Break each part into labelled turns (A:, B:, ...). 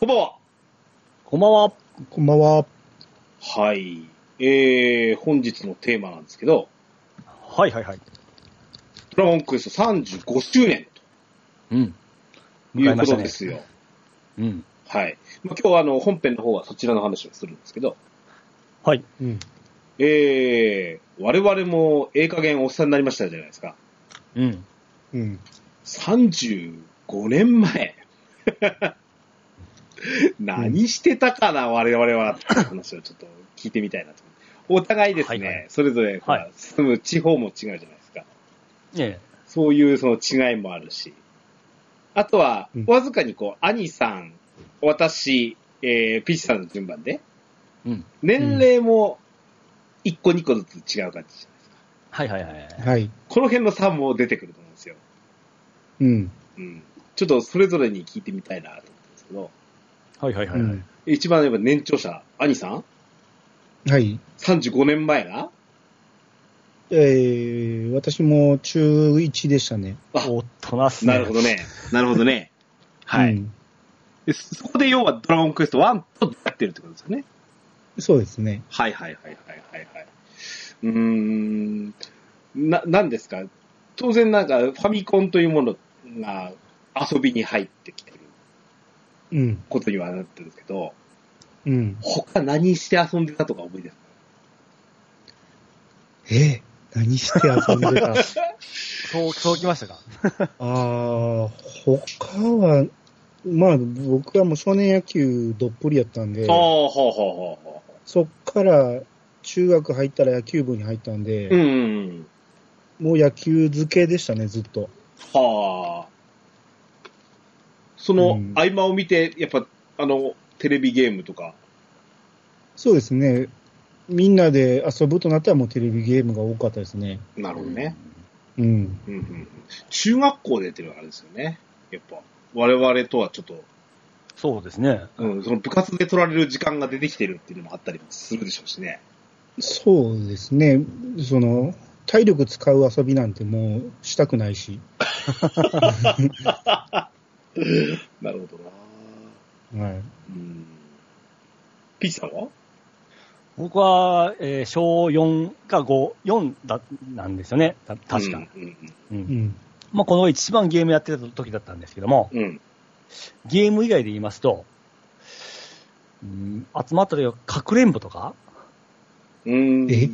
A: こんばんは。
B: こんばんは。
C: こんばんは。
A: はい。えー、本日のテーマなんですけど、
B: はいはいはい。
A: ドラゴンクエスト35周年
B: うん。
A: ということですよ。
B: うん。
A: はい。まあ、今日はあの、本編の方はそちらの話をするんですけど、
B: はい。
C: うん。
A: えー、我々もええ加減おっさんになりましたじゃないですか。
B: うん。
C: うん。
A: 35年 前。何してたかな、我々はっていう話をちょっと聞いてみたいなと思って。お互いですね、
B: はいはい
A: それぞれ、ほら
B: はい
A: 住む地方も違うじゃないですか。
B: ええ。
A: そういうその違いもあるし。あとは
C: うん、
A: わずかにこう、兄さん、私、えー、ピッチさんの順番で、
B: うん。
A: 年齢も1個2個ずつ違う感じじゃないですか。
B: はいはいはい。
C: はい。
A: この辺の差も出てくると思うんですよ。
C: うん。
A: うん。ちょっとそれぞれに聞いてみたいなと思ったんですけど、
B: はいはいは
C: う
B: い。
C: ん
A: 一番やっぱ年長者、兄さん
C: はい。
A: ?35 年前な
C: えー、私も中1でしたね。
A: あ
B: おっとなっすね。
A: なるほどね。 なるほどね。はい、
C: うん
A: で。そこで要はドラゴンクエスト1とやってるってことですよね。
C: そうですね。
A: はいはいはいはいはいはい。うーん。な、なんですか当然なんかファミコンというものが遊びに入ってきてる
C: うん。
A: ことにはなってるんですけど、
C: うん。
A: 他何して遊んでたとか思い出す
C: えー、何して遊んでた
B: そう、そうきましたか。
C: あー、他は、まあ僕はもう少年野球どっぷりやったんで
A: あ、あ、ほうほうほうほ
C: そっから中学入ったら野球部に入ったんで、
A: う。うん。
C: もう野球漬けでしたね、ずっと。
A: はあ。そうの
C: ん
A: 合間を見て、やっぱ、あの、テレビゲームとか。
C: そうですね。みんなで遊ぶとなったらもうテレビゲームが多かったですね。
A: な
B: な。。
C: うん。
A: うんうんうん、中学校でやってるあれですよね。やっぱ、我々とはちょっと、
B: そうですね。
A: うん、その部活で取られる時間が出てきてるっていうのもあったりもするでしょうしね。
C: そうですね。その、体力使う遊びなんてもうしたくないし。
A: なるほどな
C: はい。
A: うん。ピッチさんは
B: 僕は、えー小4か5、4だ、なんですよね。た確か。。
A: うんうん
B: うん。
C: うん。
B: まあ、この一番ゲームやってた時だったんですけども、
A: うん。うん。
B: ゲーム以外で言いますと、うん、集まった時は、かくれんぼとか、
A: うん、
C: え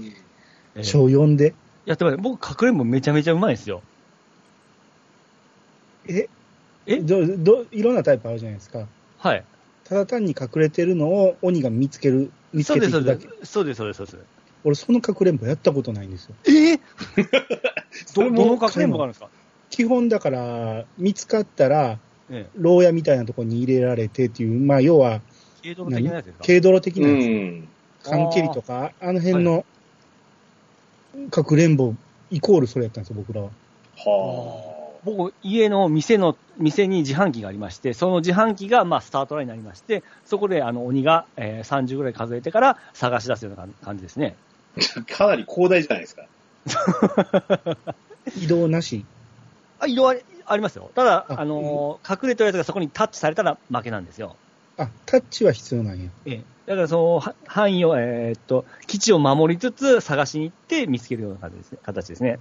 B: えー
C: 小4で。
B: やってました僕、かくれんぼめちゃめちゃうまいんですよ。
C: え
B: え
C: ど、ど、いろんなタイプあるじゃないですか。
B: はい。
C: ただ単に隠れてるのを鬼が見つける、見つ
B: そう
C: けて
B: で
C: い
B: す、そ
C: く
B: う
C: だ
B: で
C: け。
B: す。そうです、そうです、そうです。
C: 俺、その隠れんぼやったことないんですよ。
B: え
A: そ
B: ど
A: れ
B: どの
A: も、
B: 学年部があるんですか
C: 基本だから、見つかったら、
B: ええ。
C: 牢屋みたいなところに入れられてっていう、まあ、要は、
B: 軽度の的なやつですか
C: 軽泥的
A: う
C: なやつ
A: ん。
C: 缶蹴りとか、あの辺の、かくれんぼ、イコールそれやったんですよ、僕らは。
A: はあ。
B: 僕、家の店の、店に自販機がありまして、その自販機が、まあ、スタートラインになりまして、そこで、あの、鬼が、えー30ぐらい数えてから探し出すような感感じですね。
A: かなり広大じゃないですか。
C: 移動なし。
B: あ、色ありありますよ。ただ、
C: あ
B: あのー隠れてるやつがそこにタッチされたら負けなんですよ。
C: あ、タッチは必要なんや。
B: ええ。だから、その、は範囲を、えーっと、基地を守りつつ、探しに行って見つけるような感じですね、形ですね。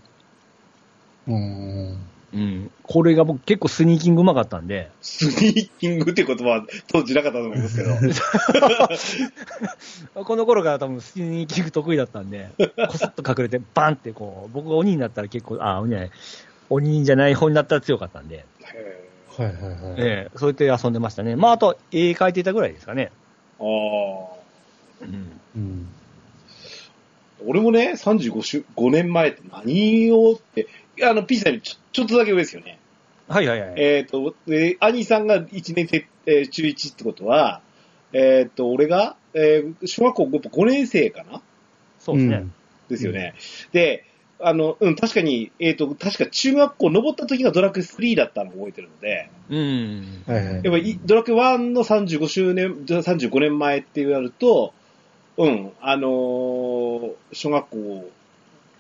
C: うーん。
B: うん。これが僕、結構スニーキングうまかったんで、
A: スニーキングって言葉は当時なかったと思いますけ ど。
B: この頃から多分スニーキング得意だったん で、こそっと隠れて、バンってこう、僕が鬼になったら結構、あ、鬼じゃない、鬼じゃない方になったら強かったんで、
A: へ
C: はいはいはい。
B: ええそうやって遊んでましたね。まあ、あと、絵描いていたぐらいですかね。
A: ーああ。
B: うん。
C: うん。
A: 俺もね、35週、5年前って何をって、いやあの、ピーさんよりちょちょっとだけ上ですよね。
B: はいはいはい。
A: えっ、と、えー兄さんが1年生、えー中1ってことは、えっ、と、俺が、えー小学校 5, 年生かな
B: そうですね。
A: ですよね。で、あの、うん、確かに、えっ、と、確か中学校登った時がドラクエ3だったのを覚えてるので、
B: うん。
C: はいはい。
A: やっぱりドラクエ1の35周年、35年前ってなると、うん、あのー小学校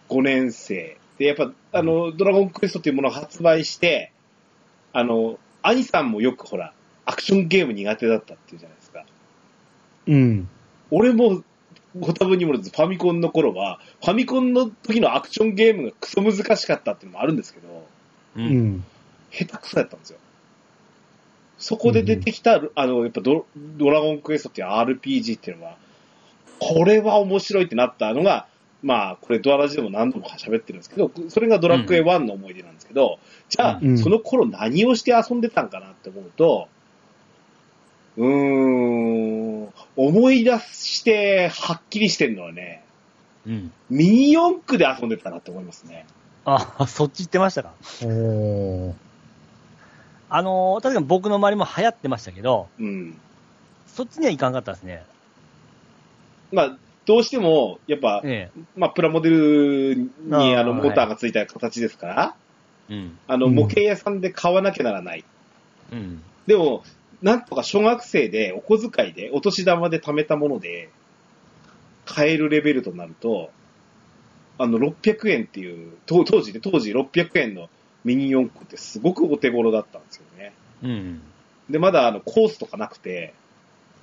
A: 5年生で、やっぱ、あの、ドラゴンクエストっていうものを発売して、あの、兄さんもよくほら、アクションゲーム苦手だったっていうじゃないですか。
C: うん。
A: 俺も、ご多分にもれず、ファミコンの頃は、ファミコンの時のアクションゲームがクソ難しかったっていうのもあるんですけど、
B: う。
C: うんん。
A: 下手くそやったんですよ。そこで出てきた、あの、やっぱドドラゴンクエストっていう RPG っていうのは、これは面白いってなったのが、まあ、これドアラジでも何度も喋ってるんですけど、それがドラクエ1の思い出なんですけど、じゃあ、
C: うん
A: その頃何をして遊んでたんかなって思うと、うーん、思い出して、はっきりしてるのはね、
B: うん。
A: ミニ四駆で遊んでたなって思いますね。
B: あ、そっち行ってましたか。
C: おー
B: あのー確かに僕の周りも流行ってましたけど、
A: うん。
B: そっちにはいかんかったですね。
A: まあ、どうしても、やっぱ、
B: え
A: まあ、プラモデルに
B: あー
A: あのモーターがついた形ですから、
B: え。うん。
A: あの
C: うん
A: 模型屋さんで買わなきゃならない。
B: うん。
A: でも、なんとか小学生でお小遣いで、お年玉で貯めたもので、買えるレベルとなると、あの、600円っていう、当当時で、当時600円のミニ四駆ってすごくお手頃だったんですよね。
B: うん。
A: で、まだあの、コースとかなくて、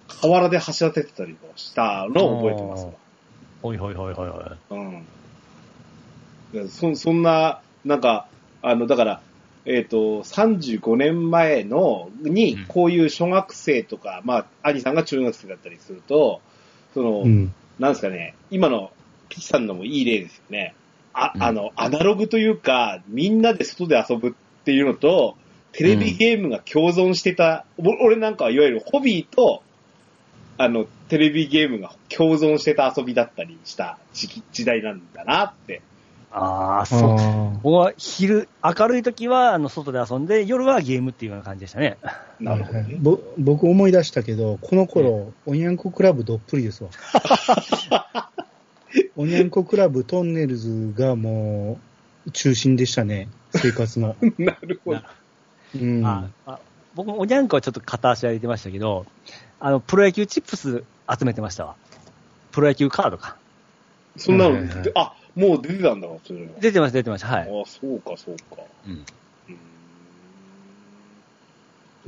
A: 河原で走らせてたりもしたのを覚えてますわ。
B: ほいほいほいほいほい。
A: うん。だからそそんな、なんか、あの、だから、えっ、と、35年前の、
B: う
A: に
B: ん、
A: こういう小学生とか、まあ、兄さんが中学生だったりすると、その、
C: うん。
A: なんですかね、今の、ピチさんのもいい例ですよね。あ、
B: うん
A: あの、アナログというか、みんなで外で遊ぶっていうのと、テレビゲームが共存してた、お俺なんかはいわゆるホビーと、あの、テレビゲームが共存してた遊びだったりした時期時代なんだなって。
B: ああ、
C: あ
B: そう。
C: ー
B: 僕は昼、明るい時は、あの、外で遊んで、夜はゲームっていうような感じでしたね。
A: なるほど
C: はいはい
A: ね。
C: ぼ僕思い出したけど、この頃、おにゃんこクラブどっぷりですわ。おにゃんこクラブトンネルズがもう中心でしたね、生活の。
A: なるほど。
C: うん。
B: ああ僕もおにゃんこはちょっと片足上げてましたけど、あの、プロ野球チップス集めてましたわ。プロ野球カードか。
A: そんなの
C: はいはいは
A: で
C: い、
A: あ、もう出てたんだな、それは。
B: 出てました、出てました。はい。
A: あ、そうか、そうか。
B: うん
A: うーん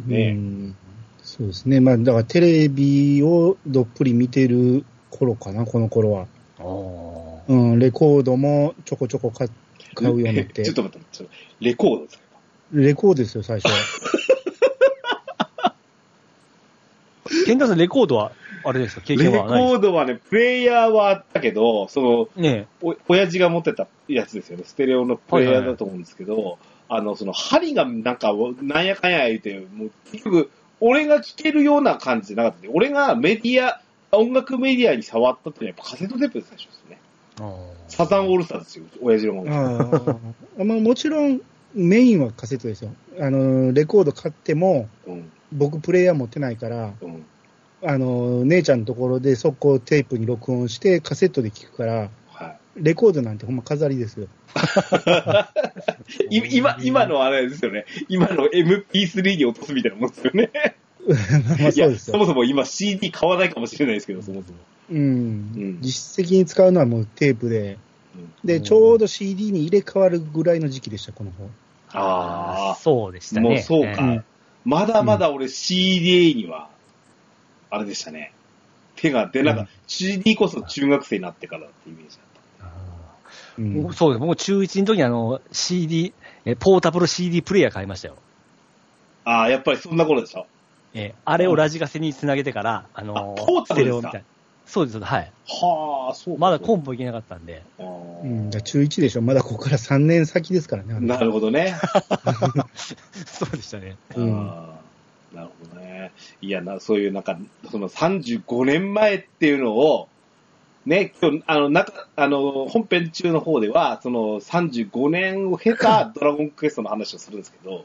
C: う
A: ね
C: んそうですね。まあ、だからテレビをどっぷり見てる頃かな、この頃は。
B: おー
C: うん、レコードもちょこちょこ買買うようになっ て
A: ちょっ。と待って、ちょっとレコードですか
C: レコードですよ、最初。
B: ケンタさん、レコードは、あれですか、経
A: レ
B: 験
A: コ
B: はないです
A: ードはね、プレイヤーはあったけど、その、
B: かね
A: お、親父が持ってたやつですよね。ステレオのプレイヤーだと思うんですけど、あの、その、針がなんか、なんやかんや言うて、もう、結局、俺が聴けるような感じじゃなかったんで、俺がメディア、音楽メディアに触ったっていうのはやっぱカセットテープで最初ですね。
B: え。おー
A: サザンオールスターですよ、親父のもの。
C: ああ。まあ、もちろん、メインはカセットですよ。あの、レコード買っても、
A: うん、
C: 僕プレイヤー持ってないから、
A: うん。
C: あの、姉ちゃんのところで速攻テープに録音して、カセットで聞くから、
A: はい。
C: レコードなんてほんま飾り ですよ。
A: い今、今のあれですよね。今の MP3 に落とすみたいなもんですよね。
C: まあ
A: い
C: そう
A: や、
C: です
A: そも
C: よ。
A: そも今 CD 買わないかもしれないですけど、そもそも。
C: うん。
A: うん
C: 実質的に使うのはもうテープで。
A: うん
C: で、ちょうど CD に入れ替わるぐらいの時期でした、この方。
A: あー
B: そうでしたね。
A: もうそうか
B: ん
C: うん
A: まだまだ俺 CD には、あれでしたね。手が出なかった。
C: うん
A: CD こそ中学生になってからってイメージだっ
C: うん
B: 僕そうです。僕、中1の時にあの、CD、えポータブル CD プレイヤー買いましたよ。
A: た。ああ、やっぱりそんな頃でしょ。
B: えあれをラジカセにつなげてから、あの
A: あポータブルですか
B: ステレオみたいな。そうです、そうですはい。
A: はあ、そうか
B: まだコンポいけなかったんで。
A: あー
C: うん、だから中1でしょ。まだここから3年先ですからね。あの
A: なるほどね。
B: そうでしたね。
C: うん
A: あーなるほどね。いや、な、そういうなんか、その35年前っていうのを、ね、今日、あの、なか、あの、本編中の方では、その35年を経たドラゴンクエストの話をするんですけど、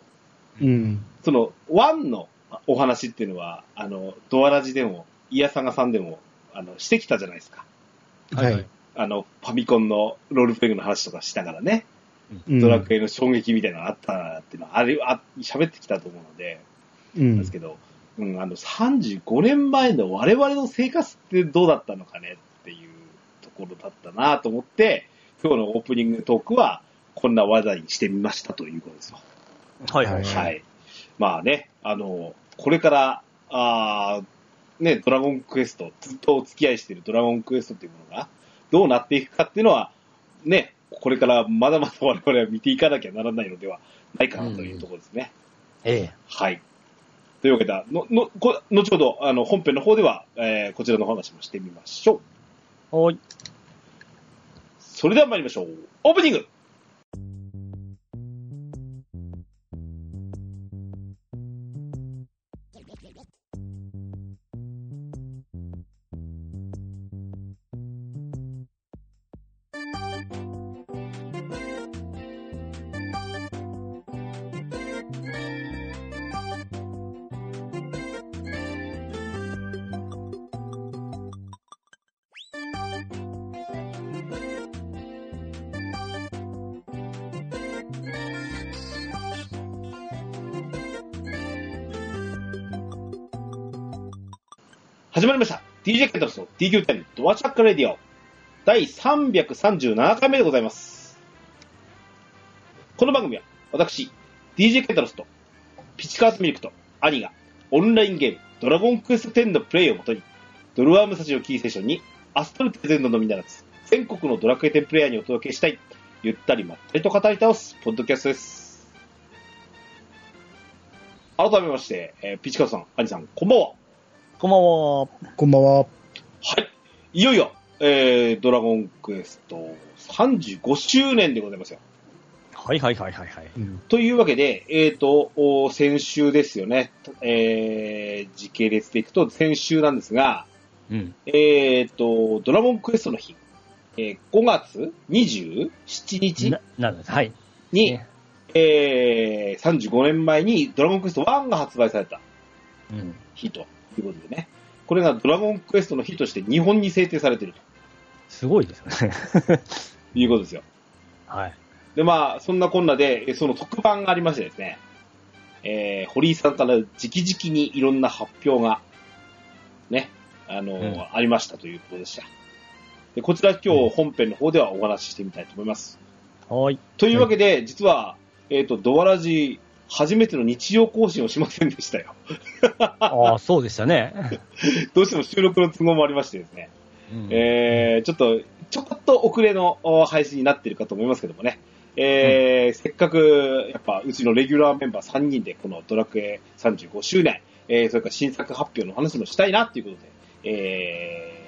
C: うん。
A: その、ワンのお話っていうのは、あの、ドアラジでも、イヤサガさんでも、あの、してきたじゃないですか。
C: はい。
A: あの、ファミコンのロールプレイングの話とかしながらね、
C: うん
A: ドラクエの衝撃みたいなのがあったっていうのは、あれ、あ、喋ってきたと思うので、
C: う
A: なん
C: ん
A: ですけど、うん、あの、35年前の我々の生活ってどうだったのかねっていうところだったなと思って、今日のオープニングトークは、こんな話題にしてみましたということですよ。
B: はい
C: はい
A: はい。まあね、あの、これから、あーね、ドラゴンクエスト、ずっとお付き合いしているドラゴンクエストっていうものが、どうなっていくかっていうのは、ね、これからまだまだ我々は見ていかなきゃならないのではないかなというところですね。
B: ええ。
A: はい。というわけで、の、の、こ後ほど、あの、本編の方では、えーこちらのお話もしてみましょう。
B: おい。
A: それでは参りましょう。オープニング始まりました。DJ ケンタロスの DQ 10ドアチャックレディオ第337回目でございます。この番組は私、DJ ケンタロスとピチカートミルクと兄がオンラインゲームドラゴンクエスト10のプレイをもとにドルアームサジをキーセッションにアストルテゼンドのみならず全国のドラクエ10プレイヤーにお届けしたいゆったりまったりと語り倒すポッドキャストです。改めまして、えーピチカートさん、兄さん、こんばんは。
B: こんばんは。
C: こんばんは。
A: はい。いよいよ、えー、ドラゴンクエスト35周年でございますよ。
B: はいはいはいはいはい。
C: うん
A: というわけで、えーと、お先週ですよね。えー、時系列でいくと先週なんですが、
B: うん。
A: えーと、ドラゴンクエストの日、えー5月27日
B: な、なんです。はい。
A: に、
B: ね
A: えー、35年前にドラゴンクエスト1が発売された
B: うん。
A: 日ということでね。これがドラゴンクエストの日として日本に制定されていると
B: すごいですよね。
A: いうことですよ。
B: はい。
A: で、まあ、そんなこんなで、えその特番がありましてですね、えー、堀井さんから直々にいろんな発表が、ね、あのー
B: うん
A: ありましたということでした。で、こちら今日本編の方ではお話ししてみたいと思います。
B: はーい。
A: というわけで、実は、えっ、と、ドワラジ、初めての日曜更新をしませんでしたよ。
B: ああ、そうでしたね。
A: どうしても収録の都合もありましてですね、
B: うん
A: えー、ちょっと、ちょこっと遅れのお配信になってるかと思いますけどもね。えーせっかく、やっぱ、うちのレギュラーメンバー3人で、このドラクエ35周年、えー、それから新作発表の話もしたいなということで、え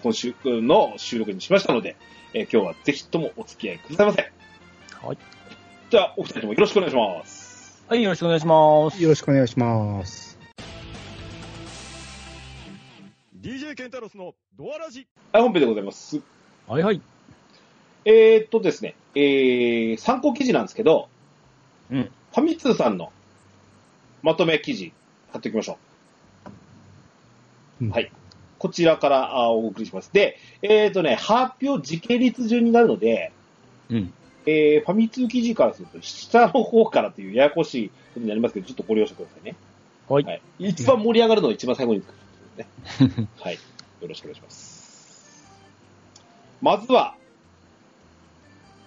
A: ー、今週の収録にしましたので、えー今日はぜひともお付き合いくださいませ。
B: はい。
A: では、お二人ともよろしくお願いします。
B: はい、よろしくお願いします。
C: よろしくお願いします。
D: DJ ケンタロスのドアラジ
A: はい、本編でございます。
B: はいはい。
A: えー、っとですね、えー、参考記事なんですけど、
B: うん
A: ファミ通さんのまとめ記事、貼っておきましょう。
C: うん
A: はい。こちらからあお送りします。で、えー、っとね、発表時系列順になるので、
B: うん。
A: えー、ファミ通記事からすると、下の方からというややこしいことになりますけど、ちょっとご了承くださいね。
B: はい。
A: はい。一番盛り上がるのは一番最後に作るんですね。はい。よろしくお願いします。まずは、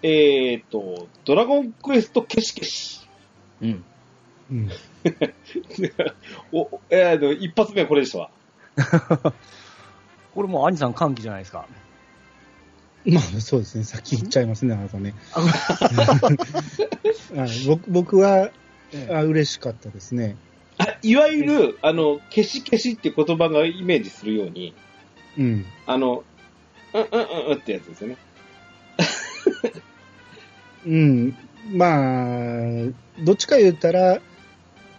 A: えーっと、ドラゴンクエストケシケシ。
B: うん。
C: うん
A: お、えー、と、一発目はこれでしたわ。
B: これもう兄さん歓喜じゃないですか。
C: まあ、そうですね。先言っちゃいますね、あなたね。 はい僕僕は、あ嬉しかったですね。
A: あいわゆる、あの、ケシケシって言葉がイメージするように、
C: うん。
A: あの、うんうんうんうんってやつですよね。
C: うん。まあ、どっちか言ったら、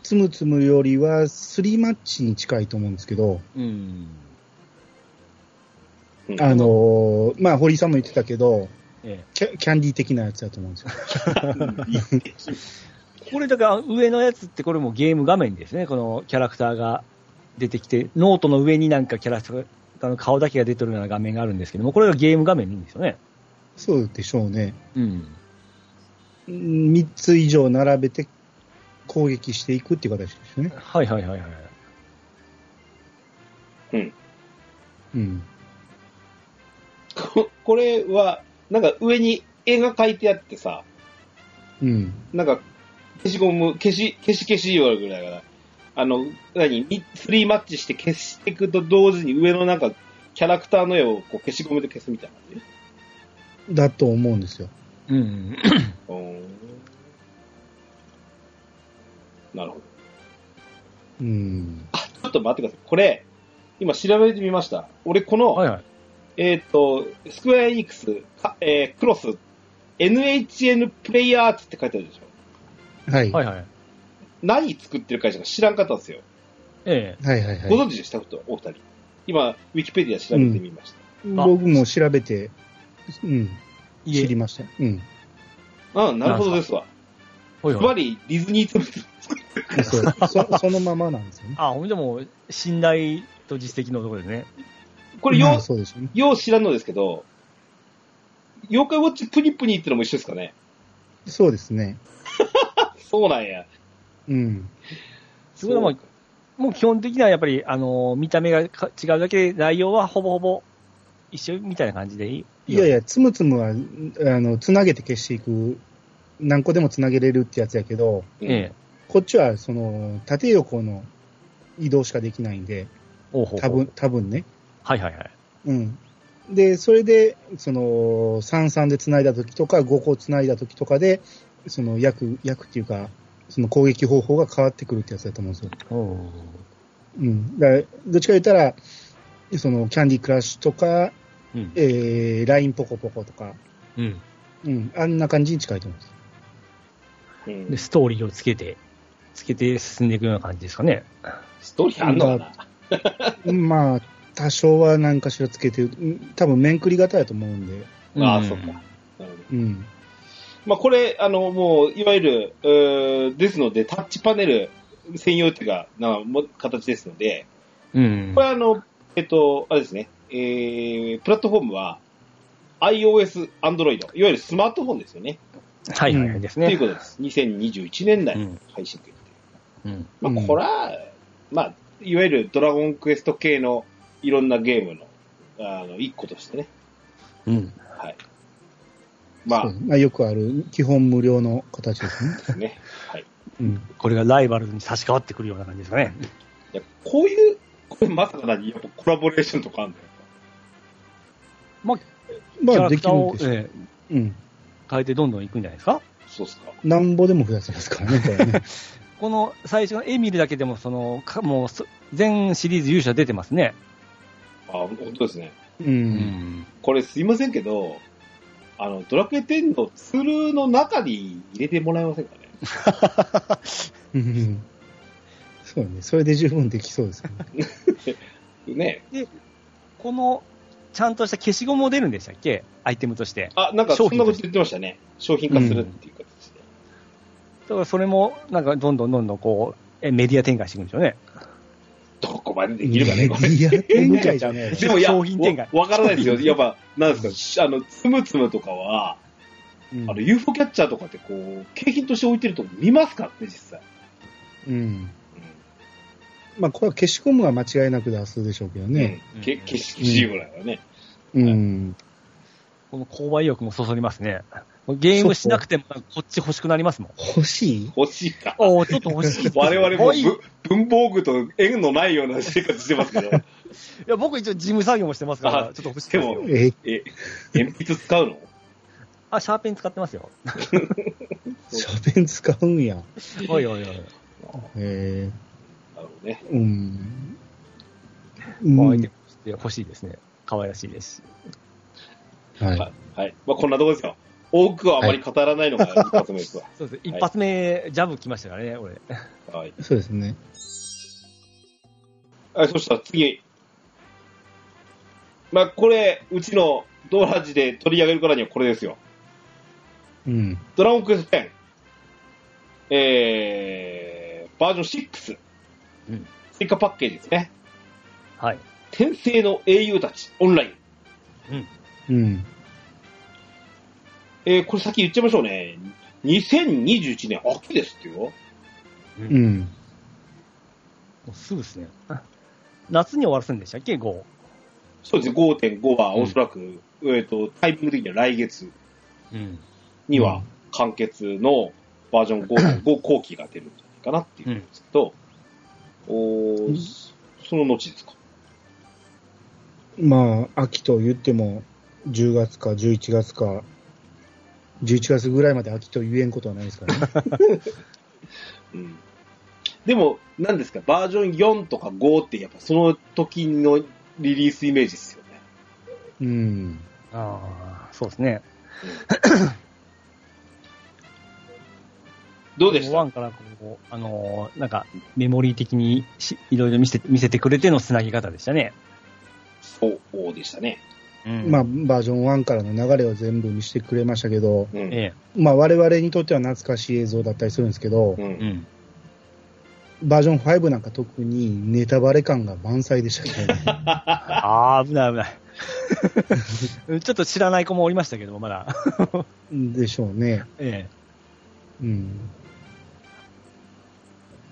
C: つむつむよりは、スリーマッチに近いと思うんですけど、
B: うん。
A: うん
C: あ、の、まあ、堀井さんも言ってたけど、
B: え
C: キャキャンディー的なやつだと思うんですよ。
B: え。これだから上のやつってこれもゲーム画面ですね。このキャラクターが出てきて、ノートの上になんかキャラクターの顔だけが出てるような画面があるんですけども、これがゲーム画面でいいんですよね。
C: そうでしょうね。
B: うん。
C: うん3つ以上並べて攻撃していくっていう形ですね。
B: はいはいはいはい。
C: うん。
A: ここれは、なんか上に絵が描いてあってさ、
C: うん。
A: なんか、消しゴム、消し、消し消し言われるぐらいだから、あの、何、みスリーマッチして消していくと同時に上のなんか、キャラクターの絵をこう消しゴムで消すみたいな感じ
C: だと思うんですよ。
B: うんうん。
A: うーんなるほど。
C: うん。
A: あ、ちょっと待ってください。これ、今調べてみました。俺この、
B: はいはい。
A: えっ、と、スクエアエニックス、かえークロス、NHN プレイヤーズって書いてあるでしょ。
C: はい。
B: は
C: はい
B: いはい。
A: 何作ってる会社か知らんかったんですよ。
B: ええ。
C: はいはい。
A: ご存知でしたことお二人。今、ウィキペディア調べてみました。
C: 僕も調べて、うん、
B: い
C: 知り
B: え。
C: ましたよ。うん。
A: あなるほどですわ。
B: はい
A: つま
B: はい。
A: り、ディズニーツムズ。
C: そうそ そのままなんですよね。
B: あ、ほんでも、信頼と実績のところですね。
A: これ、
C: ま
A: よ
C: あ、そうですよね。
A: う、よう知らんのですけど、妖怪ウォッチプニプニってのも一緒ですかね。
C: そうですね。
A: そうなんや。
C: うん。
B: すごいなまあ
A: そう
B: もう基本的にはやっぱり、あのー見た目がか違うだけで、内容はほぼほぼ一緒みたいな感じでいい
C: いやいや、つむつむは、あの、つなげて消していく、何個でもつなげれるってやつやけど、
A: うん
B: ええ。
C: こっちは、その、縦横の移動しかできないんで、
B: おうほうほう
C: 多分、。多分ね。
B: はいはいはい。
C: うん。で、それで、その、33で繋いだ時とか、5個繋いだ時とかで、その、役、役っていうか、その攻撃方法が変わってくるってやつだと思うんですよ。
B: おう
C: うん。だからどっちか言ったら、その、キャンディークラッシュとか、
B: うん。
C: えー、ラインポコポコとか、
B: うん。
C: うん、あんな感じに近いと思うんです。
A: うん
B: で、ストーリーをつけて、つけて進んでいくような感じですかね。
A: ストーリーあんのかな
C: まあ、多少は何かしらつけてる、うん多分面繰り型やと思うんで、
A: ああ、
B: ん
A: そっか。。なるほど
C: うん。
A: まあ、これ、あの、もう、いわゆる、うーですので、タッチパネル専用っていうか、なも形ですので、
B: うん
A: こ。れ、あの、えっと、あれですね、えー、プラットフォームは、iOS、Android、いわゆるスマートフォンですよね。
B: はいはいはいです
A: という
B: ね。
A: ことです。2021年
B: う
A: 代
B: ん
A: 配信というこ
B: うん。
A: とで。ま
C: う
A: あ、
C: ん
A: これは、まあ、いわゆるドラゴンクエスト系のいろんなゲームの、あの、一個としてね。
B: うん。
A: はい。ま
C: そ
A: あ
C: う、まあ、よくある、基本無料の形です
A: で
C: ね。
A: すね。はい。
C: うん。
B: これがライバルに差し替わってくるような感じですかね。
A: いやこういう、これまさかにやっぱコラボレーションとかあるんだよ。
C: ま
B: キャ
C: あ、
B: ラ
C: で
B: ク
C: き
B: ター
C: るん
B: を
C: でしょう。
B: ええ
C: うん。
B: 変えてどんどんいくんじゃないですか
A: そうっすか。
C: なんぼでも増やせますからね、これね。
B: この最初の絵見るだけでも、その、かもうそ、全シリーズ優勝出てますね。
A: あ、本当ですね。
C: う。
B: うんん。
A: これすいませんけど、あの、ドラクエ10のツールの中に入れてもらえませんかね。
C: うん。そうね。それで十分できそうですよね。
A: ね。
B: この、ちゃんとした消しゴムも出るんでしたっけアイテムとして。
A: あ、なんかそ
B: 商
A: ん
B: 品
A: なこと言ってましたね。商品化するっていう形で。
B: だからそれも、なんかどんどんどんどんこう、えメディア展開していくんでしょうね。
A: どこまでできるかね、これ。
C: いや、展開じゃねえ
A: でもいや、
B: 商品展開
A: わわからないですよ。やっぱ、なんですか、あの、つむつむとかは、
C: うん
A: あの、UFO キャッチャーとかってこう、景品として置いてるとこ見ますからね、実際。
C: うん。まあ、これは消し込むは間違いなく出すでしょうけど
A: うん。
C: ね。
A: うん。け、景色しいぐらいはね。
C: うん。
B: この購買意欲もそそりますね。もうゲームしなくても、こっち欲しくなりますもん。
C: 欲しい
A: 欲しいか。
B: おおちょっと欲しい。
A: 我々も
B: おいい
A: ぶ文房具と縁のないような生活してますけど、
B: や、僕一応事務作業もしてますから、
A: あ
B: ちょっと欲しいです
A: で
B: よ
A: も。
C: え、
A: え、鉛筆使うの
B: あ、シャーペン使ってますよ。
C: シャーペン使うんや。
B: おいおいおい。
C: え
A: なるほどね。
C: ー、うん。
B: もう
C: う
B: アイ
C: ん
B: テムとして欲しいですね。可愛らしいですし。
C: はい。
A: はい。まあこんなとこですよ。多くはあまり語らないのが一発目ですわ。
B: そうです。一発目、ジャブ来ましたからね、俺。
A: はい。
C: そうですね。
A: はい、そしたら次。まあこれ、うちのドラジで取り上げるからにはこれですよ。
C: うん。
A: ドラゴンクエスト10。えー、バージョン6。
B: うん
A: 追加パッケージですね。
B: はい。
A: 天聖の英雄たち、オンライン。
C: うん。
A: えー、これ先言っちゃいましょうね。2021年秋ですってよ。
C: うん。
B: もうすぐですね。夏に終わらせるんでしたっけ ?5。
A: そうですね、5.5は
B: うん
A: おそらく、えっ、と、タイミング的には来月
B: うん。
A: に
C: う
A: は
C: ん
A: 完結のバージョン5.5後期が出るんじゃないかなっていうことですけど、お
C: うん
A: ーその後ですか。
C: まあ、秋と言っても、10月か11月か、11月ぐらいまで秋と言えんことはないです からね。
A: うん。でも、何ですか、バージョン4とか5って、やっぱその時のリリースイメージですよね。
C: うん。
B: ああ、そうですね。
A: どうでした
B: ワンからこう、あのーなんか、メモリー的にしいろいろ見せて見せてくれてのつなぎ方でしたね。
A: そうそうでしたね。
B: うん
C: まあ、バージョン1からの流れを全部見せてくれましたけど、
A: うん。
B: え
C: まあ、我々にとっては懐かしい映像だったりするんですけど
A: う、。
B: え。うんん。
C: バージョン5なんか特にネタバレ感が満載でしたけど ね。
B: ああ、危ない危 ない。ちょっと知らない子もおりましたけども、まだ。
C: でしょうね。
B: え
C: うん。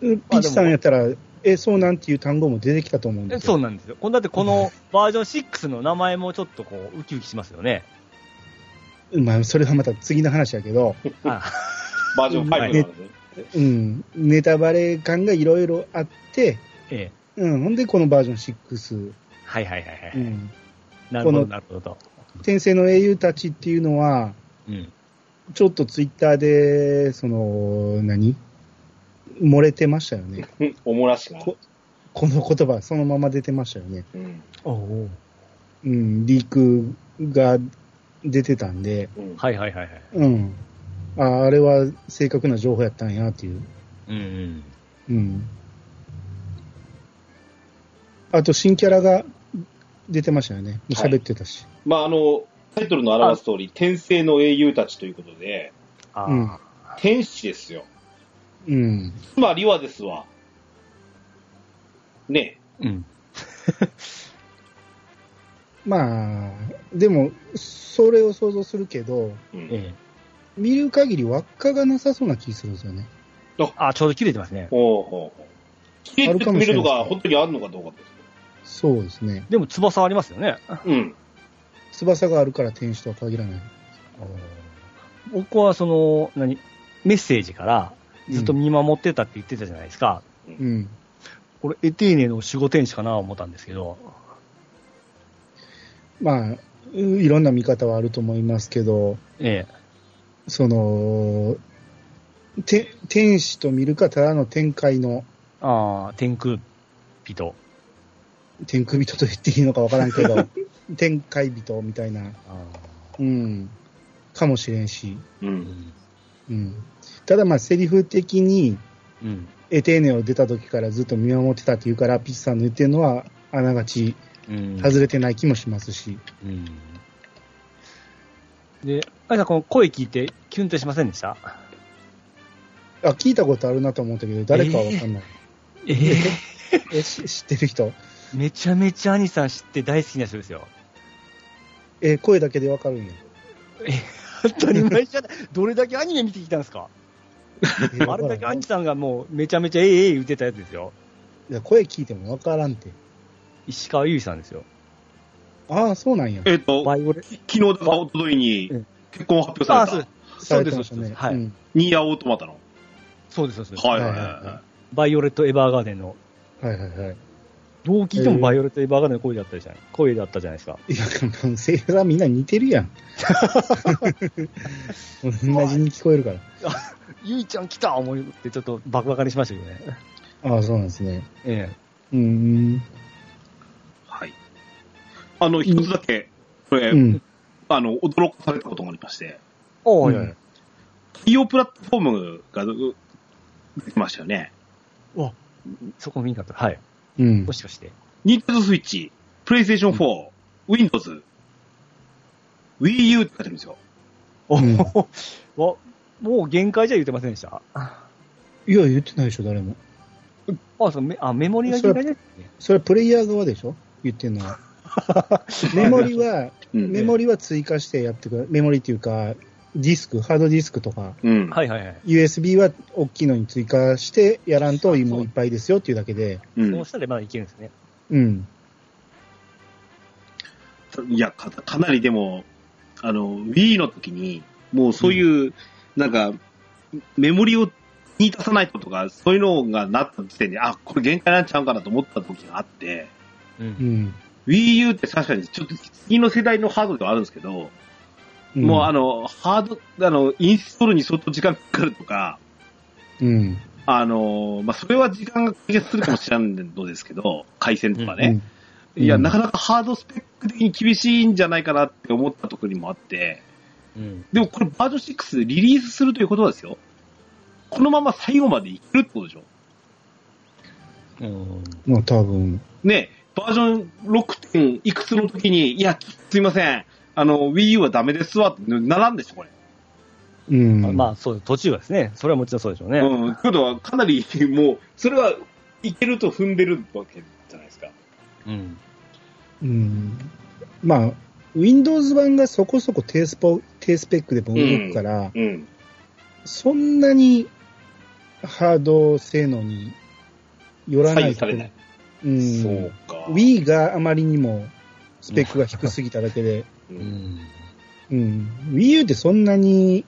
C: ピッチさんやったら、え、そうなんていう単語も出てきたと思うん
B: え。
C: です
B: そ
C: よ。
B: うなんですよ。こんだってこの バージョン6の名前もちょっとこう、ウキウキしますよね。
C: まあ、それはまた次の話やけど、
B: あ
A: バージョン5なんですね。
C: うん、ネタバレ感がいろいろあって、
B: ええ。
C: うん、ほんでこのバージョン6、
B: はいはいはいはい。
C: うん、
B: なるほど、
C: この
B: なるほどと。
C: 転生の英雄たちっていうのは、
B: うん。
C: ちょっとツイッターで、その、何漏れてましたよね。
A: うんおもらしが。
C: ここの言葉、そのまま出てましたよね。
A: うん。
B: おお。
C: うん、リークが出てたんで、
A: うん。
B: はいはいはいはい。
C: うん。ああれは正確な情報やったんやっていう。
B: うんうん。
C: うん。あと、新キャラが出てましたよね。喋ってたし。
A: まあ、あの、タイトルの表す通り、転生の英雄たちということで、
B: ああ、
C: うん
A: 天使ですよ。
C: うん。
A: つまりはですわ。ね
B: うん。
C: まあ、でも、それを想像するけど、
A: え。うん。
B: ええ。
C: 見る限り輪っかがなさそうな気するんですよね。
B: ああ、ちょうど切れてますね。
A: ほうほうほう。切れてみるのが本当にあるのかどうかです
C: そうですね。
B: でも翼ありますよね。
A: よ。うん。
C: 翼があるから天使とは限らない。
B: 僕はその、何、メッセージからずっと見守ってたって言ってたじゃないですか。
C: うん。
B: これ、エテーネの守護天使かなと思ったんですけど。
C: まあ、ういろんな見方はあると思いますけど、
B: ええ。
C: その、て天使と見るか、ただの天界の
B: ああ、天空人。
C: 天空人と言っていいのかわからん けど、天界人みたいな、
B: あ
C: うん、かもしれんし、
A: う。
B: うんん。
C: うん。ただまあ、セリフ的に、
B: うん。
C: エテーネを出た時からずっと見守ってたっていうから、ピッチさんの言ってるのは、あながち
B: うん。
C: 外れてない気もしますし、
B: うん。で、あいさん、この声聞いてキュンとしませんでした
C: あ、聞いたことあるなと思ったけど、誰かはわかんない。
B: ええ。
C: えし知ってる人
B: めちゃめちゃ兄さん知って大好きな人ですよ。
C: え、声だけでわかるんや。
B: 当たり前じゃない。 どれだけアニメ見てきたんですか
C: え
B: あれだけア
C: わからん
B: ン
C: い
B: ジさんがもうめちゃめちゃええええ言ってたやつですよ。
C: や声聞いてもわからんって。
B: 石川由依さんですよ。
C: ああ、そうなんや。
A: えっと、
B: バイオレ
A: 昨日とかおとといに
B: うん
A: 結婚発表され
B: ああそう
A: た。
C: さ
B: そう
C: れ
B: で
C: て
B: す
C: ましたね。
B: はい
C: うん
A: ニーヤオートマタの。
B: そうです、そうです。
A: はいはい
C: はいはい
A: は。
C: はい
B: バイオレット・エヴァーガーデンの。
C: はいはいはい。
B: どう聞いてもバイオレット・エヴァーガーデンの声だったじゃない。声だったじゃないですか。
C: いや、でも声優さんみんな似てる やん。同じに聞こえるから。
B: ゆいちゃん来た思ってちょっとバカバカにしましたけどね。
C: ああ、そうなんですね。
B: え
C: うん。
A: はい。あの、一つだけ、これ、
C: うん。
A: あの、驚かされたことがありまして、
B: え。お
C: うん
B: ー
A: 太陽プラットフォームがう出てましたよね。
B: そこ見んかった。はい。
C: うん
B: も。しかして。
A: ニンテンドースイッチ、プレイステーション4、Windows、Wii U って書いてあるんですよ。
B: お
C: うん
B: お わもう限界じゃ言ってませんでしたあ、
C: いや、言ってないでしょ、誰も。
B: そう、メあメモリが限界ですね。
C: それはプレイヤー側でしょ言ってんのは。 メモリは、
A: うん
C: メモリは追加してやってくれ、メモリっていうか、ディスク、ハードディスクとか、
A: うん。
B: はいはいはい。
C: USB は大きいのに追加してやらんともういっぱいですよっていうだけで、
A: うん
B: そうしたらまだいけるんですね。
C: うん。
A: いやか、かなりでも、あの、Wii の時に、もうそういう、なんか、メモリをに足さないととか、そういうのがなった時点で、あ、これ限界なんちゃうかなと思った時があって、
B: うん
C: うん。
A: Wii U って確かにちょっと次の世代のハードではあるんですけど、
C: うん
A: もうあの、ハード、あの、インストールに相当時間かかるとか、
C: うん。
A: あの、まあ、それは時間が解決するかもしれないのですけど、回線とかね。
C: うん
A: いや、
C: うん
A: なかなかハードスペック的に厳しいんじゃないかなって思ったところにもあって、
B: うん
A: でもこれバージョン6リリースするということはですよ。このまま最後までいけるってことでしょ。
B: うん
C: うん。もう多分。
A: ね、バージョン6点いくつの時に、いや、すいません、あの、Wii U はダメですわってならんでしょ、これ。
C: うん。
B: まあそう、途中はですね、それはもちろんそうでしょうね。
A: うん、ことはかなりもう、それはいけると踏んでるわけじゃないですか。
B: うん
C: うん。まあ、Windows 版がそこそこ低スポ低スペックでも動くから、
A: うん。
C: そんなにハード性能によ
A: 左
C: らな
A: 右
C: い
A: されない。
C: うん。
A: そうか。
C: Wii があまりにもスペックが低すぎただけで、
A: う
B: うんん
C: うん。Wii U ってそんなに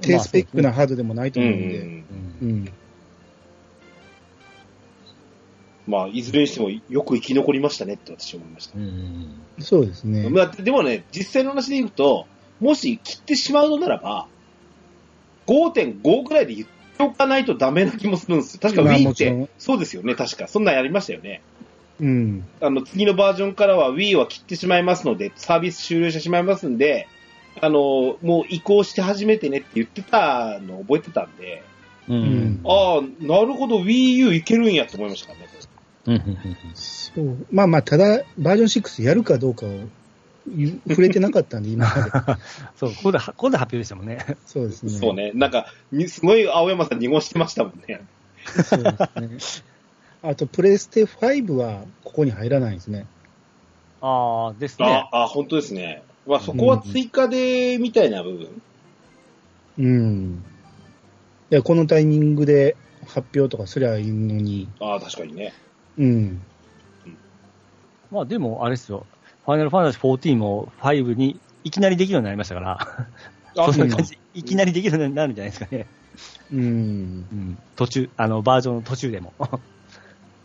C: 低スペックなハードでもないと
A: う
C: 思うんで、
A: ん。
B: うん
C: うん。
A: まあ、いずれにしてもよく生き残りましたねって私は思いました
B: う。ん
C: そうですね。
A: まあ、でもね、実際の話で言うと、もし切ってしまうのならば、5.5ぐらいで言っておかないとダメな気もするんですよ。確か
C: まあ
A: Wii
C: も
A: っ
C: ちろ
A: て
C: ん、
A: そうですよね、確か。そんなんやりましたよね。
C: うん。
A: あの、次のバージョンからは Wii は切ってしまいますので、サービス終了してしまいますんで、あの、もう移行して始めてねって言ってたのを覚えてたんで、
B: うん
C: ん
A: ああ、なるほど、Wii U いけるんやと思いましたからね。
B: うんうん
C: そう。まあまあ、ただ、バージョン6やるかどうかを言う触れてなかったんで、今ま で。
B: そう、ここで、ここで発表でしたもんね。
C: そうですね。
A: そうね。なんか、にすごい青山さん濁してましたもんね。
C: そうですね。あと、プレイステ5はここに入らないんですね。
B: ああ、ですね
A: あ。あ、本当ですね。まあ、そこは追加で、みたいな部分。
C: うん。いや、このタイミングで発表とかすりゃいいのに。
A: ああ、確かにね。
C: うん。
B: まあでも、あれですよ。ファイナルファンタジー14も5にいきなりできるようになりましたから、
A: あ
B: そんな
A: か
B: 感じ、いきなりできるようになるんじゃないですかね。
C: うん。
B: うん、途中、あの、バージョンの途中でも。
C: い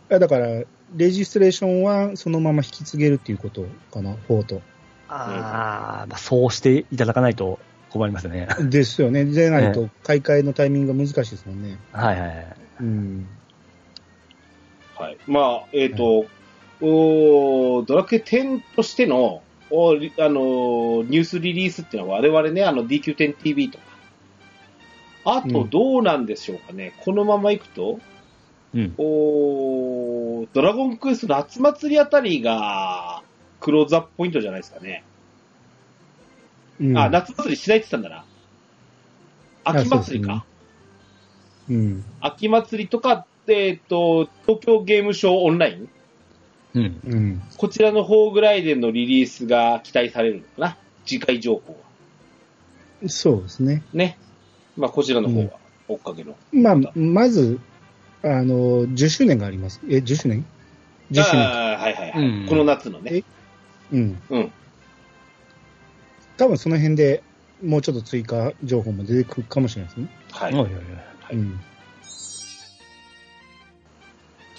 C: やだから、レジストレーションはそのまま引き継げるっていうことかな、4と。
B: ああ、まあ、そうしていただかないと困りますよね。
C: ですよね。でないと買い替えのタイミングが難しいですもんね。
B: はいはいはい。
C: うん。
A: はい。まあ、えっ、と、おードラクエ10としての、おーリあのーニュースリリースっていうのは、我々ね、あの DQ10TV とか。あ
C: う
A: と、
C: ん
A: どうなんでしょうかね。このままいくと、
B: うん。
A: おードラゴンクエストの夏祭りあたりが、クローズアップポイントじゃないですかね。
C: うん、
A: あ、夏祭りしないって言ったんだな。秋祭りか。
C: うん。
A: 秋祭りとか、えっと、東京ゲームショウオンライン
B: うん。
C: うん。
A: こちらの方ぐらいでのリリースが期待されるのかな次回情報は。
C: そうですね。
A: ね。まあ、こちらの方は、追っかけの。
C: まあ
A: ま、た
C: まず、あの、10周年があります。え、10周年 ?10 周年。
A: ああ、はいはいはい。
B: うん
A: この夏のね
C: え。うん。
A: うん。
C: 多分その辺でもうちょっと追加情報も出てくるかもしれないですね。
A: はい。
B: おいおいおい
A: はい
C: うん。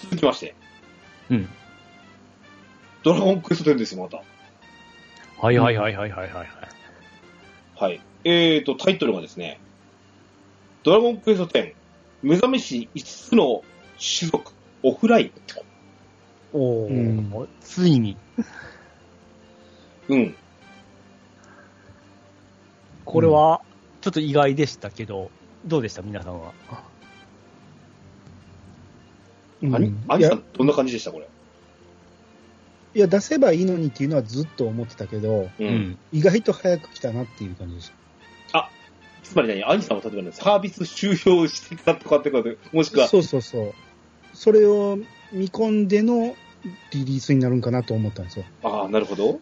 A: 続きまして、
B: うん。
A: ドラゴンクエスト10ですよ、また。
B: はいはいはいはいはいはい。
A: はい。えーと、タイトルがですね、ドラゴンクエスト10、目覚めし5つの種族、オフライン。
B: おお、
C: うん
B: ついに。
A: うん。
B: これは、ちょっと意外でしたけど、どうでした皆さんは。
A: あ
C: う
A: に
C: ん、
A: あ
C: い
A: に
C: や
A: さ、ん、どんな感じでした、これ。
C: いや、出せばいいのにっていうのはずっと思ってたけど、
A: う
B: う。。
C: 意外と早く来たなっていう感じでした。
A: つまり何アニさんは例えばね、サービス終了してたとかってこと、もしくは、
C: そうそうそう。それを見込んでのリリースになるんかなと思ったんですよ。
A: ああ、なるほど。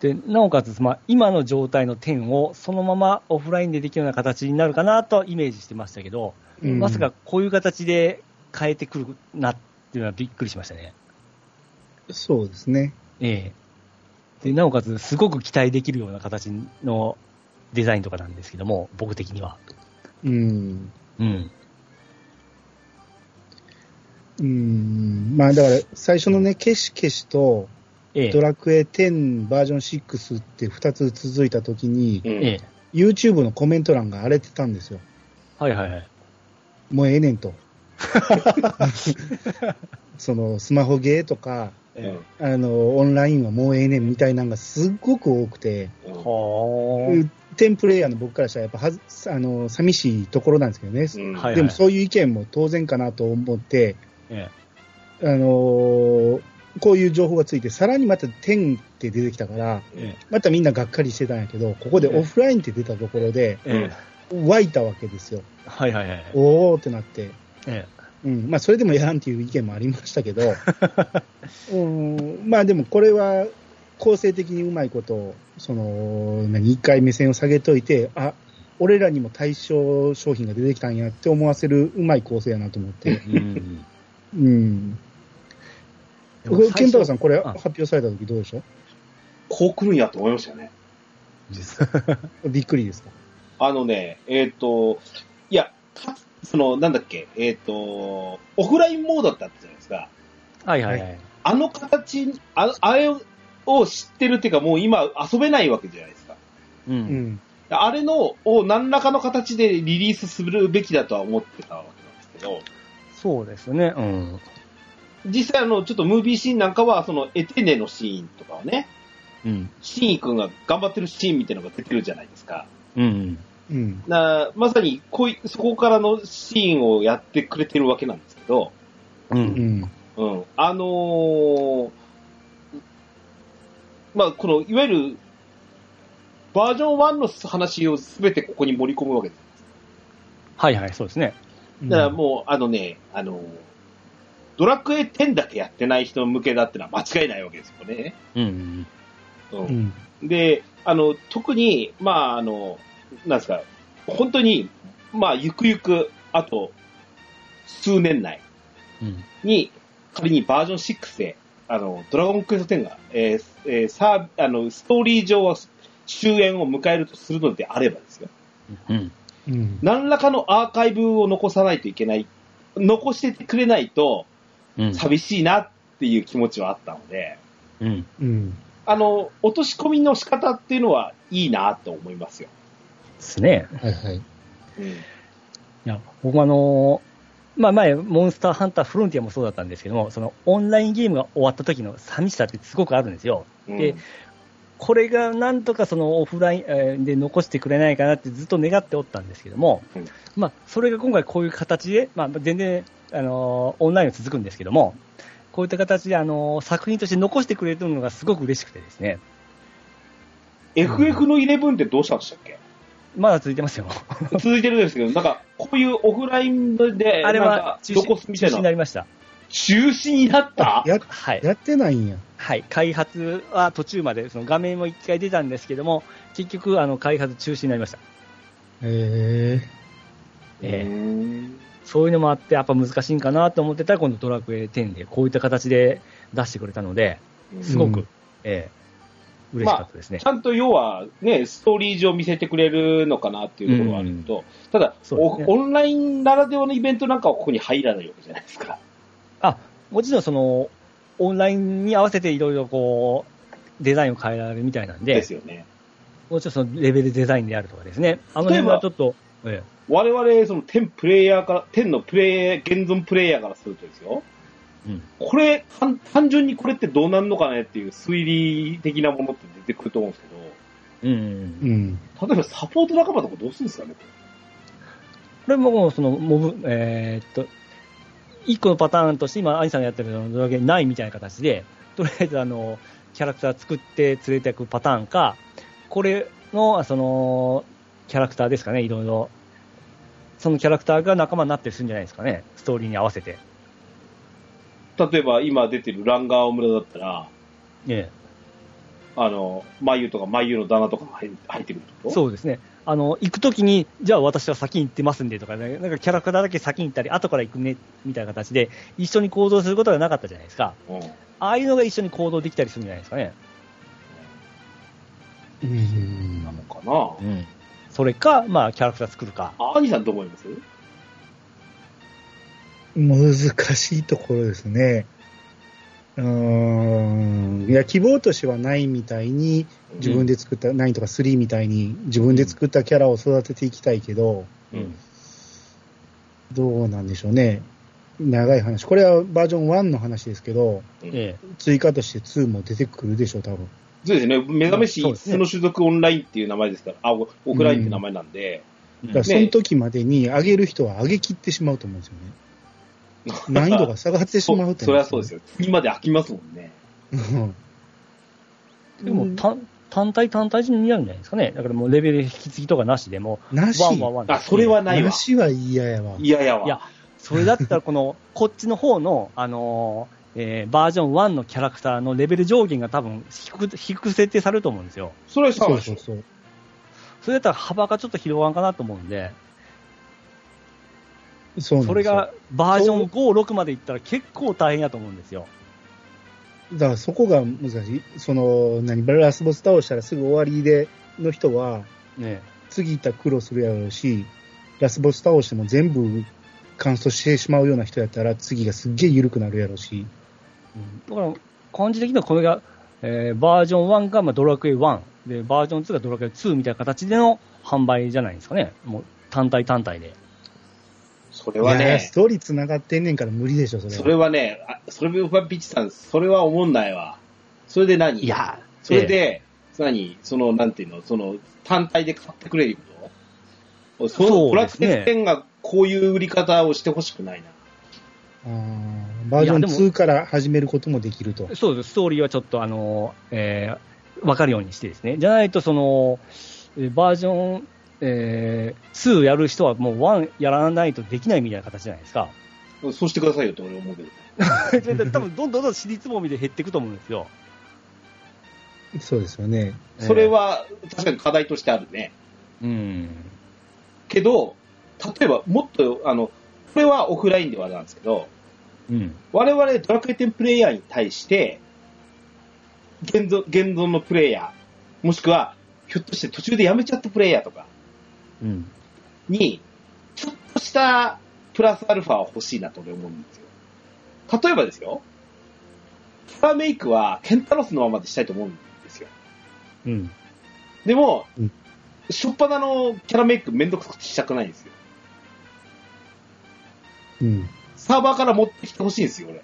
B: で、なおかつ、まあ、今の状態の点をそのままオフラインでできるような形になるかなとはイメージしてましたけど、
C: うん
B: まさかこういう形で変えてくるなっていうのはびっくりしましたね。
C: そうですね。
B: ええで、なおかつ、すごく期待できるような形のデザインとかなんですけども、僕的には。
C: うん。
B: うん。
C: うん。まあだから、最初のね、ケシケシと、
B: ええ
C: ド。ラクエ10バージョン6って2つ続いた時に、
A: うん
B: ええ。
C: YouTube のコメント欄が荒れてたんですよ。
B: はいはいはい。
C: もうええね んと。その、スマホゲーとか、
A: うん
C: あの、オンラインはもうええねんみたいなのがすっごく多くて、
B: は
C: テンプレイヤーの僕からしたらやっぱはず、あの、寂しいところなんですけどね。
A: うん
B: はい
C: でもそういう意見も当然かなと思って、
B: え
C: あのーこういう情報がついて、さらにまた10って出てきたから、
B: え
C: またみんながっかりしてたんやけど、ここでオフラインって出たところで、
B: ええ。
C: 湧いたわけですよ。
B: はいはいはい。
C: おーってなって。
B: え
C: うん、まあ、それでもやらんっていう意見もありましたけど、うん、まあでもこれは、構成的にうまいこと、その、何、一回目線を下げといて、あ、俺らにも対象商品が出てきたんやって思わせるうまい構成やなと思っ
B: え。
C: て。
B: うん。
C: うん。
B: でも
C: これケンタロウさん、これ
B: あ
C: 発表された時どうでした
A: こう来るんやと思いましたよね。
C: びっくりですか
A: あのね、えっ、と、いや、かその、なんだっけ、えっ、と、オフラインモードってあったじゃないですか。
B: はいはいはい。
A: あの形、ああれを知ってるっていうか、もう今遊べないわけじゃないですか。
B: う。
C: うんん。
A: あれの、を何らかの形でリリースするべきだとは思ってたわけなんですけど、
B: そうですね。うん。
A: 実際あの、ちょっとムービーシーンなんかは、その、エテネのシーンとかはね、
B: うん。
A: シンイ君が頑張ってるシーンみたいなのが出てるじゃないですか。
B: うん。
C: うん。
A: なまさにこうい、そこからのシーンをやってくれてるわけなんですけど、
B: う。
C: うんん。
A: うん。あのーまあ、この、いわゆる、バージョン1の話をすべてここに盛り込むわけです。
B: はいはい、そうですね。
A: だからもう、あのね、あのードラクエ10だけやってない人向けだってのは間違いないわけですよね。
B: うん。
A: う。
C: うんん。
A: で、あの、特に、まあ、あの、なんですか、本当に、まあ、ゆくゆく、あと、数年内
B: うん。
A: に、仮にバージョン6で、あの、ドラゴンクエスト10が、えーえーサーあの、ストーリー上は終焉を迎えるとするのであればですよ。
B: うん。
C: うん。
A: 何らかのアーカイブを残さないといけない、残しててくれないと、
B: うん。
A: 寂しいなっていう気持ちはあったので、
B: うん。
C: うん。
A: あの、落とし込みの仕方っていうのはいいなと思いますよ。
B: ですね。
C: はいはい。
A: うん
B: いや、僕もあのーまあ前、モンスターハンターフロンティアもそうだったんですけども、そのオンラインゲームが終わった時の寂しさってすごくあるんですよ。でこれがなんとかそのオフラインえーで残してくれないかなってずっと願っておったんですけども、
A: うん
B: まあ、それが今回こういう形で、まあ、全然、あのーオンラインは続くんですけども、こういった形で、あのー作品として残してくれるのがすごく嬉しくてですね、
A: FF の11ってどうしたんでしたっけ、
B: まだ続いてますよ。
A: 続いてるんですけど、なんか、こういうオフラインで、
B: あれ
A: なんか
B: は中
A: 残す
B: 止
A: み
B: 中
A: た
B: 止に
A: い
B: な
A: な、
B: りました。
A: 中止になった
C: や、
B: はい。
C: やってないんや。
B: はい、開発は途中まで、その画面も一回出たんですけども、結局、あの開発中止になりました、
C: へ
B: えー
A: うーん
B: そういうのもあって、やっぱ難しいんかなと思ってたら、今度、ドラクエ10でこういった形で出してくれたので、すごく、
C: う
B: えー嬉しかったですね。
A: ちゃんと要は、ね、ストーリー上見せてくれるのかなっていうところはあるけど、ただ、
B: そうです
A: オ
B: ね
A: オンラインならではのイベントなんかはここに入らないわけじゃないですか。
B: あもちろんその、オンラインに合わせていろいろこう、デザインを変えられるみたいなんで、
A: ですよね。
B: もちろんそのレベルデザインであるとかですね、あの辺はちょっと、え
A: 我々、その10プレイヤーから、10のプレイ、現存プレイヤーからするとですよ、
B: えうん
A: これ、単単純にこれってどうなんのかねっていう推理的なものって出てくると思うんですけど、
B: うん
C: え。うん。
A: 例えばサポート仲間とかどうするんですかね、こ
B: これももうそのモブ、えーっと、一個のパターンとして今、アニさんがやってるのだけないみたいな形で、とりあえずあの、キャラクター作って連れていくパターンか、これの、その、キャラクターですかね、いろいろ。そのキャラクターが仲間になってするんじゃないですかね、ストーリーに合わせて。
A: れ例えば今出てるランガーオ村だったら、
B: え
A: あの、眉とか眉の旦那とかが入入ってくるってこと
B: そうですね。あの、行くときに、じゃあ私は先に行ってますんでとかね、なんかキャラクターだけ先に行ったり、後から行くね、みたいな形で、一緒に行動することがなかったじゃないですか。
A: う。ん。
B: ああいうのが一緒に行動できたりするんじゃないですかね。
C: うん
A: なのかな
B: それか、まあ、キャラクター作るか。
A: あ、兄さんどう思います
C: 難しいところですね。うーん。いや、希望としてはないみたいに、自分で作った、9とか3みたいに、自分で作ったキャラを育てていきたいけど、
A: うん。
C: どうなんでしょうね。長い話。これはバージョン1の話ですけど、
B: ええ。
C: 追加として2も出てくるでしょう、多分。
A: そうですね。目覚めし、
B: そう
A: そ
B: ですね
A: の種族オンラインっていう名前ですから、あ、オオフラインって名前なんで、
C: だからその時までに上げる人は上げ切ってしまうと思うんですよね。 難易度が下がってしまう
A: そそれはそうです
C: よ。
A: よ。今で飽きますもんね。
C: うん
B: でも、単単体単体になるんじゃないですかね。だからもうレベル引き継ぎとかなしでも、
C: なし、
B: ワンワンワン。
A: あ、それはないわ
C: な。しは嫌やわ。
A: いやいや
B: いや
A: わ。
B: それだったら、この、 こっちの方の、あのーえーバージョン1のキャラクターのレベル上限が多分低く、低く設定されると思うんですよ。
A: それは
C: そ
A: そうう
C: そうそう。
B: それだったら幅がちょっと広がんかなと思うんで、
C: そうなんですよ
B: それがバージョン5、6までいったら結構大変やと思うんですよ。
C: だからそこが難しい。その、何、ラスボス倒したらすぐ終わりでの人は、
B: ね
C: 次行ったら苦労するやろうし、ラスボス倒しても全部カンストしてしまうような人やったら、次がすっげえ緩くなるやろうし。
B: だから、感じ的にはこれが、えーバージョン1がまあドラクエ1で、バージョン2がドラクエ2みたいな形での販売じゃないですかね。もう単体単体で。
A: それはい
C: や
A: ね
C: ス、トーリー繋がってんねんから無理でしょ、それは。
A: それはね、あそれはピッチさん、それは思んないわ。それで何、それで、何その、なんていうの、その、単体で買ってくれることそ
B: そう
A: の、ブラ
B: で
A: ック
B: すね
A: テンがこういう売り方をしてほしくないな。
C: あーバージョ
B: い
C: ン
B: やでも
C: 2から始めることもできると
B: ええ、。そうです。ストーリーはちょっと、あのーえーわかるようにしてですね。じゃないと、その、えーバージョン、えー2やる人はもう1やらないとできないみたいな形じゃないです か。
A: そうしてくださいよって俺思うけど。
B: 多分どんどんどんどん尻つぼみで減っていくと思うんですよ。
C: そうですよね。
A: それは、確かに課題としてあるね。
B: うん。
A: けど、例えば、もっと、あの、これはオフラインではなんですけど、
B: うん。
A: 我々ドラクエ10プレイヤーに対して、現存、現存のプレイヤー、もしくは、ひょっとして途中でやめちゃったプレイヤーとか
B: うん。
A: に、ちょっとしたプラスアルファは欲しいなと俺思うんですよ。例えばですよ、キャラメイクはケンタロスのままでしたいと思うんですよ。
B: うん。
A: でも
C: うん、
A: 初っ端のキャラメイクめんどくさくてしたくないんですよ。
C: うん。
A: サーバーから持ってきてほしいんですよ、俺。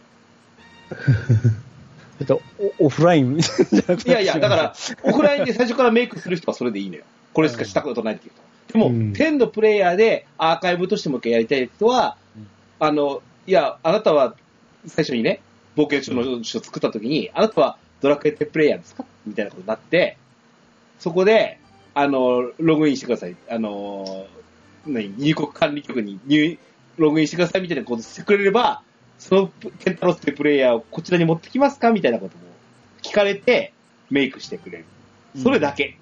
B: えっと、オオフラインじゃなくて。
A: いやいや、だ から、オフラインで最初からメイクする人はそれでいいのよ。これしかしたことないっていう人。でも、
C: うん
A: 10のプレイヤーでアーカイブとしてもう一回やりたい人は
B: うん、
A: あの、いや、あなたは最初にね、冒険中の書を作った時に、あなたはドラクエ10プレイヤーですかみたいなことになって、そこで、あの、ログインしてください。あの、何入国管理局に入、ログインしてくださいみたいなことしてくれれば、そのケンタロスっていうプレイヤーをこちらに持ってきますかみたいなことも聞かれて、メイクしてくれる。それだけ。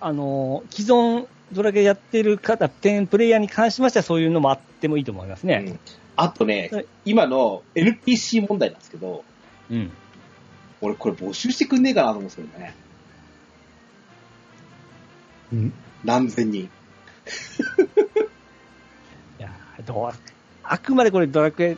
B: あのー、既存ドラケやってる方、10プレイヤーに関しましてはそういうのもあってもいいと思います
A: う
B: ね。
A: んあとね、
B: はい
A: 今の NPC 問題なんですけど、
B: うん。
A: 俺これ募集してくんねえかなと思うんですけどね。
C: うん
A: 何千人。
B: いやーどうあくまでこれドラクエ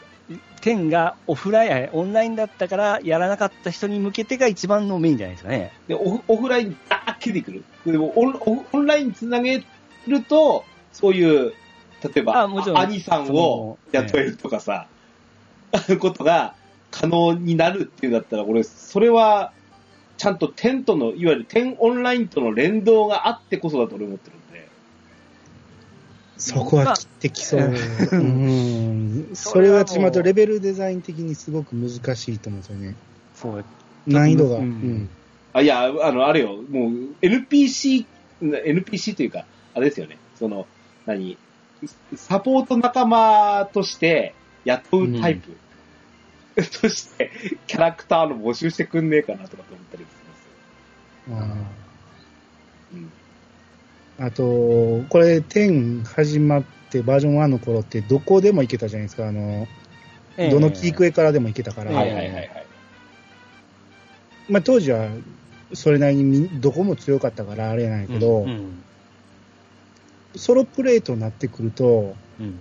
B: 10がオフラインえ、オンラインだったからやらなかった人に向けてが一番のメインじゃないですかね。
A: で、オフオフラインだけで来る。でもオンオフオンラインにつなげると、そういう、例えば、
B: あもちろん
A: 兄さんを雇えるとかさ、 あのことが可能になるっていうんだったら、俺、それは、ちゃんとテントの、いわゆるテンオンラインとの連動があってこそだと俺思ってるんで。
C: そこは切ってきそう。 うん。それはちまとレベルデザイン的にすごく難しいと思うんですよね。
B: そう。
C: 難易度が。
B: う
C: うんん。
A: あ、いや、あの、あれよ、もう、NPC、NPC というか、あれですよね、その、何、サポート仲間として雇うタイプ、 として、キャラクターの募集してくんねえかなとかと思ったりもしますよ。
C: あ
A: うん
C: ーあと、これ、10始まってバージョン1の頃って、どこでも行けたじゃないですか。あの、どのキーク
B: エ
C: エからでも行けたから。
B: えー
A: はいはいはいはい。
C: まあ、当時は、それなりにみどこも強かったからあれなんやけど、
B: うん。
C: ソロプレイとなってくると、
B: うん。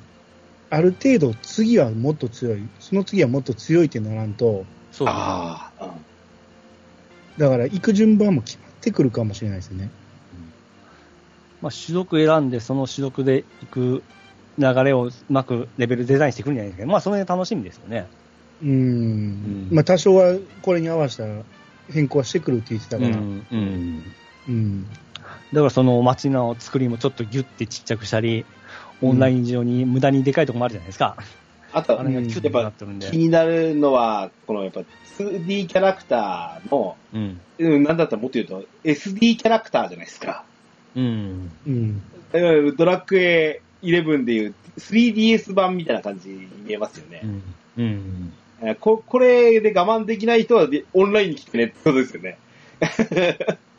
C: ある程度次はもっと強い、その次はもっと強いってならんと、
B: そうそう
A: ああ、
C: だから行く順番も決まってくるかもしれないですよね。
B: まあ、種族選んで、その種族でいく流れをうまくレベルデザインしてくるんじゃないですか、まあ、その辺楽しみですよね。
C: うーん。まあ多少はこれに合わせた変更はしてくるって言ってた
B: う
C: から。
B: んうん
C: うん
B: だからその街の作りもちょっとギュッてちっちゃくしたり、オンライン上に無駄にでかいとこもあるじゃないですか。
A: あと
B: あ
A: は
B: れがキュッてなってるんで
A: 気。になるのは、このやっぱ 2D キャラクターの、
B: うん。
A: うん、なんだったらもっと言うと SD キャラクターじゃないですか。
B: うん。
C: うん
A: いわゆるドラクエ11でいう 3DS 版みたいな感じに見えますよね
B: う。ん。うん。
A: えーここれで我慢できない人はでオンラインに来てねってことですよね。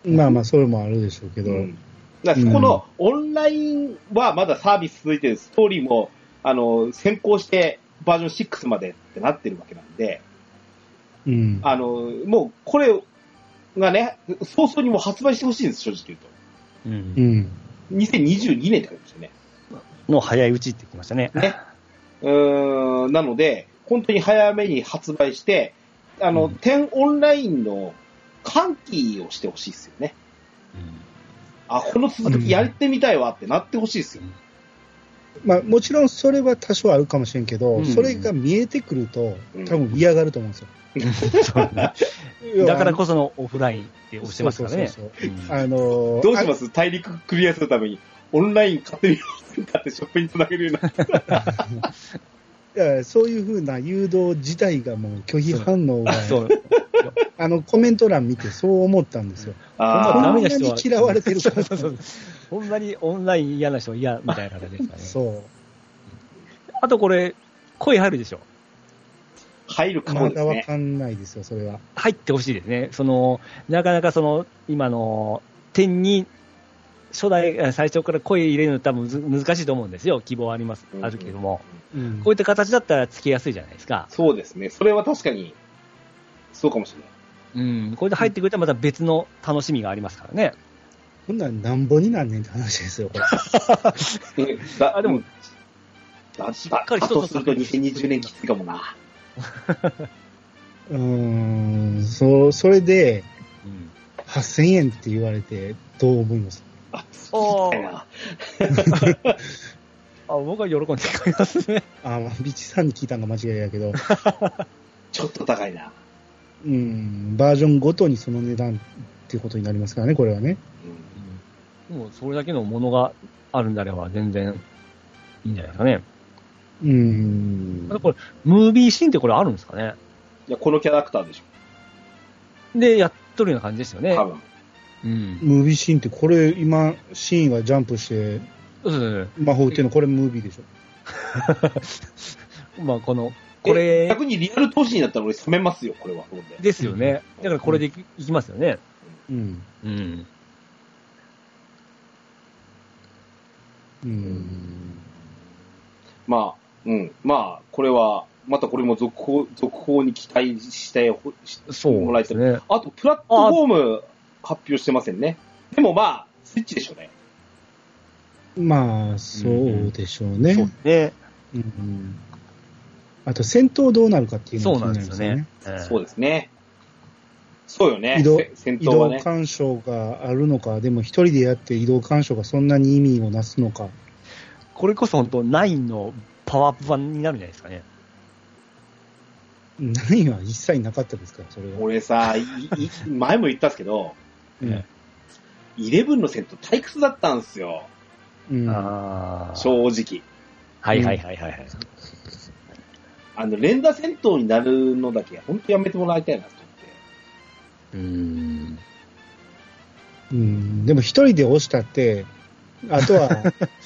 C: まあまあ、それもあるでしょうけど、
A: うんだからそこのオンラインはまだサービス続いてる、ストーリーもあの先行してバージョン6までってなってるわけなんで、
C: うん
A: あのもうこれがね、早々にもう発売してほしいんです、正直言うと。
B: う。
C: うんん
A: 2022年って感じですよね。
B: の早いうちってきましたね。
A: ね。うーん、なので、本当に早めに発売して、あの、
B: うん
A: 10オンラインの歓喜をしてほしいですよね。あ、この続きやってみたいわってなってほしいですよ。
C: まあ、もちろんそれは多少あるかもしれんけど、
B: うん
C: それが見えてくると
A: うん、
C: 多分嫌がると思うんですよ。
B: そうね
C: 要は
B: だからこそのオフラインって押してますからね。
C: そうそう
B: う
C: そうんあのー
A: どうします大陸クリアするために、オンライン買ってみようってなってショップに繋げるよう な。
C: いやそういうふうな誘導自体がもう拒否反応が、
B: そう。
C: あのコメント欄見てそう思ったんですよ。
B: あ
C: ほん
B: ダ
C: ま
B: メ
C: に
B: な人は。
C: 嫌われてる
B: そ
C: か
B: う
C: ら
B: そうそう。ほんまにオンライン嫌な人は嫌みたいな感じですからね。
C: そ
B: あとこれ、声入るでしょ。
A: 入るか
C: う。
A: も
C: ま
A: で
C: だ
A: す
C: わ
A: ね。
C: かんないですよ、それは。
B: 入ってほしいですね。その、なかなかその、今の点に、初代、あ最初から声入れるの多分むず難しいと思うんですよ。希望はあります、
A: うん
B: あるけども。
C: うん
B: こういった形だったらつけやすいじゃないですか。
A: そうですね。それは確かに、そうかもしれない。
B: うん。これで入ってくれたらまた別の楽しみがありますからね。
C: こんなんなんぼになんねんって話ですよ、 これ。
A: だ
B: あでも
A: うんだ
B: しっ
A: だ
B: かり一つ
A: とすると2020年きついかもな。
C: うーん、そう、それで
B: うん。
C: 8000円って言われてどう思います
A: あ、
B: お
A: そうだ
B: ー
A: な。
B: あ僕は喜んでくれますね。
C: あ、まあ、ビッチさんに聞いたんが間違いやけど、
A: ちょっと高いな。
C: うん、バージョンごとにその値段っていうことになりますからね、これはね。
A: うん
B: でも、それだけのものがあるんであれば全然いいんじゃないですかね。
C: うん
B: あ。とこれ、ムービーシーンってこれあるんですかね
A: いや、このキャラクターでし
B: で、やっとるような感じですよ
A: ょ、
B: ね
A: 多。分。
B: うん。
C: ムービーシーンって、これ今、シーンがジャンプして
B: そうそうそう。
C: 魔法打っていうの、これムービーでしょ。
B: まあ、この、こ
A: これ、
B: れ
A: 逆にリアル投資になったら俺冷めますよ、これは。ほんで
B: ですよね。だからこれでいきいきますよね。
C: うん。
B: うん。
C: うん。
A: まあ、うん。まあ、これは、またこれも続報、続報に期待してほ、し
B: そうですね。
A: あと、プラットフォーム発表してませんね。でもまあ、スイッチでしょうね。
C: まあ、そうでしょうね。
B: そうね。
C: うんあと、戦闘どうなるかっていうの
B: そ
C: も
B: う
C: 気
B: なんで
C: になり
B: す
C: ま
B: よ
C: すよ
B: ね
C: ね。。
A: そうですね。そうよね。
C: 移動
A: せ戦
C: 移
A: 闘は
C: 動
A: ね。
C: 干渉があるのか、でも一人でやって移動干渉がそんなに意味をなすのか。
B: これこそ本当、9のパワーアップ版になるんじゃないですかね。
C: 何は一切なかったですから、それは。
A: 俺さ、いい前も言ったんですけど、
C: うん
A: 11の戦闘退屈だったんですよ。
C: うん
B: あー
A: 正直。
B: はいはいはいはいはい。
A: あの、連打戦闘になるのだけ、本当やめてもらいたいなと思って。
B: うん。
C: うんでも一人で押したって、あとは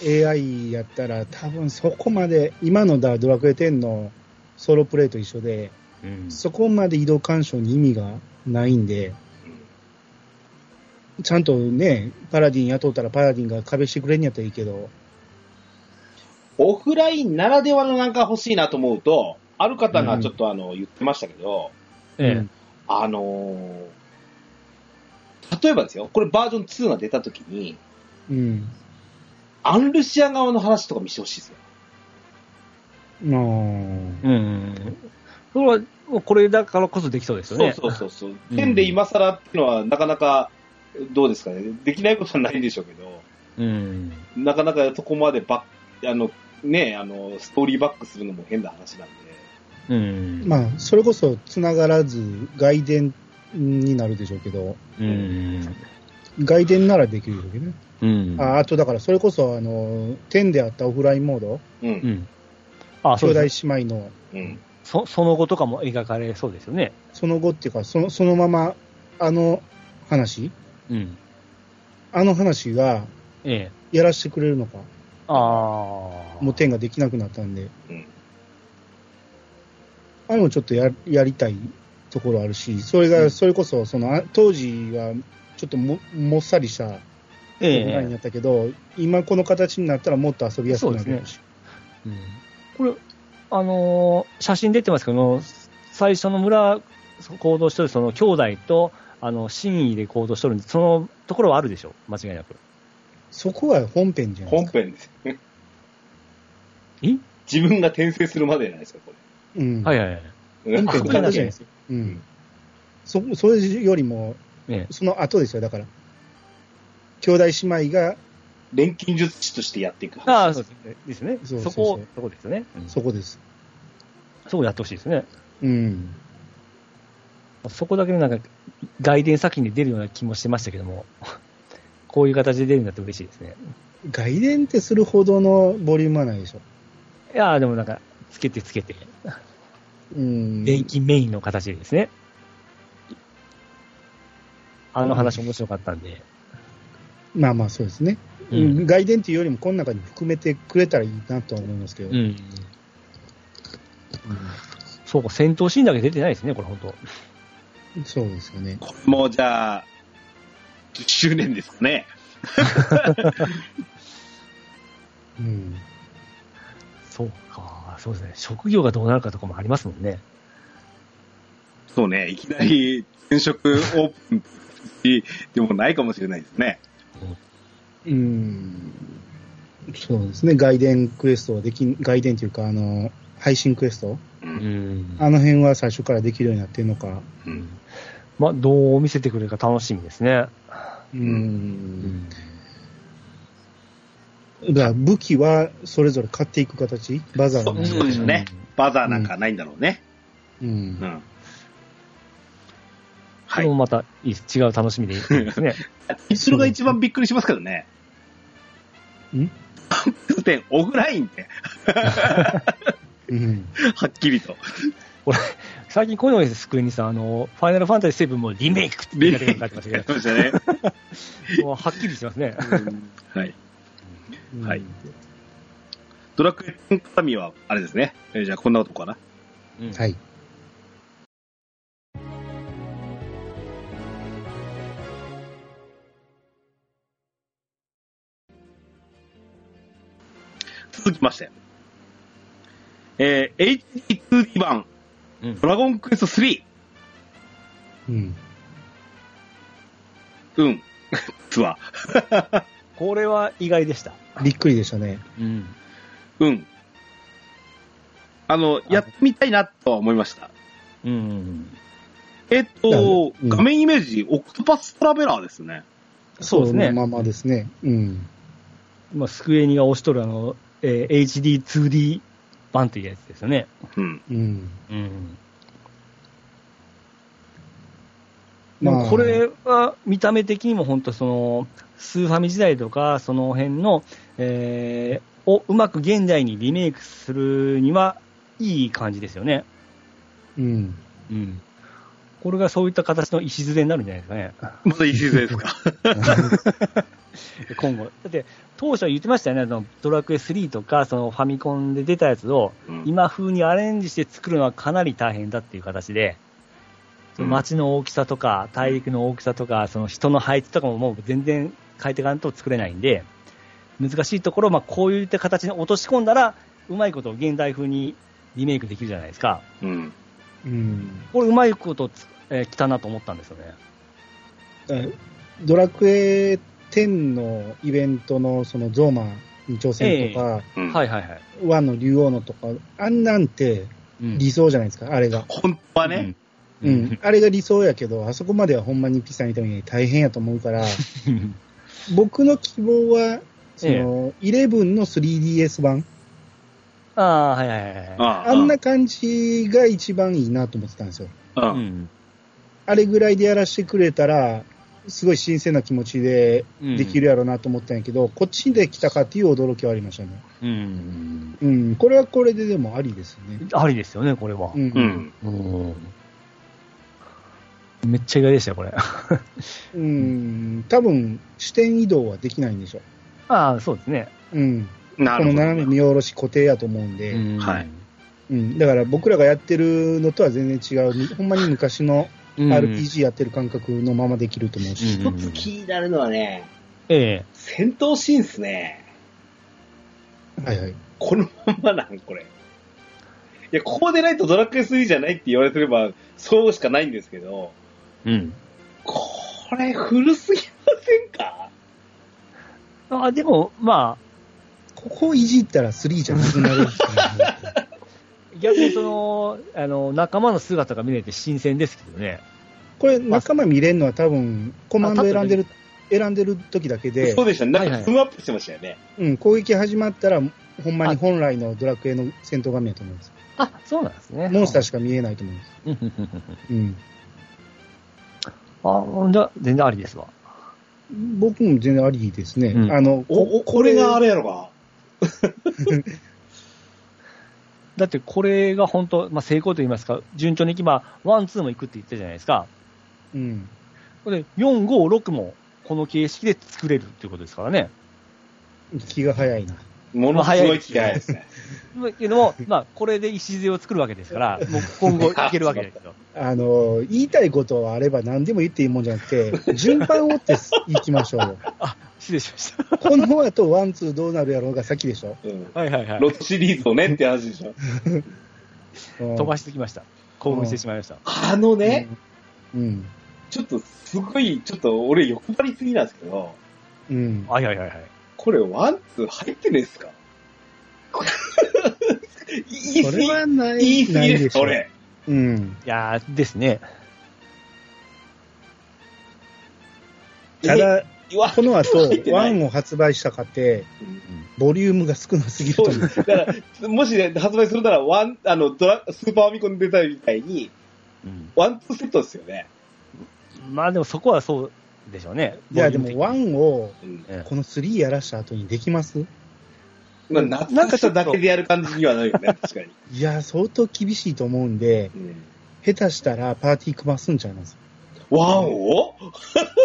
C: AI やったら、多分そこまで、今のだドラクエ10のソロプレイと一緒で、
B: うん
C: そこまで移動干渉に意味がないんで、ちゃんとね、パラディン雇ったらパラディンが壁してくれんやったらいいけど、
A: オフラインならではのなんか欲しいなと思うと、ある方がちょっとあの、言ってましたけど、
B: え
A: あのー例えばですよ、これバージョン2が出た時に、
C: うん。
A: アンルシア側の話とか見せてほしいですよ。
C: うん。
B: うん。それは、これだからこそできそうですよ
A: そう
B: ね。
A: そうそうそう。
B: うん
A: 点で今更っていうのは、なかなか、どうですかね。できないことはないんでしょうけど、
B: うん。
A: なかなかそこまでバッ、あの、ね、あの、ストーリーバックするのも変な話なんで。
B: うん。
C: まあ、それこそ繋がらず外伝になるでしょうけど、
B: うん。
C: 外伝ならできるでしょうけどね。
B: うん。
C: ああとだからそれこそ、あの、10であったオフラインモード、
A: う、
B: うんん。あ、そう
C: 兄弟
B: です。
C: 姉妹の
A: うん。
B: そその後とかも描かれそうですよね。
C: その後っていうか、そのそのまま、あの話、
B: うん。
C: あの話が
B: ええ。
C: やらせてくれるのか、
B: ああ。
C: もう10ができなくなったんで、
A: うん
C: あれもちょっとややりたいところあるし、それが、それこそその、あ当時はちょっとももっさりした
B: え
C: オフライン
B: え
C: や。ったけど、今この形になったらもっと遊びやすくな
B: そう
C: る
B: で
C: し、
B: うんこれ、あのー写真出てますけど、最初の村行動してるその兄弟と、あの、真意で行動してるんで、そのところはあるでしょ間違いなく。
C: そこは本編じゃない
A: 本
C: ですか。
A: 編です。
B: え
A: 自分が転生するまでじゃないですか、こ
C: うん
B: はいはいはい。
A: れ。
C: 本編
A: こ
C: の
A: こから
C: 話
A: じゃな
C: じゃない
A: い
C: で
A: ですす
C: よ。うん。そ、それよりも、
B: ええ。
C: その後ですよ、だから。兄弟姉妹が、
A: 錬金術師としてやっていく話。
B: ああ、そうですね。
C: そう
B: そ
C: そうそう
B: こ、そこですよね。
C: そこです。
B: そこやってほしいですね。
C: うん。
B: そこだけでなんか、外伝先に出るような気もしてましたけども、 こういう形で出るんだって嬉しいですね。
C: 外伝ってするほどのボリュームはないでしょ。
B: いやーでもなんか、つけてつけて、
C: うん。
B: 電気メインの形でですね。あの話面白かったんで。
C: まあまあ、そうですね。
B: う
C: うんん。外伝っていうよりも、この中に含めてくれたらいいなとは思いますけど。
B: うん。そうか、戦闘シーンだけ出てないですね、これ本当。
C: うんそうですよね。
A: これもじゃあ、10周年ですかね。
C: うん。
B: そうか、そうですね。職業がどうなるかとかもありますもんね。
A: そうね、いきなり転職オープンでもないかもしれないですね。
C: うん。そうですね。外伝クエストはできん、外伝というか、あの、配信クエスト
A: う。
B: うんん。
C: あの辺は最初からできるようになってるのか。
A: うん。
B: まあ、どう見せてくれるか楽しみですね。
C: う。
B: うん
C: だから武器はそれぞれ買っていく形バザーの
A: そうでしょうね。バザーなんかないんだろうね。
C: う。
A: うんん。
B: こ
A: は
B: れも
A: い。
B: またいいです違う楽しみでいいです ね。
A: それが一番びっくりしますけどね。
C: ん
A: 点オフラインって、
C: うん。
A: はっきりと。
B: 最近こういうのです、スクエニさん。あの、ファイナルファンタジー7もリメイクって言い方が書いてました
A: や
B: け
A: ってましたね。
B: ど、もうはっきりしてますね。。
A: はい。はいドラクエ10絡みは、あれですね。えーじゃあ、こんなとこかな。
C: はいい。
A: 続きまして。えー、HD2D 版、
B: うん
A: ドラゴンクエスト3。
C: うん。
A: うん。ツアー。
B: これは意外でした。
C: びっくりでしたね。
B: うん。
A: うん。あの、やってみたいなとは思いました。
B: うん。
A: えっ
C: なる
A: と
C: ほ、どうん
A: 画面イメージ、オクトパストラベラーですね。
B: そうですね
C: そのままですね。うん。
B: まあ、スクエニが推しとるあの、えー HD2D 版というやつですよね。
A: うん。
C: うん。
B: うん。
C: まあ
B: まあ、これは見た目的にも本当その、スーファミ時代とか、その辺の、えーをうまく現代にリメイクするには、いい感じですよね。
C: うん。
B: うん。これがそういった形の礎になるんじゃないですかね。
A: また石勢ですか。
B: 今後。だって、当初は言ってましたよね、あのドラクエ3とか、そのファミコンで出たやつを、
A: うん
B: 今風にアレンジして作るのはかなり大変だっていう形で、その街の大きさとか、大陸の大きさとか、その人の配置とかももう全然変えていかんと作れないんで、難しいところをまあこういった形に落とし込んだら、うまいことを現代風にリメイクできるじゃないですか。
A: うん。
C: うん。
B: これうまいことつ、えー来たなと思ったんですよね。
C: ドラクエ10のイベントのそのゾーマ挑戦とか、
A: うん
B: はいはいはい。
C: 和の竜王のとか、あんなんて
B: うん
C: 理想じゃないですか、あれが。
A: 本当はね、
C: う
B: うんん。。
C: あれが理想やけど、あそこまではほんまにピさんみたいに大変やと思うから、
B: うん
C: 僕の希望は、そ
B: え
C: の、11の 3DS 版、
B: ああ、はいはいはいはい。
A: あ
C: あんな感じが一番いいなと思ってたんですよ。
A: う
B: うんん。
C: あれぐらいでやらせてくれたら、すごい新鮮な気持ちで
B: うん
C: できるやろうなと思ったんやけど、こっちで来たかっていう驚きはありましたね。
B: うん。
C: うん、これはこれででもありですね。
B: ありですよね、これは。
C: うん。
A: うん。
B: うん。めっちゃ意外でしたよ、これ。
C: うん、多分、視点移動はできないんでしょ
B: ああ、そうですね。
C: う。うん。
A: な
C: こ
A: る
C: の
A: ほど
C: 斜め見下ろし固定やと思うんで、うん。
B: うん
A: はい。
C: だから僕らがやってるのとは全然違う、ほんまに昔の
B: うん
C: RPG やってる感覚のままできると思うし、
B: うん
A: 一つ気になるのはね、
B: え
A: 戦闘シーンっすね。
C: はいはい。
A: このまんまなん、これ。いや、ここでないとドラクエ3じゃないって言われてれば、そうしかないんですけど、
B: え。うん。
A: これ古すぎませんか
B: あ、でも、ま
C: ここをいじったら3じゃなくなるんですよ ね
B: あ、逆にその、あの、仲間の姿が見れて新鮮ですけどね。
C: これ仲間見れるのは多分、コマンド選んでる、選んでる時だけで
A: そう、でしたね。なん
B: はいは
A: か
B: い
A: ズームアップしてましたよね。
C: うん、攻撃始まったら、ほんまに
B: あ
C: 本来のドラクエの戦闘画面だと思うんです。
B: あ、そうなんですね。
C: モンスターしか見えないと思うんです。
B: うんうんうん
C: うん。
B: うんあ、じゃあ全然ありですわ。
C: 僕も全然ありですね。
B: うん
C: あの、
A: お、お、これがあれやろか。
B: だってこれが本当、まあ、成功と言いますか、順調にいき、まあ、ワン、ツーも行くって言ったじゃないですか。
C: うん。
B: で、4、5、6もこの形式で作れるっていうことですからね。
C: 気が早いな。
A: ものすごい気合いですね。
B: まあけども、まあ、これで礎を作るわけですから、もう今後 いけるわけですよ。
C: あの、言いたいことはあれば何でも言っていいもんじゃなく て、順番を追っていきましょうよ。
B: 失礼しました。
C: この後、ワン、ツーどうなるやろうが先でしょ。
A: うん。
B: はいはいは
A: ロッドシリーズをねって話でしょ。
C: うん
B: 飛ばしてきました。興奮してしまいました。
A: あのね、
C: うん。
A: ちょっとすごい、ちょっと俺欲張りすぎなんですけど、
C: うん。
B: はいはいはいはい。
A: これワンツー入ってないですか言い
C: そ
A: 過
C: れ
A: ぎ、
C: はない。
A: 言い過ぎ
C: ない
A: です、
C: しょ
A: こ。れ。
C: うん。
B: いやー、ですね。
C: ただ、この後
A: 入っ、てな
C: ワ
A: い
C: ンを発売したかって、ボリュームが少なすぎると
A: そう
C: 思う。
A: です。だから、もしね、発売するなら、ワン、あの、ドラ、スーパーファミコンで出たみたいに、
B: うん
A: ワンツーセットですよね。
B: まあでもそこはそうでしょうね。
C: いや、でも、ワ
B: ン。
C: ンを、
A: うん。
B: ええ
C: この3やらした後にできます
A: まあ、懐かしさだけでやる感じにはなるよね、確かに。
C: いや、相当厳しいと思うんで、
A: うん
C: 下手したらパーティー組ますんちゃいます。
A: ワンを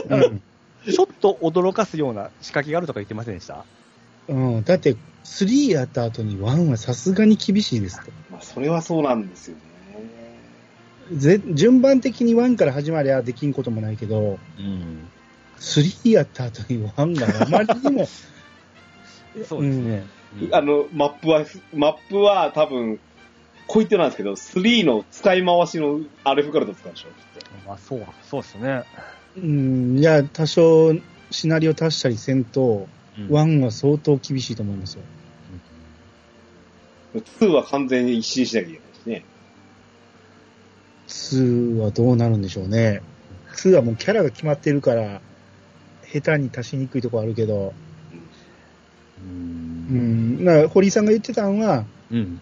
C: うん
B: ちょっと驚かすような仕掛けがあるとか言ってませんでした
C: うん、だって、3やった後に1はさすがに厳しいですって
A: まあ、それはそうなんですよね。
C: ぜ順番的に1から始まりゃできんこともないけど、
B: うん。
C: 3やった後に1があまりにも、
B: そうですね。うん
A: あの、マップは、マップは多分、こう言ってなんですけど、3の使い回しのアルフからと使うんでしょ、きっ
B: まあそう、そうですね。
C: うん、いや、多少シナリオ足したりせんと、
B: うん
C: 1は相当厳しいと思いますよ。
A: と。2は完全に一新しなきゃいけないしね。
C: 2はどうなるんでしょうね。2はもうキャラが決まってるから、下手に足しにくいとこあるけど、
B: う。
C: うんん、だから堀井さんが言ってたのは、
B: うん。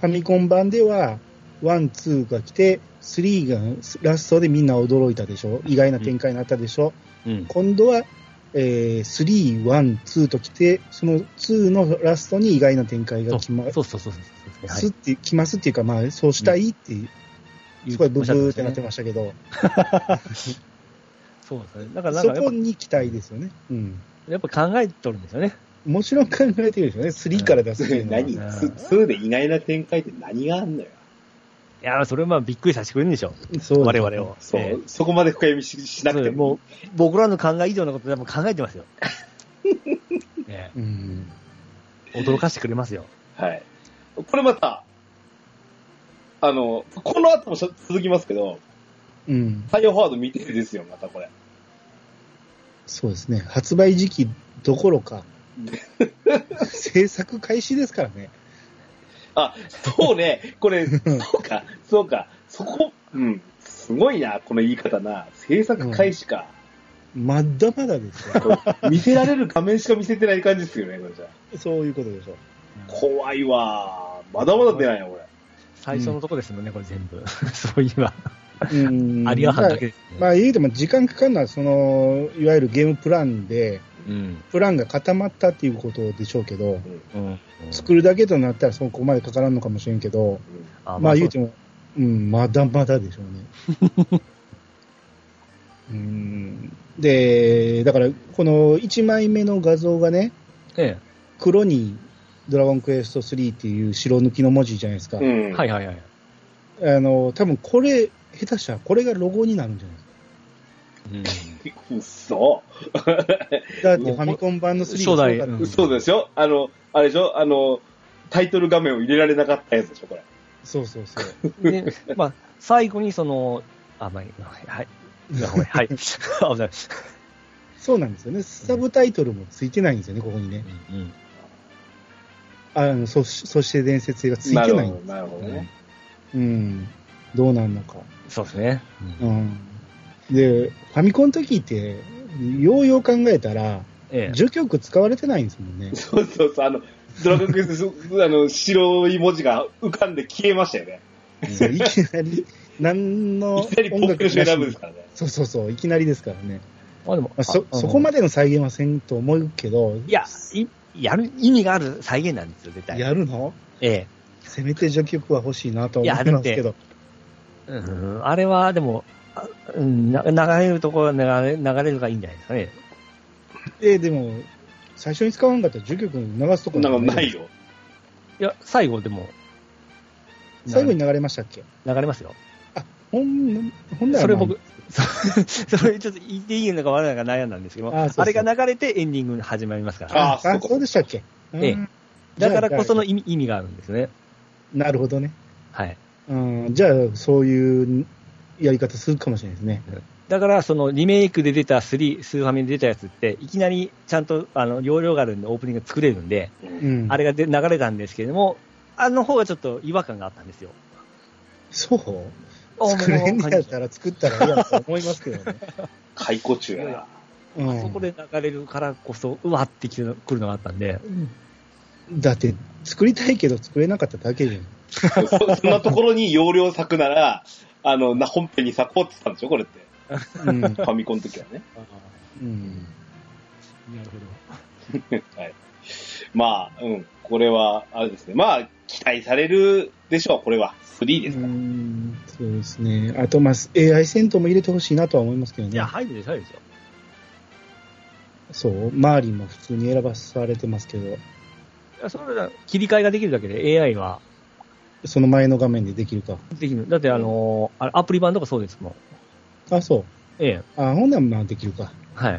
C: ファミコン版では、ワン、ツーが来て、スリーがラストでみんな驚いたでしょ意外な展開になったでしょ、
B: うん。
C: 今度は、えー、スリー、ワン、ツーと来て、そのツーのラストに意外な展開が来ます
B: そうそうそうそうそう。はい
C: すって、来ますっていうか、まあ、そうしたいって、すごいブブーってなって
B: ま
C: ましたけど、
B: す。そうですね。だからなん
C: そ
B: かやっ
C: こに期待ですよね。うん。
B: ぱ、やっぱ考えとるんですよね。
C: もちろん考えてるでしょうね。スリーから出すっていうのは。
A: 何
B: うん
A: ?2 で意外な展開って何があんのよ。
B: いやー、それはまあびっくりさせてくれるんでしょ。
C: そうう
B: 我々を。
A: そう、
B: ええ
A: そこまで深読みししな
B: そ
A: く
B: う
A: て
B: でも
A: も
B: う、僕らの考え以上のこと多分考えて ますよ。ね
C: うん。
B: え驚かしてくれますよ。
A: はい。これまた、あの、この後もしょ続きますけど、
C: うん。
A: 太陽フォワード見てるですよ、またこれ。
C: そうですね。発売時期どころか、制作開始ですからね。
A: あ、そうね、こ れ、そうか、そうか、そこ、うん、すごいな、この言い方な。制作開始 か。
C: まだまだですよ。
A: こう見せられる画面しか見せてない感じですよね、これじゃ。
C: そういうことでしょ。
A: 怖いわ。まだまだ出ないよ、これ。
B: 最初のとこですもんね、これ全部。 そういえば。
C: うん
B: 有賀藩だけですね。
C: まあ言うても時間かかるのは、その、いわゆるゲームプランで、
B: うん。
C: プランが固まったっていうことでしょうけど、
B: うん。
C: 作るだけとなったらそこまでかからんのかもしれんけど、
B: あ
C: まあ言う
B: そ
C: ても、うん、まだまだでしょうね。うんで、だから、この1枚目の画像がね、
B: え
C: 黒にドラゴンクエスト3っていう白抜きの文字じゃないですか。
A: うん。う
B: え。
A: ん。
B: はいはいはい。
C: あの、多分これ、下手したらこれがロゴになるんじゃないですか。
B: うん
A: うそ。
C: だってファミコン版の3がそうだったのに
B: 初代
A: そうでしょあの、あれでしょあの、タイトル画面を入れられなかったやつでしょ、これ。
C: そうそうそう。
B: で、まあ、最後にその、あ、まあ、はい。はい。 はい。危ない。
C: そうなんですよね。サブタイトルもついてないんですよね、ここにね。
B: うん。
C: あの、そ、そして伝説がつい
A: な
C: て
A: る
C: な
A: ほ
C: い
A: ど。、なるほどね。
C: うん。どうなんのか。
B: そうですね。
C: うん。で、ファミコンの時って、ようよう考えたら、
B: ええ。
C: 序曲使われてないんですも んね。
A: そうそうそう、あの、ドラゴンクエスト、あの、白い文字が浮かんで消えましたよね。
C: そういきなり、何の
A: いきなりポップルシュ選ぶですからね。
C: そうそうそう、いきなりですからね。
B: まあでも
C: まあ、そ、そこま
B: で。
C: での再現はせんと思うけど、
B: いや、いやる、意味がある再現なんですよ、絶対。
C: やるの
B: ええ。
C: せめて序曲は欲しいなと思
B: や
C: って
B: る
C: ま
B: っ
C: す
B: て
C: けど。
B: うんあれは、でも、あうん、な流れるところは流れ流れるがいいんじゃないですかね。
C: え、でも、最初に使わなかったら序曲流すとこ。
A: なんかないいよ。
B: いや、最後でも、
C: 最後に流れましたっけ
B: 流れますよ。
C: ほん、ほんなら。
B: それ僕、 そそれちょっと言っていいのか悪いのか悩んだんですけど、
C: あ
B: あ
C: そうそ
B: れ
C: う
B: が流れてエンディング始まりますから。
A: あ
C: あ
A: そう
C: あ、
A: か
C: そうでしたっけ
B: ええ
C: うん
B: だからこその
C: じゃ
B: 意味意味があるんですね。
C: あなるほどね。
B: はい。
C: うん、じゃあ、そういうやり方するかもしれないですね。
B: だから、そのリメイクで出た3、スーファミで出たやつって、いきなりちゃんと、あの、容量があるんでオープニング作れるんで、
C: うん。
B: あれがで流れたんですけれども、あの方がちょっと違和感があったんですよ。
C: そう
B: あ
C: 作れん
B: もう
C: のやったら作ったらいいやと思いますけど ね。
A: 解雇中やな。
C: う
B: そこ
C: ん、
B: で流れるからこそ、うわってきてくるのがあったんで、
C: だって、作りたいけど作れなかっただけじゃん。
A: そそんなところに容量割くなら、あの、な本編に割こうって言ったんでしょ、これって。
C: うん。
A: ファミコンの時はね。
C: うん、
B: なるほど。
A: はい。まあ、うん。これは、あれですね。まあ、期待されるでしょう、これは。3です
C: う
A: か。
C: んそうですね。あと、まあ、AI 戦闘も入れてほしいなとは思いますけど
B: いや、
C: ね。
B: 入るでしょ、入るでしょ。
C: そう。周りも普通に選ばされてますけど、
B: いやそれは切り替えができるだけで AI は
C: その前の画面でできるか。
B: できる。だって、あのーあアプリ版とかそうですもん。
C: あ、そう。
B: ええ。
C: あ、ほんならまあできるか。
B: はい。
C: う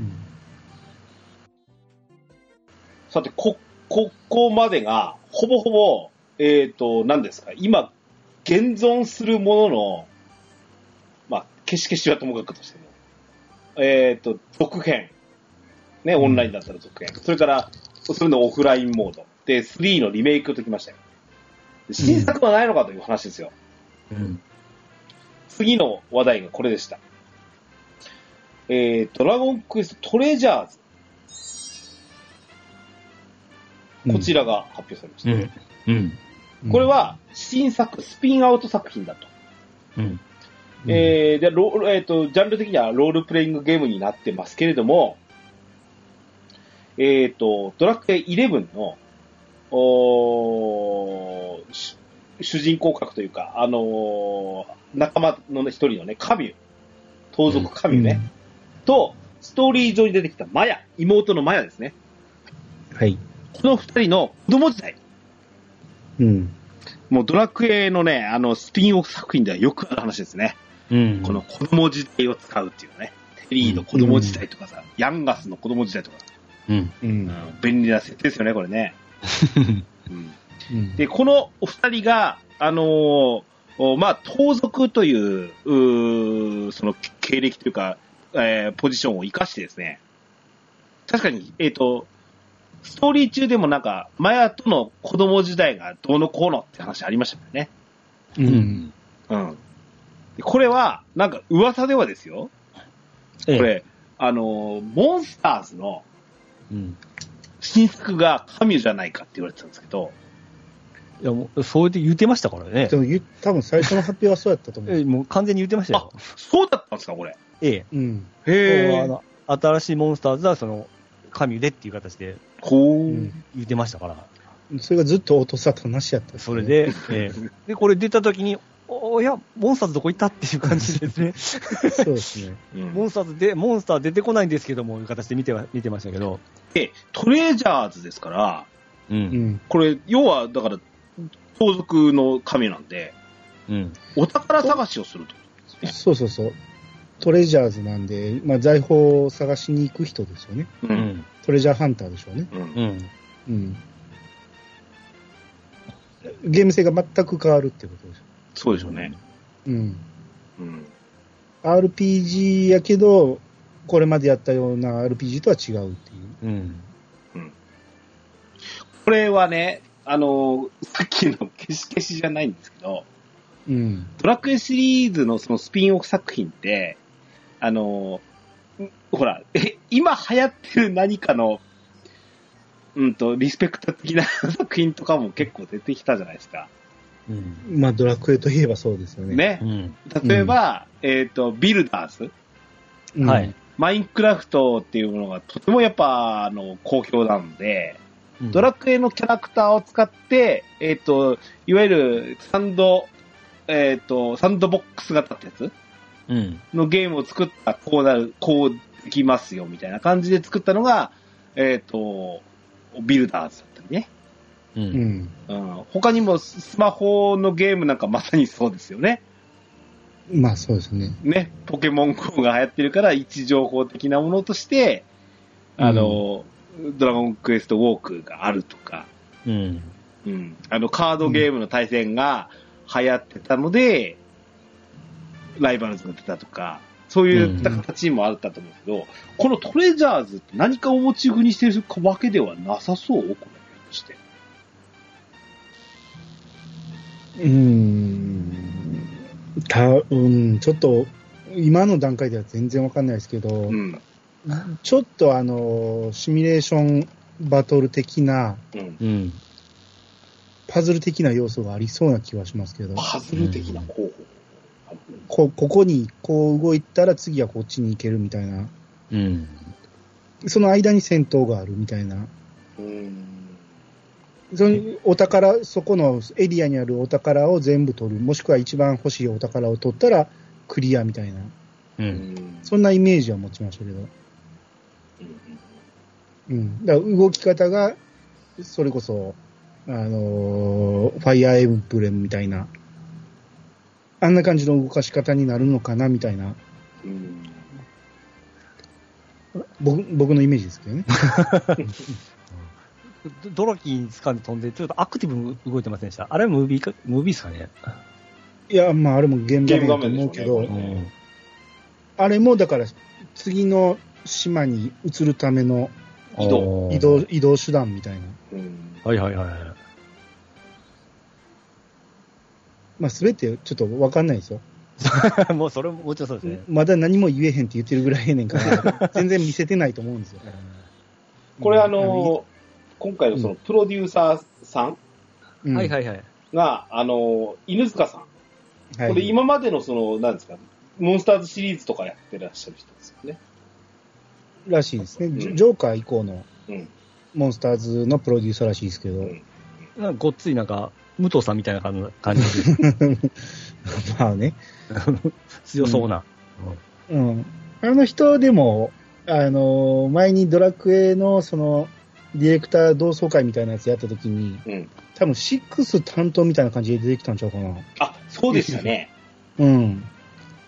C: ん。
A: さて、こ、ここまでが、ほぼほぼ、えっ、と、何ですか。今、現存するものの、まあ、消し消しはともかくとしても、えっ、と、続編。ね、オンラインだったら続編。それから、それのオフラインモード。で、3のリメイクときましたよ。で新作はないのかという話ですよ。
B: うん。
A: 次の話題がこれでした。えー、ドラゴンクエストトレジャーズ。こちらが発表されました。
B: ん。うん。
C: うん
A: これ、は新作、スピンアウト作品だと。
B: うん。
C: うん
A: えーでロールえーと、ジャンル的にはロールプレイングゲームになってますけれども、えー、とドラクエ11のおーし主人公格というか、あのー仲間の一人のね、カミュ、盗賊カミュね、と、ストーリー上に出てきたマヤ、妹のマヤですね。
C: うん。はい。
A: この二人の子供時代、
C: うん。
A: もうドラクエのね、あの、スピンオフ作品ではよくある話ですね。
B: うん
A: この、子供時代を使うっていうね。テリーの子供時代とかさ、ヤンガスの子供時代とか、
B: うん。
C: うん。
A: 便利な設定ですよね、これね。うん
C: うん
A: で、このお二人が、あのーおまあ、盗賊という、うーその経歴というか、えーポジションを生かしてですね、確かに、えっ、と、ストーリー中でもなんか、マヤとの子供時代がどうのこうのって話ありましたよね。
C: う。
B: うん
A: うん。でこれは、なんか噂ではですよ。
B: ええ
A: これ、あのー、モンスターズの
B: うん。
A: 新作が神ミュじゃないかって言われてたんですけど、
B: いや、もう、そうやって言ってましたからね
C: で。もゆ、多分最初の発表はそうやったと思
B: ええ
C: う。
B: もう完全に言ってましたよ。
A: そうだったんですか、これ。
B: ええ。
C: うん。
B: もうあ。の新しいモンスターズは、その、神でっていう形で
A: こ
C: う
A: う。
C: ん。
B: 言ってましたから。
C: それがずっと落とさとなしやったです
B: そ
C: ね、
B: れで、ええで、これ出た時に、おおや、モンスターズどこ行ったっていう感じですね。
C: そうですね。
A: うん
B: モンスターズで、モンスター出てこないんですけども、いう形で見ては、見てましたけど。
A: で、トレジャーズですから、
B: う。
C: うんん。
A: これ、要は、だから、盗賊の神なんで、
B: うん。
A: お宝探しをすると。
C: そうそうそう。トレジャーズなんで、まあ、財宝を探しに行く人ですよね。
A: う
B: う。ん。
C: トレジャーハンターでしょうね。
A: うん
B: う。ん。
C: うん。ゲーム性が全く変わるってことでしょ。
A: そうでしょうね。
C: うん。
A: うん。
C: RPG やけど、これまでやったような RPG とは違うって
B: う
C: いう。
B: ん。
A: これはね、あのーさっきの消し消しじゃないんですけど、
C: うん。
A: ドラクエシリーズのそのスピンオフ作品って、あのーんほら、え、今流行ってる何かの、うんと、リスペクト的な作品とかも結構出てきたじゃないですか。
B: うん。
C: まあ、ドラクエといえばそうですよね。。
A: ね
B: う。ん。
A: 例えば、えっ、と、ビルダーズ。
C: うん、
B: はい。。
A: マインクラフトっていうものがとてもやっぱ、あの、好評なので、ドラクエのキャラクターを使って、えっ、と、いわゆるサンド、えっ、と、サンドボックス型ってやつ
B: うん。
A: のゲームを作ったらこうなる、こうできますよみたいな感じで作ったのが、えっ、と、ビルダーズだったりね。
B: う。
C: うんん。
A: うん、他にもスマホのゲームなんかまさにそうですよね。
C: まあ、そうですね。
A: ね、ポケモン GO が流行ってるから位置情報的なものとして、あの、ドラゴンクエストウォークがあるとか、
B: うん。
A: うん、あのカードゲームの対戦が流行ってたので、ライバルズが出たとか、そういう形もあったと思うんですけど、このトレジャーズって何かをモチーフにしてるわけではなさそうこれ、として。
C: うーん。た、うん、ちょっと、今の段階では全然わかんないですけど、
A: うん。
C: ちょっとあの、シミュレーションバトル的な、
A: うん。
B: うん。
C: パズル的な要素がありそうな気はしますけど、
A: パズル的な候補。
C: こ、ここにこう動いたら次はこっちに行けるみたいな、
B: うん。
C: その間に戦闘があるみたいな、
A: うん。
C: そのお宝、そこのエリアにあるお宝を全部取る、もしくは一番欲しいお宝を取ったらクリアみたいな、
A: う
B: う。
A: んん。
C: そんなイメージは持ちましたけど、うん。だから動き方が、それこそ、あのーファイアーエンブレムみたいな、あんな感じの動かし方になるのかなみたいな、
A: うん。
C: 僕僕のイメージです けどね。
B: ドドラキーに掴んで飛んで、ちょっとアクティブに動いてませんでした。あれはムービーか、ムービーですかね。
C: いや、まあ、あれも現場
A: ゲーム画
C: だと
A: 面でし
C: 思
A: ょう
C: う
A: ね
C: けど、
A: これうん
C: あれもだから、次の島に移るための
A: 移動
B: あー
C: 移動、移動手段みたいな。
A: うん。
B: はいはいはいはい。
C: まあ、すべてちょっとわかんないですよ。
B: もうそれももちろんそうですね。
C: まだ何も言えへんって言ってるぐらいやね んから、全然見せてないと思うんですよ。
A: これあの、今回のそのプロデューサーさん
C: うん、
B: はい
C: い。
B: はいはい。
A: が、あの、犬塚さん。これ今までのその、なんですか、モンスターズシリーズとかやってらっしゃる人ですよね。
C: らしいですね。
A: ん
C: ジョジョーカー以降の
A: うん。
C: モンスターズのプロデューサーらしいですけど、
A: うん
B: なんかごっついなんか、武藤さんみたいな感じ感じ で
C: まあね。
B: 強そうな。
C: うん。あの人でも、あの、前にドラクエのその、ディレクター同窓会みたいなやつやった時に、
A: うん。
C: 多分6担当みたいな感じで出てきたんちゃうかな。
A: あ、そうでした ね。
C: うん。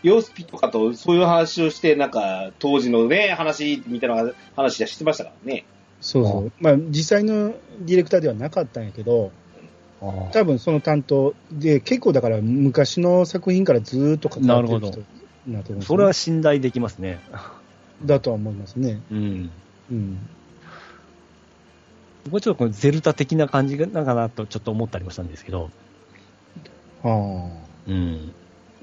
A: ヨースピとかとそういう話をして、なんか、当時のね、話、みたいな話してましたからね。
C: そうそう。まあ、実際のディレクターではなかったんやけど、多分その担当で、結構だから昔の作品からずーっと関わってる人
B: なる
C: なと思うんですよね
B: それは信頼できますね。
C: だとは思いますね。
B: うん。
C: うん。
B: もうちょっとこのゼルタ的な感じなのかなとちょっと思ったりもしたんですけど、
C: あ
B: うん。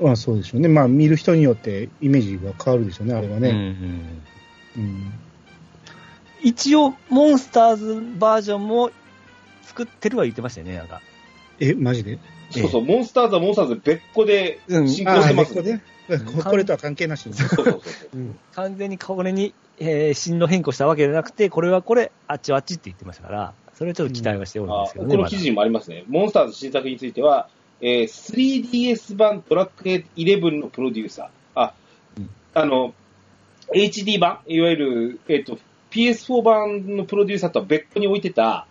C: あまあ、そうでしょうね。まあ、見る人によってイメージが変わるでしょうね、あれは
B: うんう
C: ね。
B: ん
C: うん。
B: 一応、モンスターズバージョンも作ってるは言ってましたよね、なんか。
C: え、マジで
A: そうそう、モンスターズはモンスターズで別個で
B: うん
A: 進行
C: あ
A: し
C: あ、
A: てま、
C: ですこれここれとは関係なしに。
A: そうそうそうそう。
C: うん。
B: 完全にこれに、えー進路変更したわけじゃなくて、これはこれ、あっちはあっちって言ってましたから、それはちょっと期待はしておるん
A: あ
B: ですけ
A: こ
B: どね、
A: の
B: まだ
A: 記事にもありますね。モンスターズ新作については、えー 3DS 版ドラクエ11のプロデューサー。あ、
B: うん
A: あの、HD 版、いわゆる、えっ、と、PS4 版のプロデューサーとは別個に置いてた、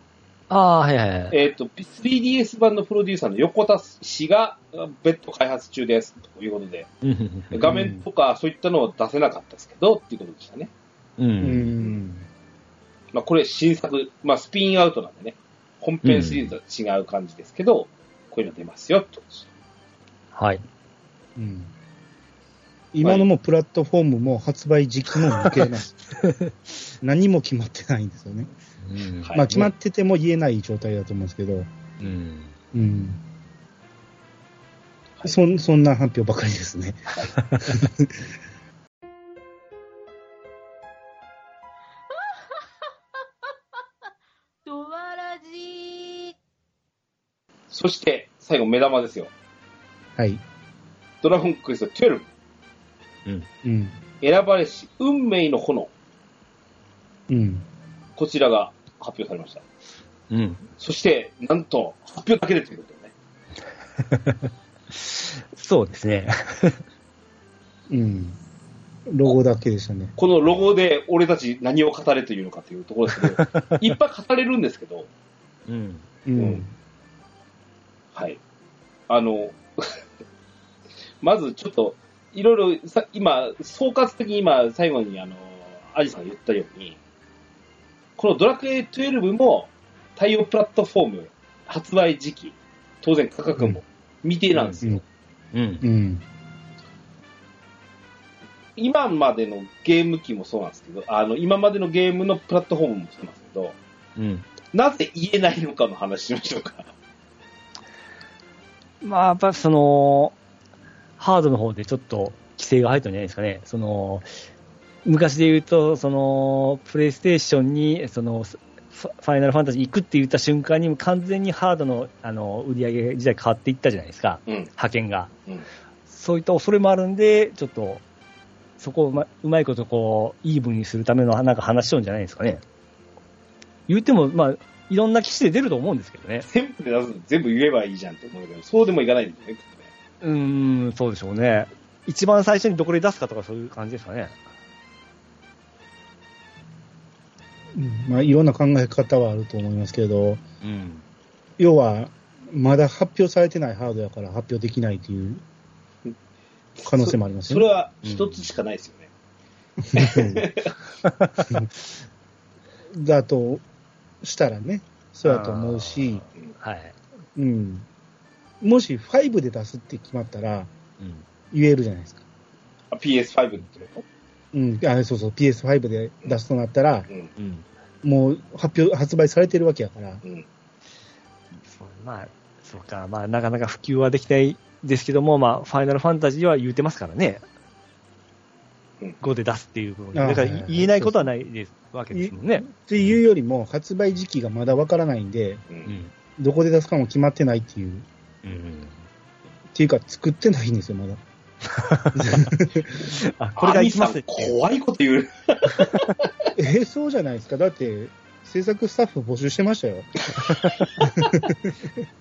B: あーはいはいはい。
A: えっ、と、3DS 版のプロデューサーの横田氏があ別途開発中です、ということで、
B: うんうん
A: 画面とかそういったのを出せなかったですけど、っていうことでしたね。
B: うん
C: う
B: うん
C: ん。
A: まあ、これ新作、まあ、スピンアウトなんでね、本編シリーズとは違う感じですけど、こういうの出ますよ、ってことです。
B: はい。
C: うん今のもプラットフォームも発売時期も未定なん です。何も決まってないんですよね。
B: うん
A: はい
C: まあ決まってても言えない状態だと思うんですけど、
B: うん
C: うん。
A: はい
C: そんそんな発表ばかりですね。
E: ドワラジー。
A: そして、最後、目玉ですよ。
C: はい。
A: ドラゴンクエスト12、
C: うん。
A: 選ばれし、運命の炎。
C: うん。
A: こちらが発表されました。
B: うん
A: そして、なんと、発表だけでということでね。
B: そうですね。
C: うん。ロゴだけでしたね。
A: このロゴで、俺たち何を語れというのかというところですけど、いっぱい語れるんですけど、
B: うん。
C: うん。
A: うんはい。あの、 まずちょっと、いろいろ、さ今、総括的に今、最後に、あの、アジさんが言ったように、このドラクエ12も、対応プラットフォーム、発売時期、当然価格も未定なんですよ。
C: うん
B: うん
C: うん。
A: 今までのゲーム機もそうなんですけど、あの、今までのゲームのプラットフォームもそうなんですけど、
B: うん。
A: なぜ言えないのかの話しましょうか。
B: まあ、やっぱりその、ハードの方でちょっと規制が入ったんじゃないですかね。その、昔で言うと、その、プレイステーションに、その、フファイナルファンタジー行くって言った瞬間にも完全にハードのあの売り上げ自体変わっていったじゃないですか、
A: うん
B: 派遣が。
A: うん
B: そういった恐れもあるんで、ちょっと、そこをうまうまいことこう、イーブンにするためのなんか話しようんじゃないですかね。言っても、まあ、いろんな機種で出ると思うんですけどね。
A: 全部で出すの全部言えばいいじゃんって思うんだけど、そうでもいかないんですよね、きっとね。
B: うーん、そうでしょうね。一番最初にどこで出すかとかそういう感じですかね。
C: うんまあいろんな考え方はあると思いますけど、
B: うん。
C: 要は、まだ発表されてないハードやから発表できないという可能性もあります
A: そ
C: よ
A: れ
C: ね。
A: は一つしかないですよね。
C: だとしたらね、そうだと思うし、
B: はい。
C: うん。もし5で出すって決まったら、
B: うん。
C: 言えるじゃないですか。
A: あ PS5 ってこと
C: うん。あ、そうそう、PS5 で出すとなったら、
A: うん。
B: うん。
C: もう発表、発売されてるわけやから。
A: うん。
B: そうまあ、そうか。まあ、なかなか普及はできないですけども、まあ、ファイナルファンタジーは言うてますからね。
A: うん
B: 5で出すっていうことで。
C: あー
B: だから
C: はいはい
B: 言えないことはないですわけですもんね。
C: っていうよりも、発売時期がまだわからないんで、
A: う。
B: うんん。
C: どこで出すかも決まってないっていう。
B: うん。
C: っていうか、作ってないんですよ、まだ。
B: あ、これがいきま
A: ア
B: す
A: ミ。さん怖いこと言う。
C: えーそうじゃないですか。だって、制作スタッフ募集してましたよ。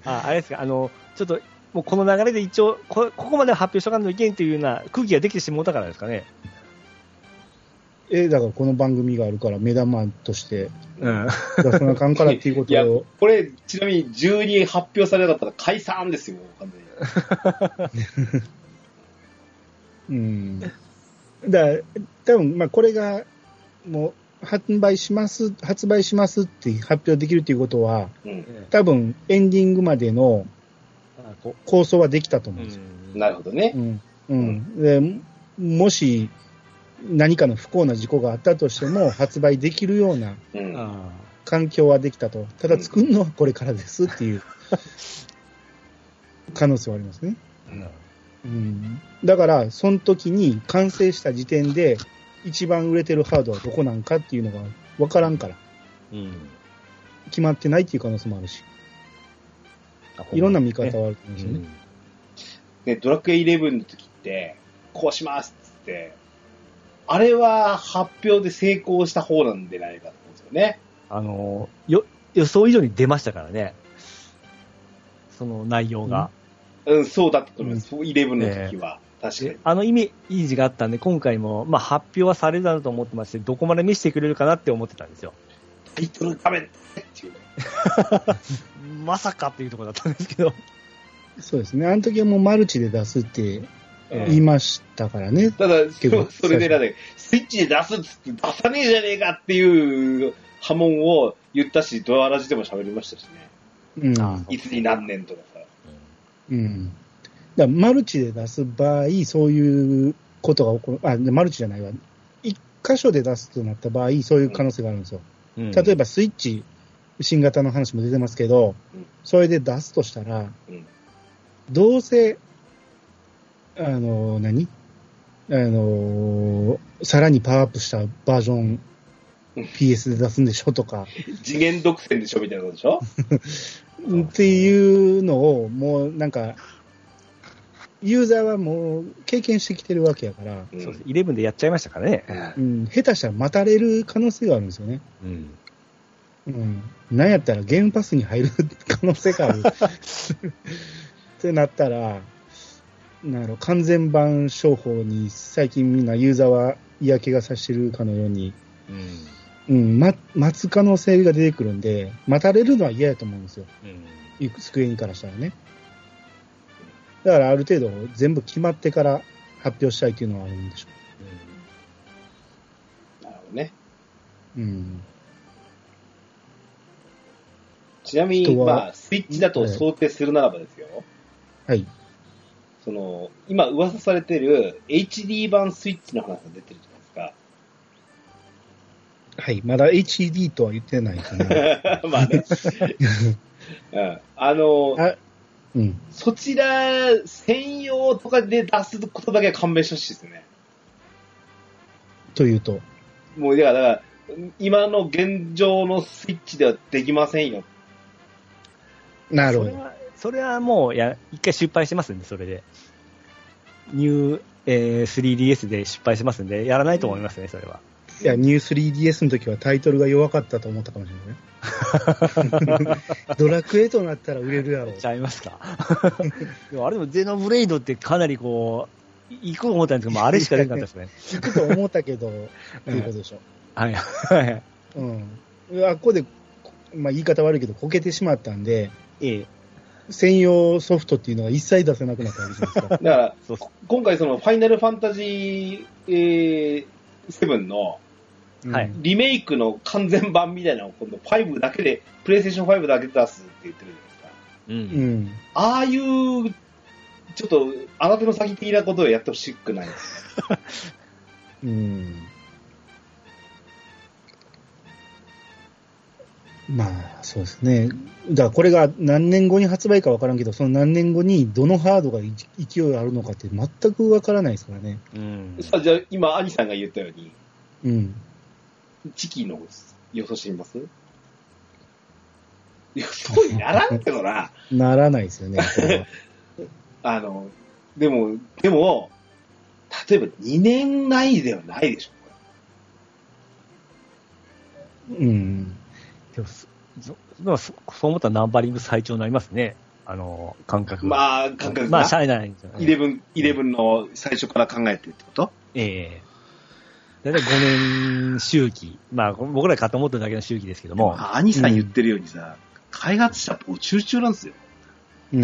B: あ、あれですか。あの、ちょっと、もうこの流れで一応、こここまでは発表しとかんといけんというような空気ができてしもうたからですかね。
C: えーだからこの番組があるから、目玉として
B: うん。
C: 出さなあかんからっていうこ
A: いや
C: とを、
A: これ、ちなみに12発表されなかったら解散ですよ、完全に。
C: うん。だから多分まあこれが、もう、発売します、発売しますって発表できるっていうことは、
A: うん。
C: 多分エンディングまでの
B: あこ
C: 構想はできたと思うんですよ。
B: う
A: なるほどね
C: う。ん。うん。で、もし、 何かの不幸な事故があったとしても、発売できるような
A: うん。
B: あ
C: 環境はできたと。ただ作るのはこれからですって いう可能性はありますね。うん。だから、その時に完成した時点で、一番売れてるハードはどこなんかっていうのが分からんから、
B: うん。
C: 決まってないっていう可能性もあるし、いろんな見方はあると思うんですよね。
A: ね、ドラクエ11の時って、こうしますっつって、あれは発表で成功した方なんじゃないかと思うんですよね。
B: あの、よ、予想以上に出ましたからね。その内容が。
A: うん、そうだったと思います。
C: う
A: 11の時は。確かに
B: で。あのイメージがあったんで、今回も、まあ、発表はされるだろうと思ってまして、どこまで見せてくれるかなって思ってたんですよ。
A: タイトル画面っていうね。
B: まさかっていうところだったんですけど。
C: そうですね。あの時はもうマルチで出すって言いましたからね。
A: ただ、そ
C: けど
A: そ れでなんだけどスイッチで出すっつって出さねえじゃねえかっていう波紋を言ったし、ドアラジでも喋りましたしね。
C: うん。
B: あ
A: いつに何年とかさ。
C: うん。だからマルチで出す場合、そういうことが起こる。あ、でマルチじゃないわ。一箇所で出すとなった場合、そういう可能性があるんです
B: う
C: よ。
B: ん
C: 例えばスイッチ、新型の話も出てますけど
A: うん、
C: それで出すとしたら
A: うん、
C: どうせ、あの、何あの、さらにパワーアップしたバージョン、PS で出すんでしょとか、
A: 次元独占でしょみたいなことでしょ
C: っていうのを、もうなんか、ユーザーはもう経験してきてるわけやから、
A: うん
B: そうです。イレブンでやっちゃいましたからね。
C: うん、下手したら待たれる可能性があるんですよね。
B: うん。
C: うん。なんやったらゲームパスに入る 可能性がある。ってなったら、なんやろ、完全版商法に最近みんなユーザーは嫌気がさしてるかのように、
B: うん。
C: うん、ま、待つ可能性が出てくるんで、待たれるのは嫌やと思うんですよ。スクエニからしたらね。だからある程度全部決まってから発表したいっていうのはあるんでしょ
A: なるほどね。
C: う。うん。
A: ちなみに、
C: 人は
A: まあ、スイッチだと想定するならばですよ。
C: はい。
A: その、今噂されてる HD 版スイッチの話が出てるじゃないですか。
C: はい。まだ HD とは言ってないか な。
A: まあね。うん、あの、
C: あうん。
A: そちら専用とかで出すことだけは勘弁してほしいですね。
C: というと。
A: もう、だから、今の現状のスイッチではできませんよ。
C: なる
B: そ
C: ほ
B: れ
C: ど。
B: は、それはもう、いや、一回失敗してますんで、それで。ニュー、えー 3DS で失敗してますんで、やらないと思いますね、それは。
C: いや、ニュー 3DS の時はタイトルが弱かったと思ったかもしれないね。ドラクエとなったら売れるやろう。
B: ちゃいますか。 でもあれでも、ゼノブレイドってかなりこう、行く思ったんですけど、まあ、あれしかできなかったですね。
C: 聞くと思ったけど、っていうことでしょ。
B: はい。はい。
C: うん。あっこで、まあ言い方悪いけど、こけてしまったんで、
B: ええ。
C: 専用ソフトっていうのが一切出せなくなったわけじゃないです
A: だか
C: か。
A: ら、
B: そうそ
A: 今回その、ファイナルファンタジー、えー、7の
B: はい
A: リメイクの完全版みたいなのを今度5だけで、プレイステーション5だけで出すって言ってるじゃないですか。
B: う
C: うん。
B: ん。
C: うん。
A: ああいう、ちょっと、あなたの先的なことをやってほしくないです。
C: うんまあ、そうですね。だからこれが何年後に発売か分からんけど、その何年後にどのハードがい勢いあるのかって全く分からないですからね。
B: うん。
A: さあ、じゃあ、今、兄さんが言ったように、
C: うん。
A: チキの予想してみます予想にならんけどな。
C: ならないですよね。これは
A: あの、でも、でも、例えば2年内ではないでしょ。
C: うん。
B: でもそそでもそそう思ったらナンバリング最長になりますね。あの、感覚あ、
A: まあ、感覚
B: まあ、
A: が
B: し。ゃあないんですよね。
A: 11、11の最初から考えてってこと
B: ええだいたい5年周期。まあ、こ僕ら買って思ってるだけの周期ですけども。
A: あ兄さん言ってるようにさ、開発者募集中なんですよ。
C: うん。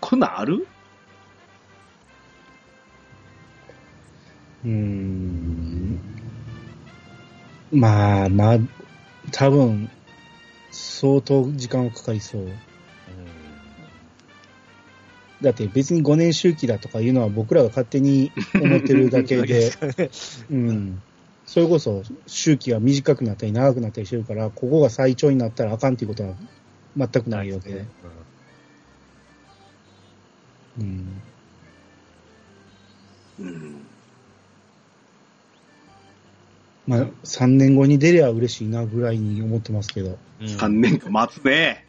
A: こんなんある
C: うん。まあ、まあ、多分、相当時間はかかりそう。だって別に5年 周期だとかいうのは僕らが勝手に思ってるだけで、
B: うん
C: うん。それこそ周期が短くなったり長くなったりしてるから、ここが最長になったらあかんっていうことは全くないわけで。うん。
A: うん。
C: まあ、3年後に出りゃ嬉しいなぐらいに思ってますけど。
F: うん
A: 3年間待つね。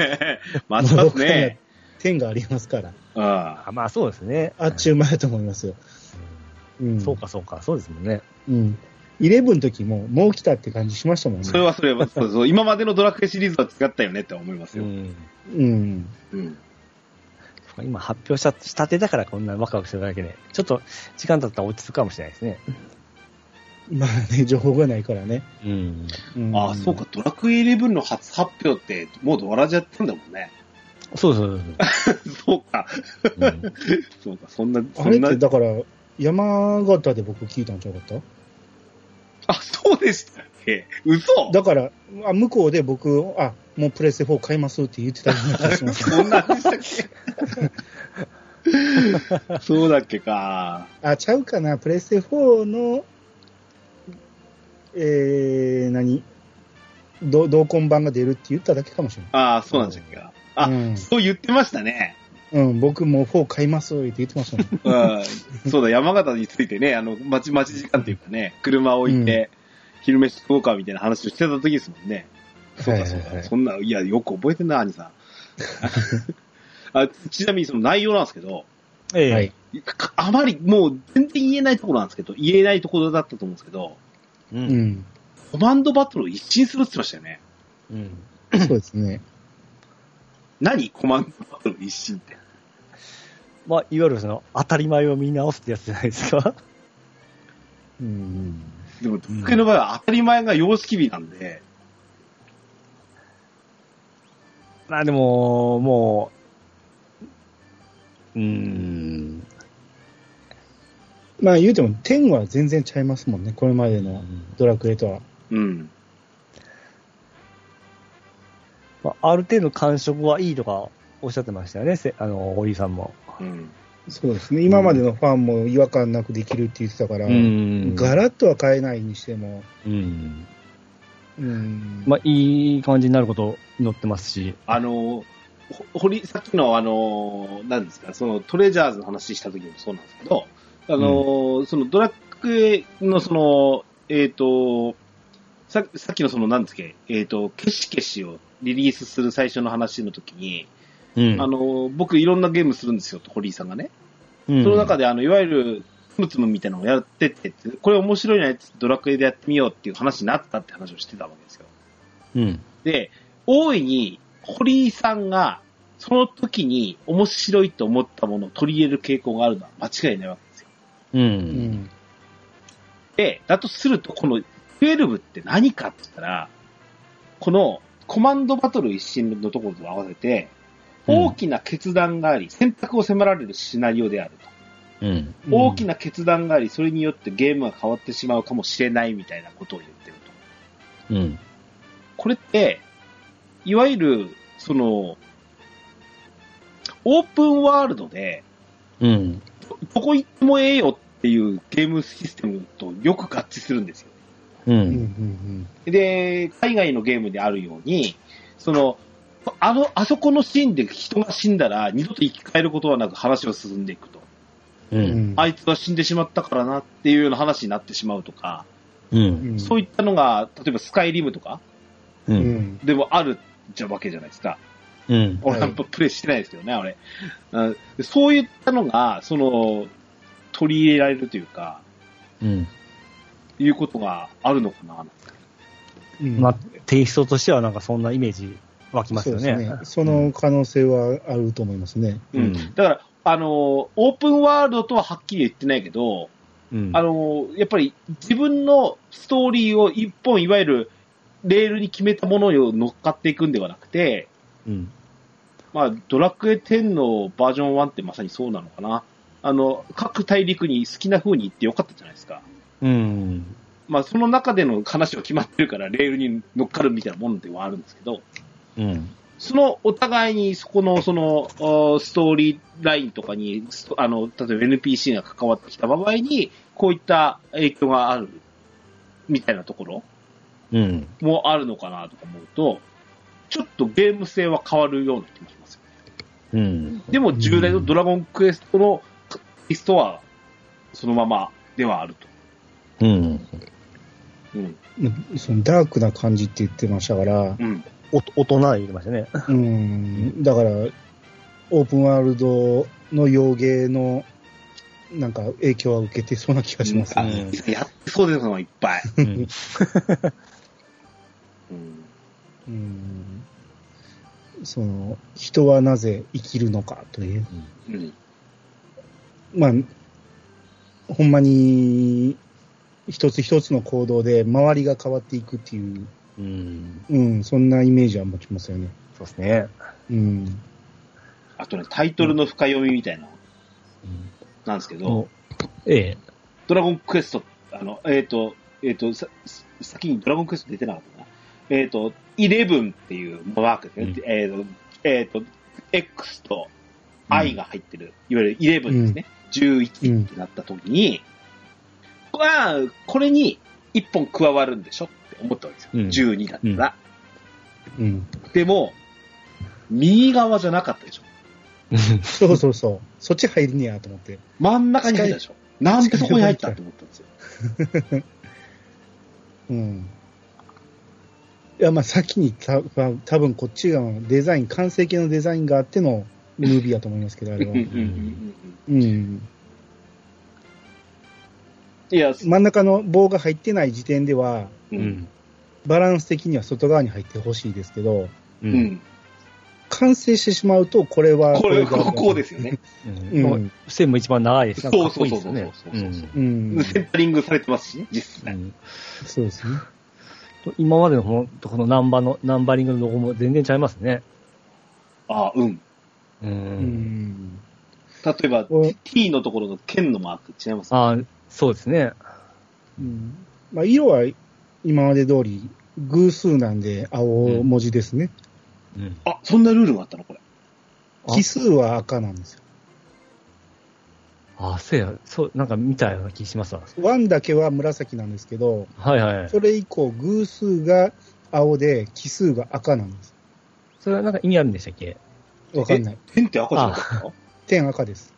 A: 待ちますね。
C: 点がありますから。
A: うん。
B: あまあそうですね。
C: あっちゅう前やと思いますよ。うん。
B: そう。かそうか、そうですもんね。
C: うん。イレブンの時も、もう来たって感じしましたもんね。
A: それはそれは、そうそう今までのドラクエシリーズは違ったよねって思います
B: う
A: よ。
B: ん。
C: うん。
A: うん。
B: 今発表した、したてだからこんなワクワクしてるだけで、ちょっと時間経ったら落ち着くかもしれないですね。
C: まあね、情報がないからね。
B: うん。
C: うん
A: ああ、そうか、。ドラクエ11の初発表って、もうドラジャやってんだもんね。
B: そうそう
A: そうか、
B: そうそう。うん
A: そうか、そんな、
C: あ
A: そ
C: れ
A: ん
C: っ
A: な
C: て、、だから、山形で僕聞いたんちゃうかった
A: あ、そうでしたっけ嘘
C: だから、あ向こうで僕、あ、もうプレステ4買いますって言ってたような気が します。
A: そんな話でしたっ けそうだっけか。
C: あ、ちゃうかな、プレステ4の、えー、何ど同梱版が出るって言っただけかもしれない。
A: ああ、そうなんでしたっけか。あ、
C: うん
A: そう言ってましたね。
C: うん、僕もう4買いますって言ってまし たもん。
A: うん。そうだ、山形についてね、あの、待ち待ち時間というかね、車を置いて、昼飯食おうかみたいな話をしてた時ですもんね。そうか、そう
C: はいはいは
A: か。
C: い
A: そんな、いや、よく覚えてんな、兄さん。 あちなみにその内容なんですけど、
B: ええ
C: はい。
A: かあまりもう全然言えないところなんですけど、言えないところだったと思うんですけど、
B: う。
C: うんん。
A: コマンドバトルを一新するって言ってましたよね。
B: うん。
C: そうですね。
A: 何コマンドバトル一新って。
B: まあ、いわゆるその、当たり前を見直すってやつじゃないですか。
C: うん。
A: でも、僕の場合は当たり前が様式日なんで、
B: まあでも、もう、うーん。
C: まあ言うても、10は全然ちゃいますもんね、これまでのドラクエとは。
A: うん。
B: まあ、ある程度感触はいいとかおっしゃってましたよね、せあの、おじさんも。
A: うん。
C: そうですね。今までのファンも違和感なくできるって言ってたから、
B: ん
C: ガラッとは変えないにしても、
B: うん。
C: うん。
B: まあ、いい感じになること乗ってますし。
A: あの、ほ堀、さっきのあの、何ですか、そのトレジャーズの話した時もそうなんですけど、あの、そのドラクエのその、えっ、と、ささっきのその何ですか、えっ、と、消し消しをリリースする最初の話の時に、
B: うん
A: あの、僕いろんなゲームするんですよと、堀井さんがね。
B: うん
A: その中で、あの、いわゆる、つむつむみたいなのをやってって、これ面白いねって、ドラクエでやってみようっていう話になったって話をしてたわけですよ。
B: うん。
A: で、大いに、堀井さんが、その時に面白いと思ったものを取り入れる傾向があるのは間違いないわけですよ。
B: う。
C: うんん。
A: で、だとすると、この12って何かって言ったら、このコマンドバトル一新のところと合わせて、
B: うん
A: 大きな決断があり、選択を迫られるシナリオであると。
B: うん。
A: 大きな
C: な。
A: 決断があり、それによってゲームが変わってしまうかもしれないみたいなことを言ってると。
B: うん。
A: これって、いわゆる、その、オープンワールドで、
B: うん。
A: どどこ行ってもええよっていうゲームシステムとよく合致するんですよ。
B: う
C: うんうん
B: ん。
C: うん。
A: で、海外のゲームであるように、その、あの、あそこのシーンで人が死んだら、二度と生き返ることはなく話は進んでいくと。
B: う。
C: うんん
A: あいつは死んでしまったからなっていうような話になってしまうとか、
B: うん。
A: そういったのが、例えばスカイリムとか
B: う。
C: うんん。
A: でもあるじゃわけじゃないですか。
B: うん。
A: 俺はプレイしてないですけどね、俺。うんでそういったのが、その、取り入れられるというか、
B: うん。
A: いうことがあるのかな。
C: うん
B: まあ、テイストとしてはなんかそんなイメージ湧きますよ
C: そう
B: ね
C: です。その可能性はあると思いますね。
A: うん。
B: うん
A: だから、あの、オープンワールドとははっきり言ってないけど、
B: うん。
A: あの、やっぱり自分のストーリーを一本、いわゆるレールに決めたものを乗っかっていくんではなくて、
B: うん。
A: まあ、ドラクエ10のバージョン1ってまさにそうなのかな。あの、各大陸に好きな風に行ってよかったじゃないですか。
B: うん。
A: まあ、その中での話は決まってるから、レールに乗っかるみたいなもんではあるんですけど、
B: うん。
A: そのお互いにそこの、その、おストーリーラインとかに、ストあの、例えば NPC が関わってきた場合に、こういった影響があるみたいなところ
B: うん。
A: もあるのかなとか思うと、ちょっとゲーム性は変わるような気もしますよね。
B: うん。
A: でも従来のドラゴンクエストのリストはそのままではあると。
B: うん。
A: うん。
C: そのダークな感じって言ってましたから、
A: うん。
B: お大人言いましたね。
C: うん、だから、オープンワールドの洋芸の、なんか影響は受けてそうな気がします
A: あ
C: ね。
A: やってそうですもん、いっぱい。
B: うん。
A: うん。
C: うん、その、人はなぜ生きるのかという。
A: うん。
C: まあ、ほんまに、一つ一つの行動で周りが変わっていくっていう、
B: うん。
C: うん、そんなイメージは持ちますよね。
B: そうですね。
C: うん。
A: あとね、タイトルの深読みみたいな、なんですけど、
B: おえ
A: ドラゴンクエスト、あの、えっ、と、えっ、とさ、さ先にドラゴンクエスト出てなかったかな。えっ、と、11っていうマークですね。
B: うん
A: えっ、と、えっ、と、X と I が入ってる、いわゆる11ですね。11ってなった時に、まあ、これに1本加わるんでしょって思ったわけですよ。12だったら。
C: うん。
A: でも、右側じゃなかったでしょ。
B: え。
C: そうそ うそう。そっち入りねやと思って。
A: 真ん中に入ったでしょ。なんでそこに入ったって思ったんですよ。
C: うん。いや、まあ、先にた、まあ、多分こっちがデザイン、完成形のデザインがあってのムービーやと思いますけど、あ
A: うん
C: れ
A: う
C: は
A: んう。んうん
C: うん。
A: いや、
C: 真ん中の棒が入ってない時点では、
A: う。
B: うんん。
C: バランス的には外側に入ってほしいですけど、
B: う。
A: うんん。
C: 完成してしまうと、これは
A: これ、こ
C: が
A: うこうですよね。
C: う
B: うんん。。線も一番長いです。
A: そうそうそう
B: か
A: そ
B: っこ
A: う
B: いいです
A: そう
B: ね
A: そうそう
C: う
A: うん
C: ん。
A: センタリングされてますしね、実
B: う
A: 際。
B: ん
C: そうですね。
B: 今までのこのこのナンバーの、ナンバリングのロゴも全然ちゃいますね。
A: ああ、うん。
B: う。
C: うんん。
A: 例えば、
C: お
A: T のところの剣のマーク違います
B: あーそうですね。
C: うんまあ、色は今まで通り、偶数なんで青文字ですね。
B: うん。
A: あ、そんなルールがあったのこれ。
B: うん
C: 奇数は赤なんですよ。
B: あ、そうや、そう、なんか見たような気しますわ。
C: ワンだけは紫なんですけど、
B: はいはい。
C: それ以降、偶数が青で、奇数が赤なんです。
B: それはなんか意味あるんでしたっけ
C: わかんない。
A: 剣って赤じゃなかっ
C: 天赤です。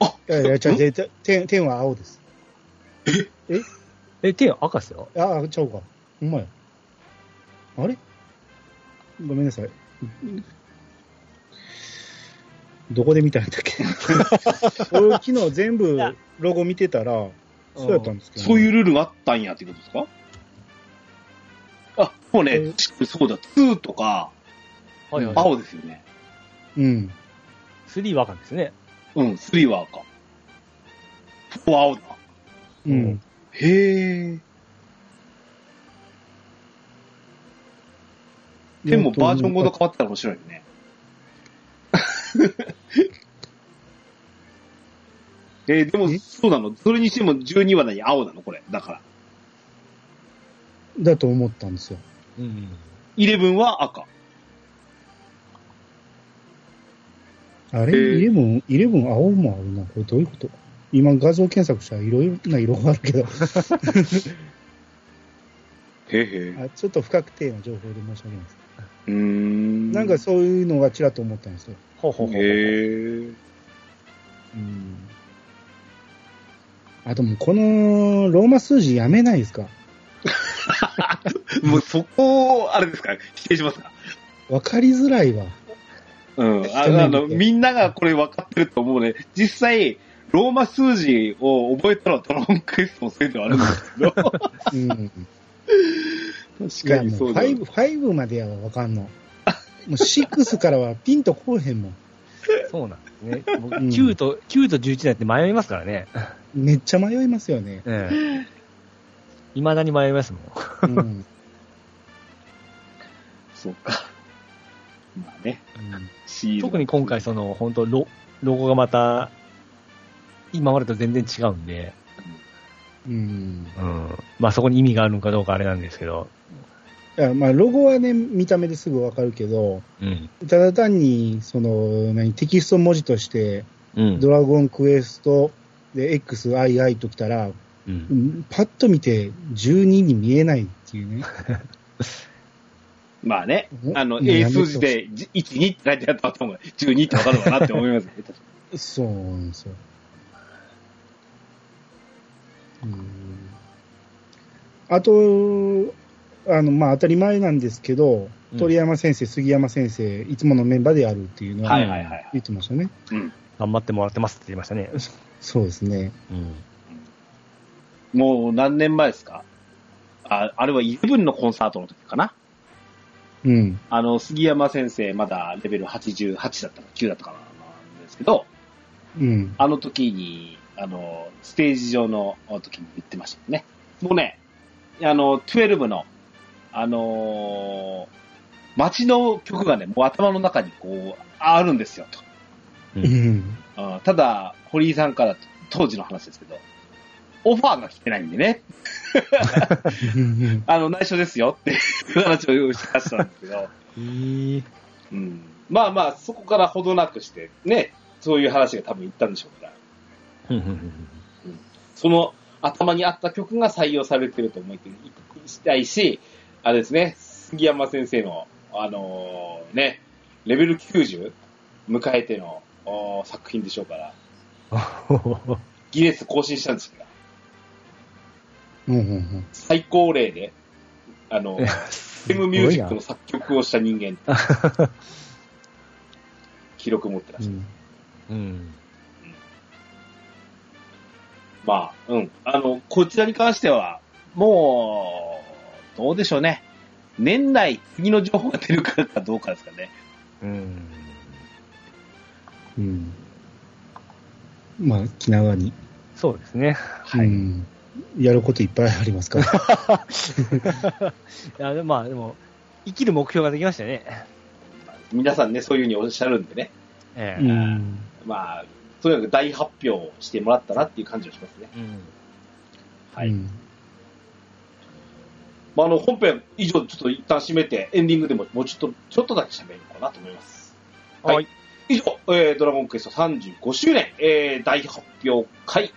A: たあ
C: いやいや、ちゃ
A: ん
C: うでて天、天は青です。
B: え、手は赤っすよ。
C: ああ、ちゃうか。ほんまや。あれごめんなさい。どこで見たんだ っけ俺昨日全部ロゴ見てたら、そうやったんですけど、
A: そういう
C: う。
A: ルールがあったんやっていうことですかあ、もう
C: え
A: ね、そうだ、2とか、
B: はいはい。
A: 青ですよね。
C: うん。
B: 3は赤ですね。
A: うん、3は赤。4は青だ。
C: うん。
A: へえ。でもバージョンごと変わってたら面白いよ ね。えーでも、
C: え
A: そうなのそれにしても12は何青なのこれ。だから。
C: だと思ったんですよ。
B: うん。
A: 11は赤。
C: あ
A: え
C: れ、
A: ー
C: イレブン、イレブン青もあるな。これどういうこと今画像検索したらいろいろな色がある けど、
A: へえ。
C: あちょっと不確定な情報で申し訳ないです。
A: うーん。
C: なんかそういうのがちらっと思ったんですよ。
B: ほうほうほうほう。
A: へえ。
C: うん。あともうこのローマ数字やめないですか
A: もうそこを、あれですか否定しますか
C: わかりづら いわ。
A: うん。あ
C: 人に
A: あ
C: よっ
A: の、
C: て
A: みんながこれ分かってると思うね。実際、ローマ数字を覚えたのはドラゴンクエストのせいではあるんですけど。
C: うん。
A: 確かに
C: も
A: そううだ。
C: 5、5までやわわかんの。もう6からはピンとこうへんもん。
B: そうなんですね。僕
C: うん
B: 9と、9と11なんて迷いますからね。
C: めっちゃ迷いますよね。
B: ええ。いまだに迷いますもん。
C: うん。うん
A: そうか。まあね、シール
B: 特に今回、その、本当ロ、ロゴがまた、今までと全然違うんで、
C: うん。
B: うん。まあそこに意味があるのかどうかあれなんですけど、
C: いやまあ、ロゴはね、見た目ですぐわかるけど、
B: うん。
C: ただ単に、その、何、テキスト文字として、
B: うん
C: ド。ラゴンクエストで XII ときたら、
B: うん
C: うんパッと見て12に見えないっていうね。
A: まあね
C: う、ん
A: あの、
C: うん
A: A 数字でじ1、2って書いてあったと思う。12ってわかるかなって思 いますけど。
C: そうなんですよ。うんあと、あの、まあ、当たり前なんですけど、
B: うん
C: 鳥山先生、杉山先生、いつものメンバーでやるっていうの
A: は
C: はい
A: はいはいはい
C: 言ってましたね。
A: うん。
B: 頑張ってもらってますって言いましたね。
C: そうですね。
B: うん。
A: もう何年前ですかああれはイレブンのコンサートの時かな
C: うん。
A: あの、杉山先生、まだレベル88だったか9だったかななんですけど、
C: うん。
A: あの時に、あの、ステージ上の時に言ってましたよね。もうね、あの、12の、あのー街の曲がね、もう頭の中にこう、あるんですよ、と。
C: うん。
A: うんただ、堀井さんから当時の話ですけど、オファーが来てないんでね、
C: うん
A: あの、内緒ですよっていう 話をしましたんですけど、
B: いい。
A: うん、まあまあ、そこからほどなくして、ね、そういう話が多分いったんでしょうから、その頭にあった曲が採用されてると思ってしたいし、あれですね、杉山先生の、あのーね、レベル90迎えてのおー作品でしょうから、ギネス更新したんですから、
C: うんうん
A: 最高齢で、あの、
B: す
A: ゲームミュージックの作曲をした人間、記録持ってらっ
C: う
A: しゃる。
C: ん
B: うん。
A: まあ、うん。あの、こちらに関しては、もう、どうでしょうね。年内、次の情報が出るかどうかですかね。
B: うん。
C: うん。まあ、気長に。
B: そうです ね。
A: はい。
C: うんやることいっぱいありますから。
B: いやでもまあ、でも、生きる目標ができましたね。
A: 皆さんね、そういうふうにおっしゃるんでね。
B: え
C: う
B: え
C: ん。。
A: まあ、とにかく大発表をしてもらったなっていう感じがしますね。
B: うん
A: はいう
C: ん
A: まあ、あの、本編以上、ちょっと一旦締めて、エンディングでももうちょっと、ちょっとだけ喋るのかなと思います。はい
B: はい。
A: 以上、えードラゴンクエスト35周年、えー大発表会、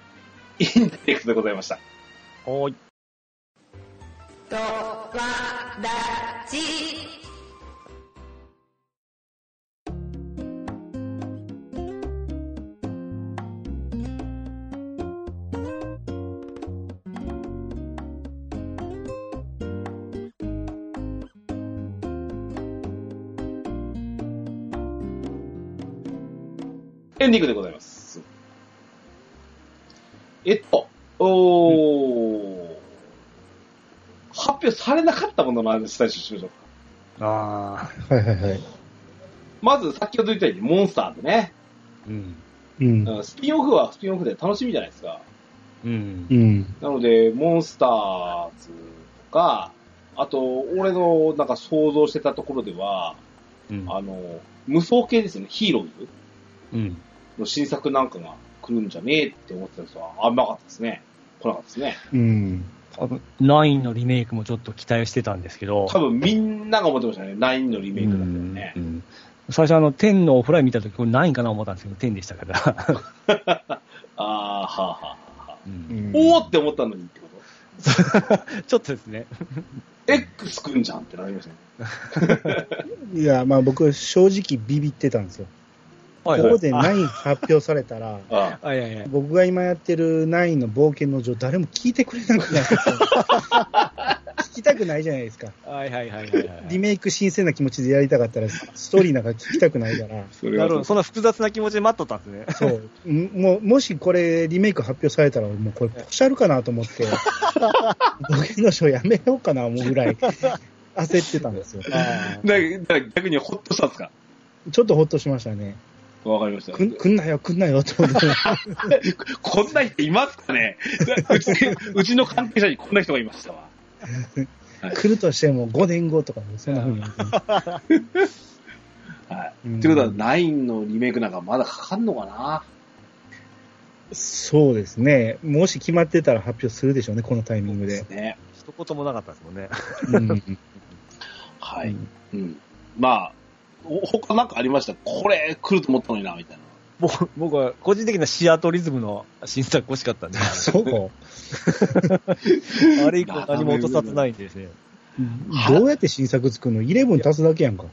A: インデックスでございました。
B: はい。
F: とわらじ
A: エンディングでございます。えっと、おー発表されなかったものの話最初しましょうか。
B: ああ。
C: はいはいはい。
A: まず、先ほど言ったように、モンスターでね、
B: うん。
C: うん。
A: うんスピンオフはスピンオフで楽しみじゃないですか。
B: うん
C: う。ん。
A: なので、モンスターズとか、あと、俺のなんか想像してたところでは、
B: うん
A: あの、無双系ですよね、ヒーローズ
B: うん。
A: の新作なんかが来るんじゃねえって思ってたんですが、あんまなかったですね。来なかったですね。
C: うん。
B: あの、9のリメイクもちょっと期待してたんですけど。
A: 多分みんなが思ってましたね。9のリメイクだったよね
B: う。んうん最初あの、10のオフライン見たとき、これ9かな思ったんですけど、10でしたから。
A: ああ、はあはあはあ。
B: うん
A: おおって思ったのにってこ
B: ちょっとですね。
A: と ?X くんじゃんってなりましたね。
C: いや、まあ僕、正直ビビってたんですよ。
B: は
C: ここで9発表されたら、
A: あ
B: あいやいや。
C: 僕が今やってる9の冒険の女、誰も聞いてくれなくなる。聞きたくないじゃないですか。
B: はいはいはいはいはい。
C: リメイク新鮮な気持ちでやりたかったら、ストーリーなんか聞きたくないから。
A: そ
B: なるほど。
A: そ
B: そんな複雑な気持ちで待っとったんですね。
C: そう。んもう、もしこれ、リメイク発表されたら、もうこれ、ポシャるかなと思って、冒険の書やめようかな、思うぐらい、焦ってたんですよ。
A: うだだから逆にほっとしたんですか
C: ちょっとほっとしましたね。
A: わかりました。
C: くん、くんなよ、くんなよ、って思って。
A: こんな人いますかね うちうちの関係者にこんな人がいましたわ。
C: 来るとしても5年後とか、そんな風に。
A: はい。
C: うん
A: ってことは、9のリメイクなんかまだかかんのかな
C: そうですね。もし決まってたら発表するでしょうね、このタイミングで。
A: ね。
B: 一言もなかったですもんね。
C: うん
A: はい。うん。まあ、お他なんかありましたこれ来ると思ったのにな、みたいな。
B: 僕僕は個人的なシアトリズムの新作欲しかったんで、
C: そう
B: あれ以降何も落とさずないんで ですね。
C: どうやって新作作るの ?11 足すだけやんか。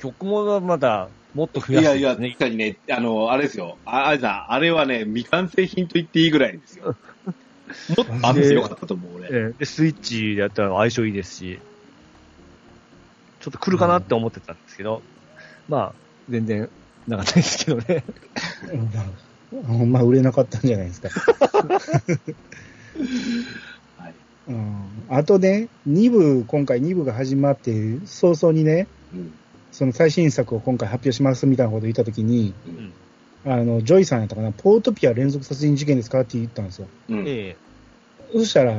B: 曲もまだもっと
A: い
B: 増や
A: や
B: す
A: いや、確かにね、あの、あれですよ。あ、あれさん、あれはね、未完成品と言っていいぐらいですよ。もっとあってよかったと思う、俺。
B: ええで、スイッチでやったら相性いいですし、ちょっと来るかなって思ってたんですけど、まあ、全然なかったですけどね。
C: うんほんま売れなかったんじゃないですか。
A: はい
C: うん、あとね、2部、今回2部が始まって、早々にね、
A: うん
C: その最新作を今回発表しますみたいなこと言ったときに、
A: うん
C: あの、ジョイさんやったかな、ポートピア連続殺人事件ですかって言ったんですよ。
A: うんね
B: え
C: そしたら、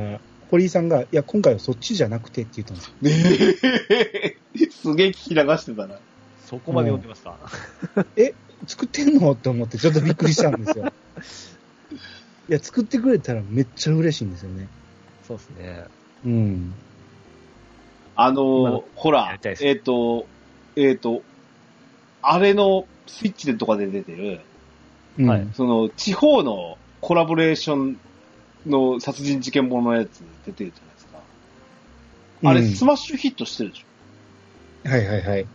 C: 堀井さんが、いや、今回はそっちじゃなくてって言ったんですよ。
A: え すげえ聞き流してたな。
B: そこまで読んでました。
C: 作ってんのと思って、ちょっとびっくりしたんですよ。いや、作ってくれたらめっちゃ嬉しいんですよね。
B: そうですね。
C: うん。
A: あ
B: ま
A: の
B: だ
A: ー、ほ
B: や
A: ら
B: り、たい
A: えっ
B: です、
A: と、えっ、と、あれのスイッチでとかで出てる、
C: うん
B: はい
A: その、地方のコラボレーションの殺人事件もののやつ出てるじゃないですか。あれ、
C: うん
A: スマッシュヒットしてるでし
C: はいはいはい。
A: ょ。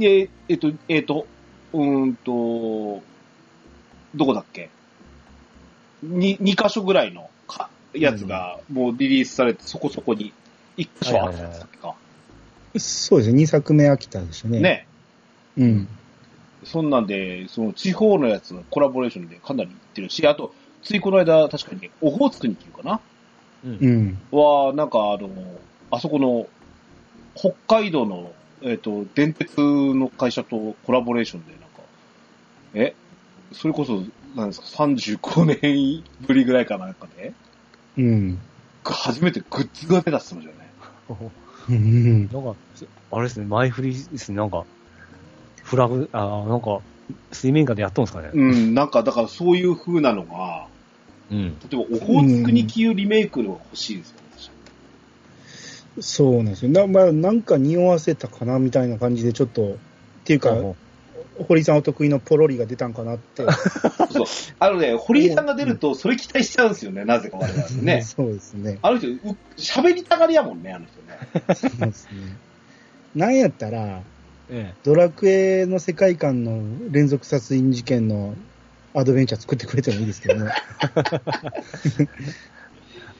A: で、えっ、と、えっ、と、うーんと、どこだっけに、二箇所ぐらいのかやつが、もうリリースされて、そこそこに、一箇所あったやつだっけか。
C: そうですね、2作目秋田でしたね。。
A: ね。
C: うん。
A: そんなんで、その地方のやつのコラボレーションでかなりいってるし、あと、ついこの間、確かにね、オホーツクに行くかな
B: う。
C: うんん。
A: は、なんかあの、あそこの、北海道の、えっ、と、電鉄の会社とコラボレーションで、なんか、え、それこそ、なんですか、35年ぶりぐらいかなんかで、
C: うん。
A: 初めてグッズが出たっつってましたよね。
C: うん。
B: なんか、あれですね、前振りですね、なんか、フラグ、あーなんか、水面下でやっとんですかね。
A: うん、なんか、だからそういう風なのが、
B: うん。
A: 例えば、オホーツクに消うリメイクが欲しいですよ、私は
C: そうなんですよ。な、まあ、なんか匂わせたかなみたいな感じで、ちょっと、っていうか、堀井さんお得意のポロリが出たんかなって。。
A: そう。あのね、堀井さんが出ると、それ期待しちゃうんですよね、なぜか我々ね
C: そうですね。
A: あの人、う喋りたがりやもんね、あの人ね。
C: そうですね。なんやったら、
B: え
C: ドラクエの世界観の連続殺人事件のアドベンチャー作ってくれてもいいですけど ね。
B: え。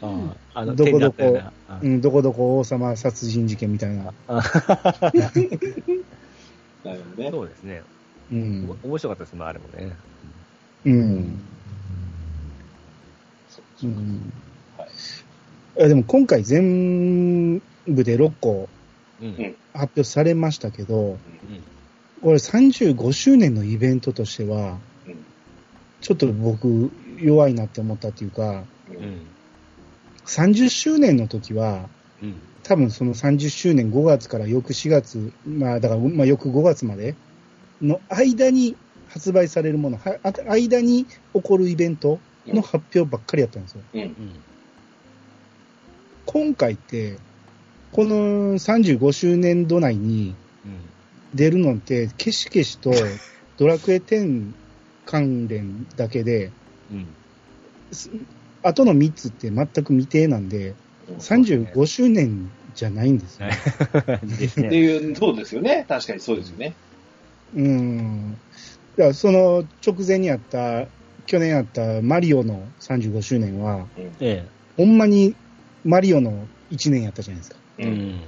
B: あーあの、
C: ど
B: 手
C: こ
B: にな
C: ど
B: ったよう
C: こ
B: な。あ、
C: うん、どこどこ王様殺人事件みたいな。
A: だよね。
B: そうですね。
C: う
B: お
C: ん。
B: 面白かったですね、あれもね。
C: うん。
A: そううんはい
C: えでも今回全部で6個
B: うん。
C: 発表されましたけど、
B: うん
C: これ35周年のイベントとしては、
A: うん
C: ちょっと僕弱いなって思ったっていうか、
A: う
B: うんん。
C: 30周年の時は、
B: うん。
C: 多分その30周年5月から翌4月、まあだから、まあ翌5月までの間に発売されるもの、はあ間に起こるイベントの発表ばっかりやったんですよ。
B: うん。
C: 今回って、この35周年度内に
B: うん。
C: 出るのって、ケシケシとドラクエ10関連だけで、
B: うん。
C: あとの3つって全く未定なんで、35周年じゃないんですよ。
B: です
A: って
B: ね。
A: いう、そうですよね。確かにそうですよね。
C: うん。だからその直前にあった、去年あったマリオの35周年は、
B: え
C: ほんまにマリオの1年やったじゃないですか。
B: え。うん。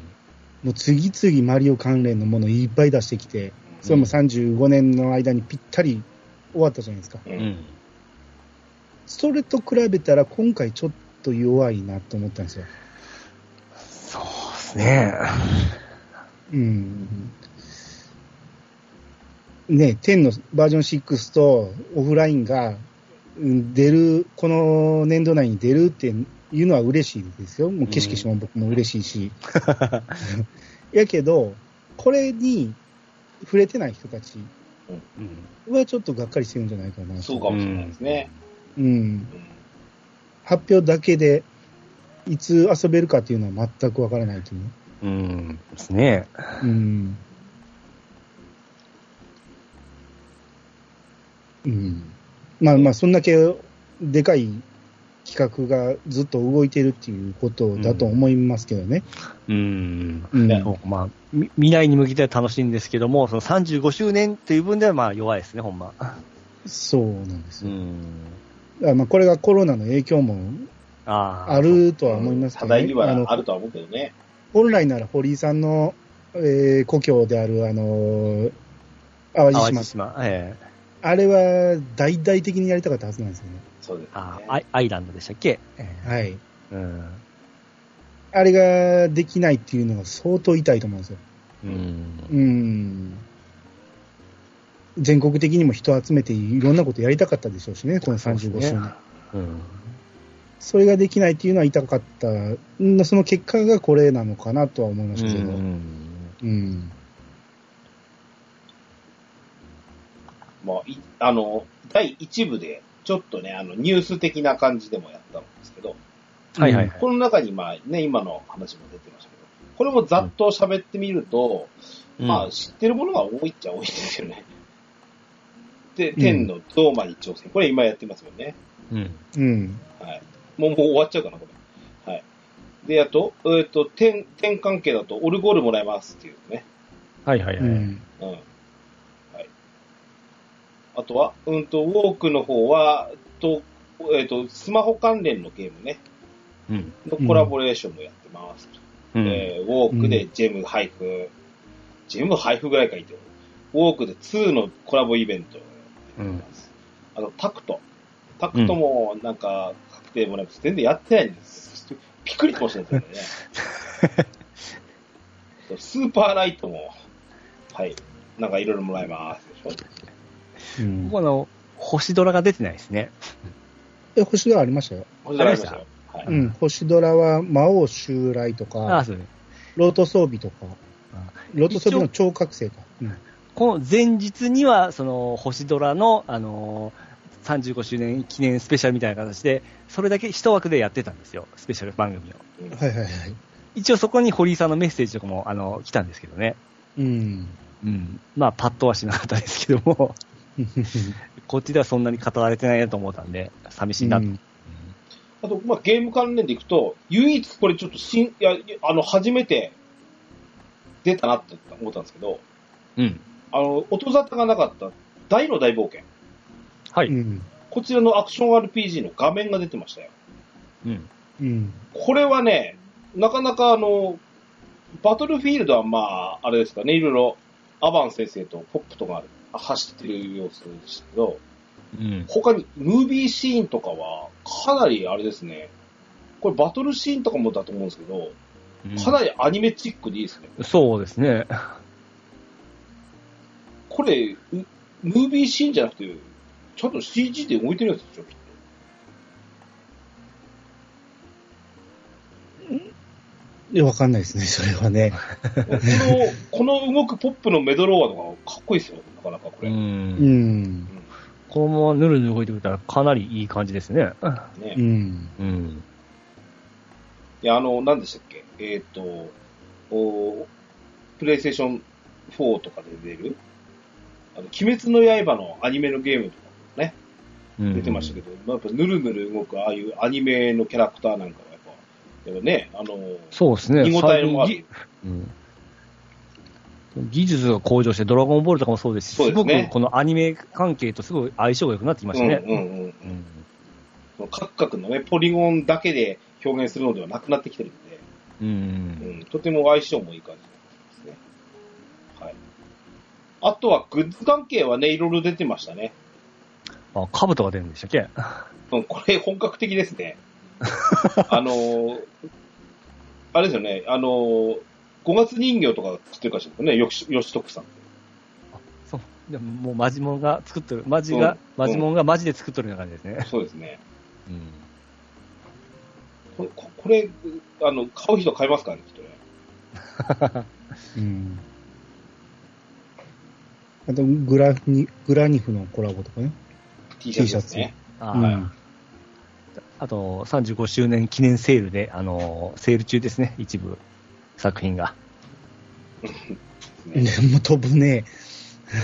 C: もう次々マリオ関連のものいっぱい出してきて、それも35年の間にぴったり終わったじゃないですか。
A: うん
B: うん。
C: それと比べたら今回ちょっと弱いなと思ったんですよ。
B: そうですね。
C: うん。ね、10のバージョン6とオフラインがうん出る、この年度内に出るっていうのは嬉しいですよ。もう景色しも僕も嬉しい し。やけど、これに触れてない人たち
B: うん。
C: はちょっとがっかりしてるんじゃないかなと。
A: そうかもしれないですね。
C: うん。発表だけで、いつ遊べるかっていうのは全くわからないという。
B: うん。ですね。
C: うん。うん。まあまあ、そんだけでかい企画がずっと動いてるっていうことだと思いますけどね。
B: うん。
C: うん。
A: ね
B: そうまあ、み未来に向けては楽しいんですけども、その35周年という分ではまあ弱いですね、ほんま。
C: そうなんです
B: う
C: よ。
B: ん。
C: あまあ、これがコロナの影響も
B: ああ。
C: あるとは思いますけ
A: 課
C: どね。
A: 題に
C: あの
A: はあるとは思うけどね。
C: 本来なら堀井さんの、えー故郷である、あのー淡路
B: 淡
C: 島
B: 路。島。ええ
C: あれは大々的にやりたかったはずなんですよね。
A: そうです
B: あ
A: ね。
B: あアイアイランドでしたっけ、ええ
C: はい。
B: うん。
C: あれができないっていうのが相当痛いと思うんですよ。
B: うん。
C: うん。全国的にも人集めていろんなことやりたかったでしょうしね、この35周
B: そうです
C: 年
B: ね。うん。
C: それができないっていうのは痛かった。んその結果がこれなのかなとは思いましたけど。うん。
A: まあ、いあの、第1部で、ちょっとね、あの、ニュース的な感じでもやったんですけど、
B: はいはいはい。
A: この中に、まあね、今の話も出てましたけど、これもざっと喋ってみると、まあ、知ってるものが多いっちゃ多いですよね。で、天のドーマに挑戦。これ今やってますよね。
B: うん。
C: うん。
A: はい。もう、もう終わっちゃうかな、これ。はい。で、あと、えっ、と、天、天関係だと、オルゴールもらえますっていうね。
B: はいはいは
C: う
B: い。
A: う
C: ん。
A: ん。はい。あとは、うんと、ウォークの方は、と、えっ、と、スマホ関連のゲームね、
B: うん。
A: のコラボレーションもやってます。
B: うん
A: えーウォークでジェム配布、ジェム配布ぐらいかいてる。ウォークで2のコラボイベントをやってます。あと、タクト。タクトもなんか確定もなく、全然やってないんです。ピクリともしてないんです よね。スーパーライトも、はい。なんかいろいろもらえますでしょ。
C: うん
B: こ、この、星ドラが出てないですね。
C: え、星ドラありましたよ。
A: こちらありましたよ。は
C: う
A: い。
C: ん。星ドラは魔王襲来と
B: ああ、
C: か、
B: そうね。
C: ロート装備とか、
B: あ
C: ロート装備の超覚醒か。うん
B: この前日には、その、星ドラの、あのー、35周年記念スペシャルみたいな形で、それだけ一枠でやってたんですよ、スペシャル番組を。
A: うん
C: はいはいはい。
B: 一応そこに堀井さんのメッセージとかも、あの、来たんですけどね。
C: うん。
B: うん。まあ、パッとはしなかったですけども、こっちではそんなに語られてないなと思ったんで、寂しいなと。
A: あと、まあ、ゲーム関連でいくと、唯一これちょっと新、いや、いやあの、初めて出たなって思ったんですけど、
B: うん。
A: あの、音沙汰がなかった大の大冒険。
B: は
C: う
B: い。
C: ん。
A: こちらのアクション RPG の画面が出てましたよ。
B: うん。
C: うん。
A: これはね、なかなかあの、バトルフィールドはまあ、あれですかね、いろいろアバン先生とポップとが走ってる様子でしたけど、
B: うん。
A: 他にムービーシーンとかは、かなりあれですね、これバトルシーンとかもだと思うんですけど、かなりアニメチックでいいですね。
B: そうですね。
A: これ、うムービーシーンじゃなくて、ちゃんと CG で動いてるやつでしょ、きっと。
C: いや、わかんないですね、 それはね。
A: この、この動くポップのメドローアとか、かっこいいですよ、なかなかこ
B: う。
A: れ。
C: うんん。
B: このままぬるぬる動いてくれたらかなりいい感じですね。
A: ね
C: う。ん。
B: うん。
A: いや、あの、何でしたっけえっ、と、おプレイステーション4とかで出る、あの、鬼滅の刃のアニメのゲームとかもね、出てましたけ
B: ど。
A: ど、まあやっぱぬるぬる動く、ああいうアニメのキャラクターなんかはやっぱ、やっぱね、あの、
B: そうですね。
A: 見応えもある。
B: うん技術が向上して、ドラゴンボールとかもそうですし、
A: そう
B: す
A: です
B: ご
A: ね
B: くこのアニメ関係とすごい相性が良くなってきました
A: うんう
B: ね。
A: んうん。
B: うん
A: その各々のね、ポリゴンだけで表現するのではなくなってきてるんで、
B: う。
A: うんん、とても相性もいい感じですね。はい。あとはグッズ関係はね、いろいろ出てましたね。
B: あ、カブトが出るんでしたっけ
A: うん、これ本格的ですね。あのーあれですよね、あのー、5月人形とか作ってるかしらね、よし、よしとくさん。
B: そう。でももうマジモンが作っとる、マジが、
A: うん
B: マジモンがマジで作っとるような感じですね。
A: そうですね。
B: うん。
A: こここれ、あの、買う人買いますからね、きっとね。
C: うん。あと、グラニ、グラニフのコラボとかね。
A: T シャツですね。
B: あ
C: う
B: ー
C: ん。
B: あと、35周年記念セールで、あのー、セール中ですね、一部作品が。
A: ね
C: でも飛ぶね。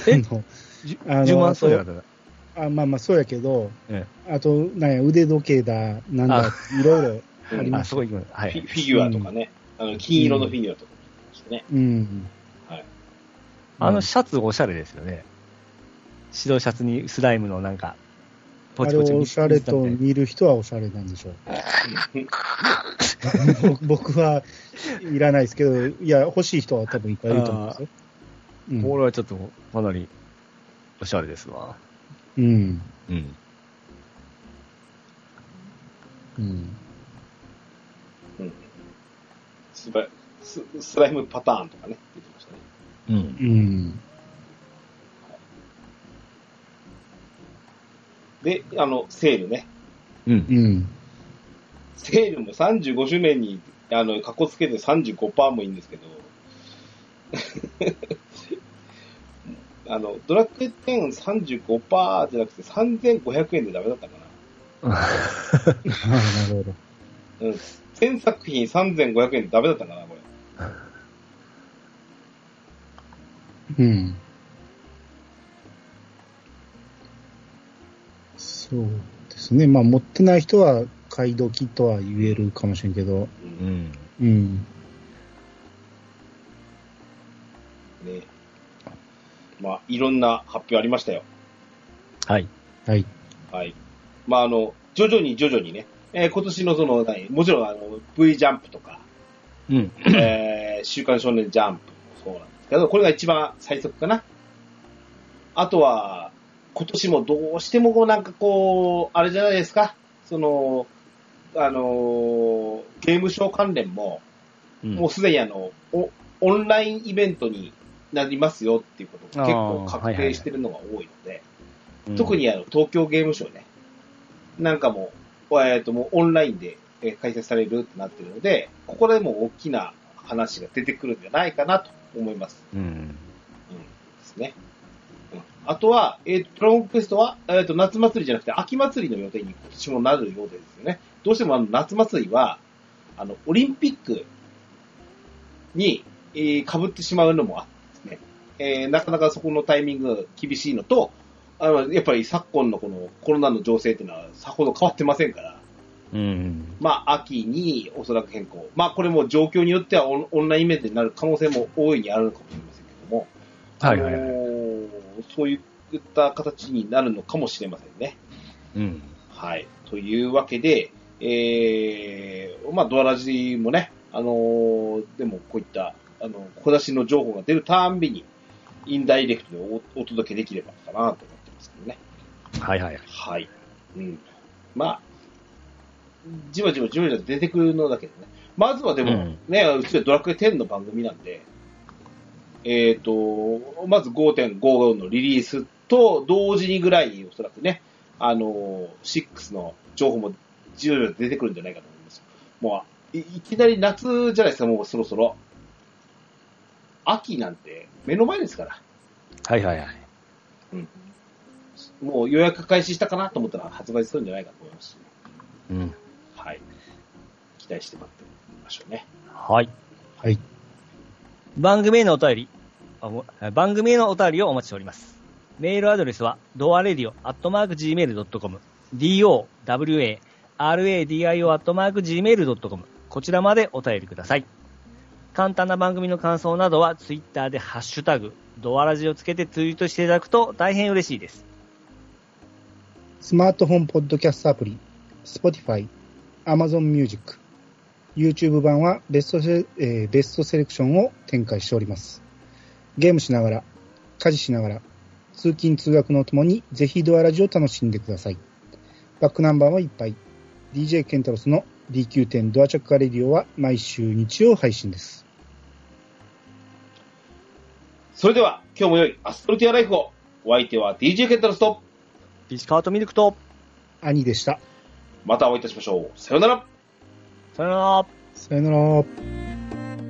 B: え
C: あの
B: 10万そ
C: そ
B: ううだった
C: あまあまあ、そうやけど、
B: え
C: あと、なんや、腕時計だ、なんだ、いろいろあ
B: え、
C: り
B: あ、
C: ます。
B: すごい、は
A: フィ
B: い。
A: フィギュアとかね、あの金色のフィギュアとかもありましたね。
C: うん。
B: あのシャツおしゃれですよね。白いシャツにスライムのなんか、
C: あ
B: ポチ
C: れ
B: ポチ
C: をおしゃれと
B: 水だみ
C: 見る人はおしゃれなんでし ょう。僕僕はいらないですけど、いや、欲しい人は多分いっぱいいると思うんですよ。
B: たいな
C: うん
B: これはちょっとかなりおしゃれですわ。
C: うん。
B: うん。
C: うん。
A: スラススライムパターンとかね、出てましたね。
B: うん。
C: うん。
A: で、あの、セールね。
B: うん。
C: うん。
A: セールも35周年に、あの、かっこつけて35%もいいんですけど、 あの、ドラクエ10 35%じゃなくて3500円でダメだったかな。
C: ああ、なるほど。
A: うん。全作品3500円でダメだったかな、これ。
C: うん。そうですね。まあ、持ってない人は買い時とは言えるかもしれんけど、
A: う。
B: うんん。
C: うん。
A: ね。まあ、いろんな発表ありましたよ。
B: はい。
C: はい。
A: はい。まあ、あの、徐々に徐々にね、えー今年のその、何もちろん、あの、V ジャンプとか、
B: うん。
A: えー週刊少年ジャンプもそうなんですけど、これが一番最速かな。あとは、今年もどうしてもこうなんかこう、あれじゃないですか、その、あのーゲームショー関連も、
B: うん
A: もうすでにあの、おオンラインイベントになりますよっていうことが結構
B: あーは
A: 確
B: いはいは
A: 定
B: い
A: してるのが多いので、特、にあの東京ゲームショウね、なんかもう、えっ、と、もうオンラインでえー開催されるってなってるので、ここでもう大きな話が出てくるんじゃないかなと思います。
B: うん。
A: うん。ですね。うん。あとは、えっ、と、ドラゴンクエストは、えっ、と、夏祭りじゃなくて秋祭りの予定に今年もなるようですよね。どうしてもあの、夏祭りは、あの、オリンピックに、えー被ってしまうのもあってですね。えーなかなかそこのタイミング厳しいのと、あの、やっぱり昨今のこのコロナの情勢っていうのはさほど変わってませんから、
B: うん。
A: まあ、秋におそらく変更。まあ、これも状況によってはオンオンラインイベントになる可能性も大いにあるのかもしれませんけども、
B: はいはいはい。
A: おーそういった形になるのかもしれませんね。
B: うん。
A: はい。というわけで、えー、まあ、ドアラジもね、あのーでもこういった、あの、小出しの情報が出るたんびに、インダイレクトでおお届けできればかなと思ってますけどね。
B: はいはいはい。
A: はい。うん。まあ、じわじわじわじわ出てくるのだけどね。まずはでも、
B: うん
A: ね、うちはドラクエ10の番組なんで、えっ、と、まず5.5のリリースと同時にぐらいにおそらくね、あのー、6の情報もじわじわ出てくるんじゃないかと思います。もう、いいきなり夏じゃないですか、もうそろそろ。秋なんて目の前ですから。
B: はいはいはい。
A: もう予約開始したかなと思ったら発売するんじゃないかと思いますし。
B: うん。
A: はい。期待して待ってみましょうね。
B: はい。
C: はい。
B: 番組へのお便り、あもう番組へのお便りをお待ちしております。メールアドレスは、ドアレディオアットマーク Gmail.com、dowaradio アットマーク Gmail.com、こちらまでお便りください。簡単な番組の感想などは、ツイッターでハッシュタグ、ドアラジをつけてツイートしていただくと大変嬉しいです。
C: スマートフォンポッドキャストアプリ、Spotify、Amazon Music、YouTube 版はベストセ,、えーベストセレクションを展開しております。ゲームしながら、家事しながら、通勤通学のともにぜひドアラジを楽しんでください。バックナンバーはいっぱい。DJ ケンタロスの DQ10 ドアチャッカーレディオは毎週日曜配信です。
A: それでは、今日も良いアストルティアライフを。お相手は DJ ケンタロスと、
B: 石川とミルクと、
C: 兄でした。
A: またお会いいたしましょう。さよなら。
B: さよなら。
C: さよなら。